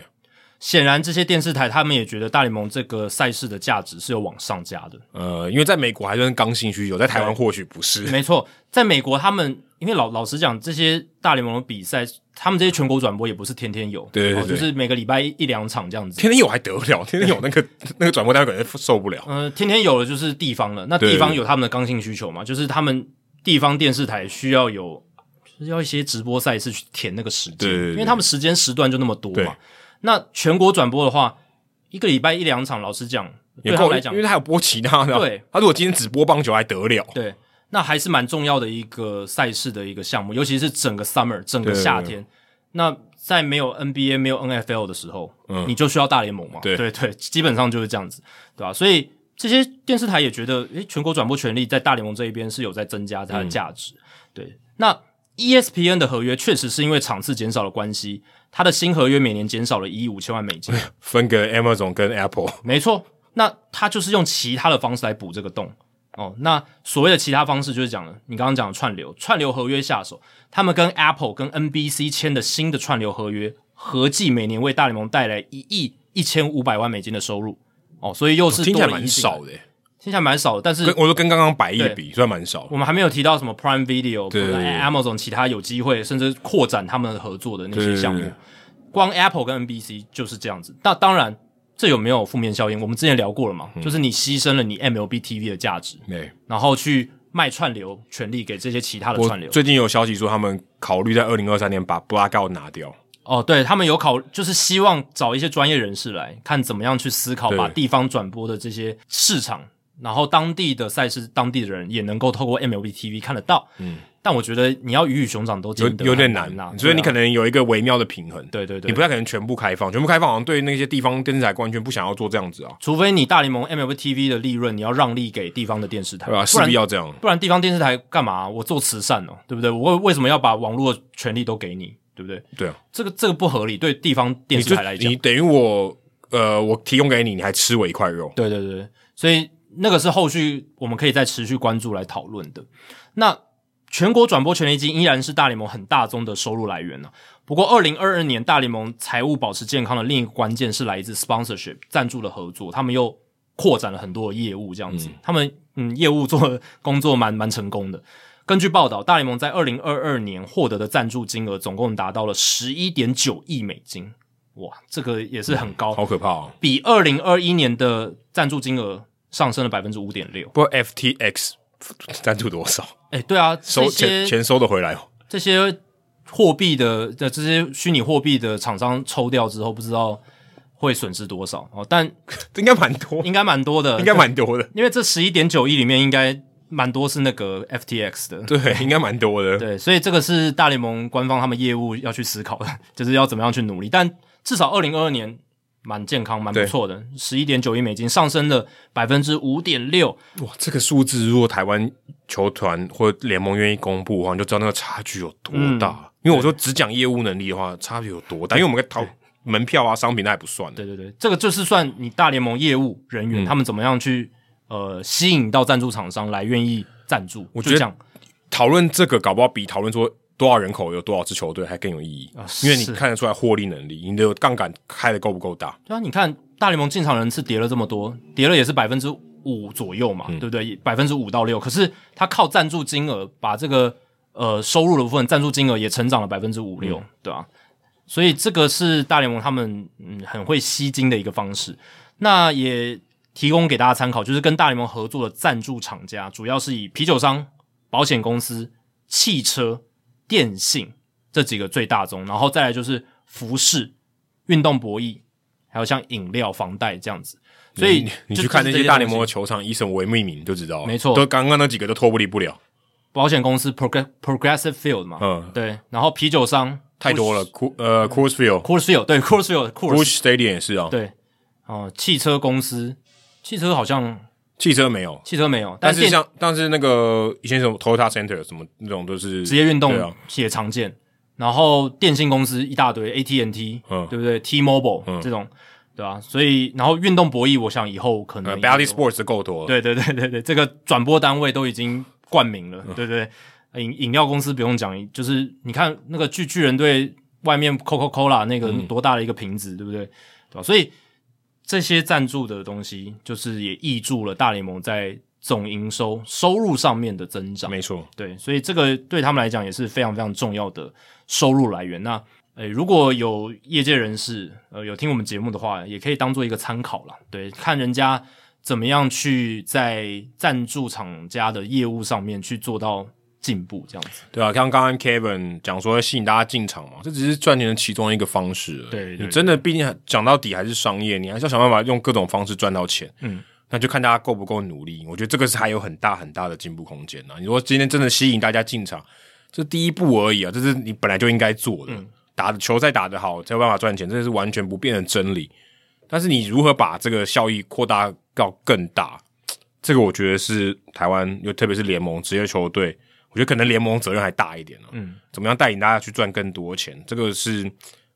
显然这些电视台他们也觉得大联盟这个赛事的价值是有往上加的，
呃，因为在美国还算是刚性需求，在台湾或许不是。
没错，在美国他们因为老老实讲，这些大联盟的比赛，他们这些全国转播也不是天天有，
对对
哦，
对
就是每个礼拜一一两场这样子。
天天有还得了，天天有那
*laughs*
个那个转播单位可能受不了。
嗯、天天有的就是地方了，那
对
地方有他们的刚性需求嘛，就是他们地方电视台需要有，就是要一些直播赛事去填那个时间，
对对对
因为他们时间时段就那么多
对
嘛。那全国转播的话，一个礼拜一两场，老实讲，对
也
他
够
们来
了，
讲
因为他有播其他的啊。
对
他如果今天只播棒球还得了？
对，那还是蛮重要的一个赛事的一个项目，尤其是整个 summer 整个
对
夏天。那在没有 NBA 没有 NFL 的时候，
嗯
你就需要大联盟嘛？
对
对基本上就是这样子，对吧、所以这些电视台也觉得，诶，全国转播权利在大联盟这一边是有在增加它的
嗯
价值。对，那 E ESPN 的合约确实是因为场次减少的关系，它的新合约每年减少了一亿五千万美金。
分给 Amazon 跟 Apple，
没错，那他就是用其他的方式来补这个洞。哦，那所谓的其他方式就是讲了，你刚刚讲的串流，串流合约下手，他们跟 Apple 跟 NBC 签的新的串流合约，合计每年为大联盟带来一亿一千五百万美金的收入。哦，所以又是
哦听起来
多了
蛮
一进来
少的耶。
听起来蛮少的，但是
跟我说跟刚刚百亿
对
比，算蛮少的。
我们还没有提到什么 Prime Video、
对对对
Amazon 其他有机会，甚至扩展他们合作的那些项目。
对对对
光 Apple 跟 NBC 就是这样子。那当然，这有没有负面效应？我们之前聊过了嘛，
嗯
就是你牺牲了你 MLB TV 的价值，
对，
然后去卖串流权利给这些其他的
我
串流。
最近有消息说，他们考虑在二零二三年把 Blackout 拿掉。
哦，对他们有考，就是希望找一些专业人士来看怎么样去思考，
对
把地方转播的这些市场，然后当地的赛事，当地的人也能够透过 MLB TV 看得到。嗯，但我觉得你要鱼与熊掌都
有
兼得
有点
很
难
呐、
所以你可
能
能有一个微妙的平衡。
啊对对对，
你不太可能全部开放，全部开放好像对那些地方电视台完全不想要做这样子啊，
除非你大联盟 MLB TV 的利润你要让利给地方的电视台，
对吧、
不
势
然
必要这样。
不然地方电视台干嘛、我做慈善哦，对不对？我为为什么要把网络的权利都给你，对不对？
对啊，
这个这个不合理，对地方电
你
视
就
台来讲
你，等于我呃，我提供给你，你还吃我一块肉。
对对对，对所以那个是后续我们可以再持续关注来讨论的。那全国转播权利金依然是大联盟很大宗的收入来源呢、啊不过，二零二二年大联盟财务保持健康的另一个关键是来自 sponsorship 赞助的合作，他们又扩展了很多的业务，这样子，他们嗯业务做的工作蛮蛮成功的。根据报道，大联盟在二零二二年获得的赞助金额总共达到了十一点九亿美金，哇，这个也是很嗯高，
好可怕哦！
比二零二一年的赞助金额上升了百分之五点六。
不过 FTX *laughs* 赞助多少？
哎，对啊，这
收钱
些
钱收得回来哦。
这些货币的的这些虚拟货币的厂商抽掉之后，不知道会损失多少哦，但
这应该蛮多，
应该蛮多的，
应该，蛮多的。
因为这十一点九亿里面应该蛮多是那个 FTX 的。
对，应该蛮多的。
对，所以这个是大联盟官方他们业务要去思考的， *laughs* 就是要怎么样去努力。但至少二零二二年蛮健康、蛮不
对
错的，十一点九亿美金上升了百分之五点六，
哇，这个数字如果台湾球团或联盟愿意公布的话，你就知道那个差距有多
嗯
大。因为我说只讲业务能力的话，差距有多大？因为我们跟淘门票啊、商品那还不算的。
对对对，这个就是算你大联盟业务人
嗯
员、他们怎么样去呃吸引到赞助厂商来愿意赞助，
我
就
觉得
这样
讨论这个，搞不好比讨论说多少人口有多少支球队还更有意义，因为你
啊是
看得出来获利能力，你的杠杆开的够不够大？
对啊，你看大联盟进场人次跌了这么多，跌了也是百分之五左右嘛，
嗯
对不对？百分之五到六，可是他靠赞助金额把这个呃收入的部分赞助金额也成长了百分之五
嗯
六，对吧、所以这个是大联盟他们嗯很会吸金的一个方式。那也提供给大家参考，就是跟大联盟合作的赞助厂家，主要是以啤酒商、保险公司、汽车、电信这几个最大宗，然后再来就是服饰、运动博弈，还有像饮料、房贷这样子。所以
你你
就
去看
就
那
是
些
些
大联盟
东
的
西
球场，以什么为命名你就知道了，
没错
都刚刚那几个都脱离不了，
保险公司 Progress Progressive Field 嘛，
嗯
对，然后啤酒商
太多了。Cool 呃，Coors Field、
Coors Field 对 Coors Field Coors
Busch Stadium 也是啊，
嗯对，哦、汽车公司，汽车好像
汽车没有，
汽车没有，
但
电
是像但是那个以前什么 Toyota Center 什么那种都是
职业运动
对啊，
也常见。然后电信公司一大堆，AT&T，
嗯
对不对？T-Mobile、
嗯
这种，对吧、所以，然后运动博弈，我想以后可能
呃
也
，Bally
有
Sports 够多了，
对对对对对，这个转播单位都已经冠名了，对对对饮饮料公司不用讲，就是你看那个巨巨人队外面 Coca Cola 那个多大的一个瓶子，对不对？对吧？所以这些赞助的东西，就是也挹注了大联盟在总营收收入上面的增长。
没错，
对，所以这个对他们来讲也是非常非常重要的收入来源。那呃，如果有业界人士呃有听我们节目的话，也可以当做一个参考啦。对，看人家怎么样去在赞助厂家的业务上面去做到进步，这样子。
对啊，像刚刚 Kevin 讲说要吸引大家进场嘛，这只是赚钱的其中一个方式而已。
对对
你
对
真的毕竟讲到底还是商业，你还是要想办法用各种方式赚到钱。
嗯，
那就看大家够不够努力。我觉得这个是还有很大很大的进步空间啊。你说今天真的吸引大家进场，这第一步而已啊，这是你本来就应该做的。
嗯
打的球赛打得好，才有办法赚钱，这是完全不变的真理。但是你如何把这个效益扩大到更大，这个我觉得是台湾，又特别是联盟职业球队，我觉得可能联盟责任还大一点呢、
嗯，
怎么样带领大家去赚更多钱，这个是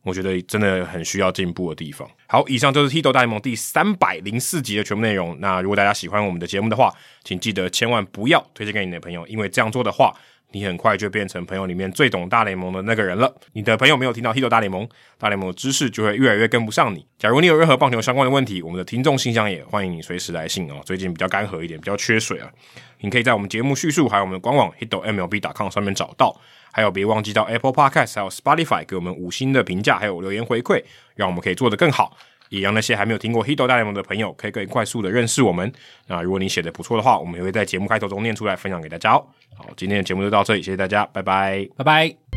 我觉得真的很需要进步的地方。好，以上就是《Tito 大联盟》第三百零四集的全部内容。那如果大家喜欢我们的节目的话，请记得千万不要推荐给你的朋友，因为这样做的话。你很快就变成朋友里面最懂大联盟的那个人了。你的朋友没有听到《Hito 大联盟》，大联盟的知识就会越来越跟不上你。假如你有任何棒球相关的问题，我们的听众信箱也欢迎你随时来信哦。最近比较干涸一点，比较缺水啊，你可以在我们节目叙述还有我们的官网 hito mlb.com 上面找到。还有，别忘记到 Apple Podcast 还有 Spotify 给我们五星的评价，还有留言回馈，让我们可以做得更好。也让那些还没有听过《Hito 大联盟》的朋友可以更快速的认识我们。那如果你写的不错的话，我们也会在节目开头中念出来，分享给大家哦。好，今天的节目就到这里，谢谢大家，拜拜。
拜拜。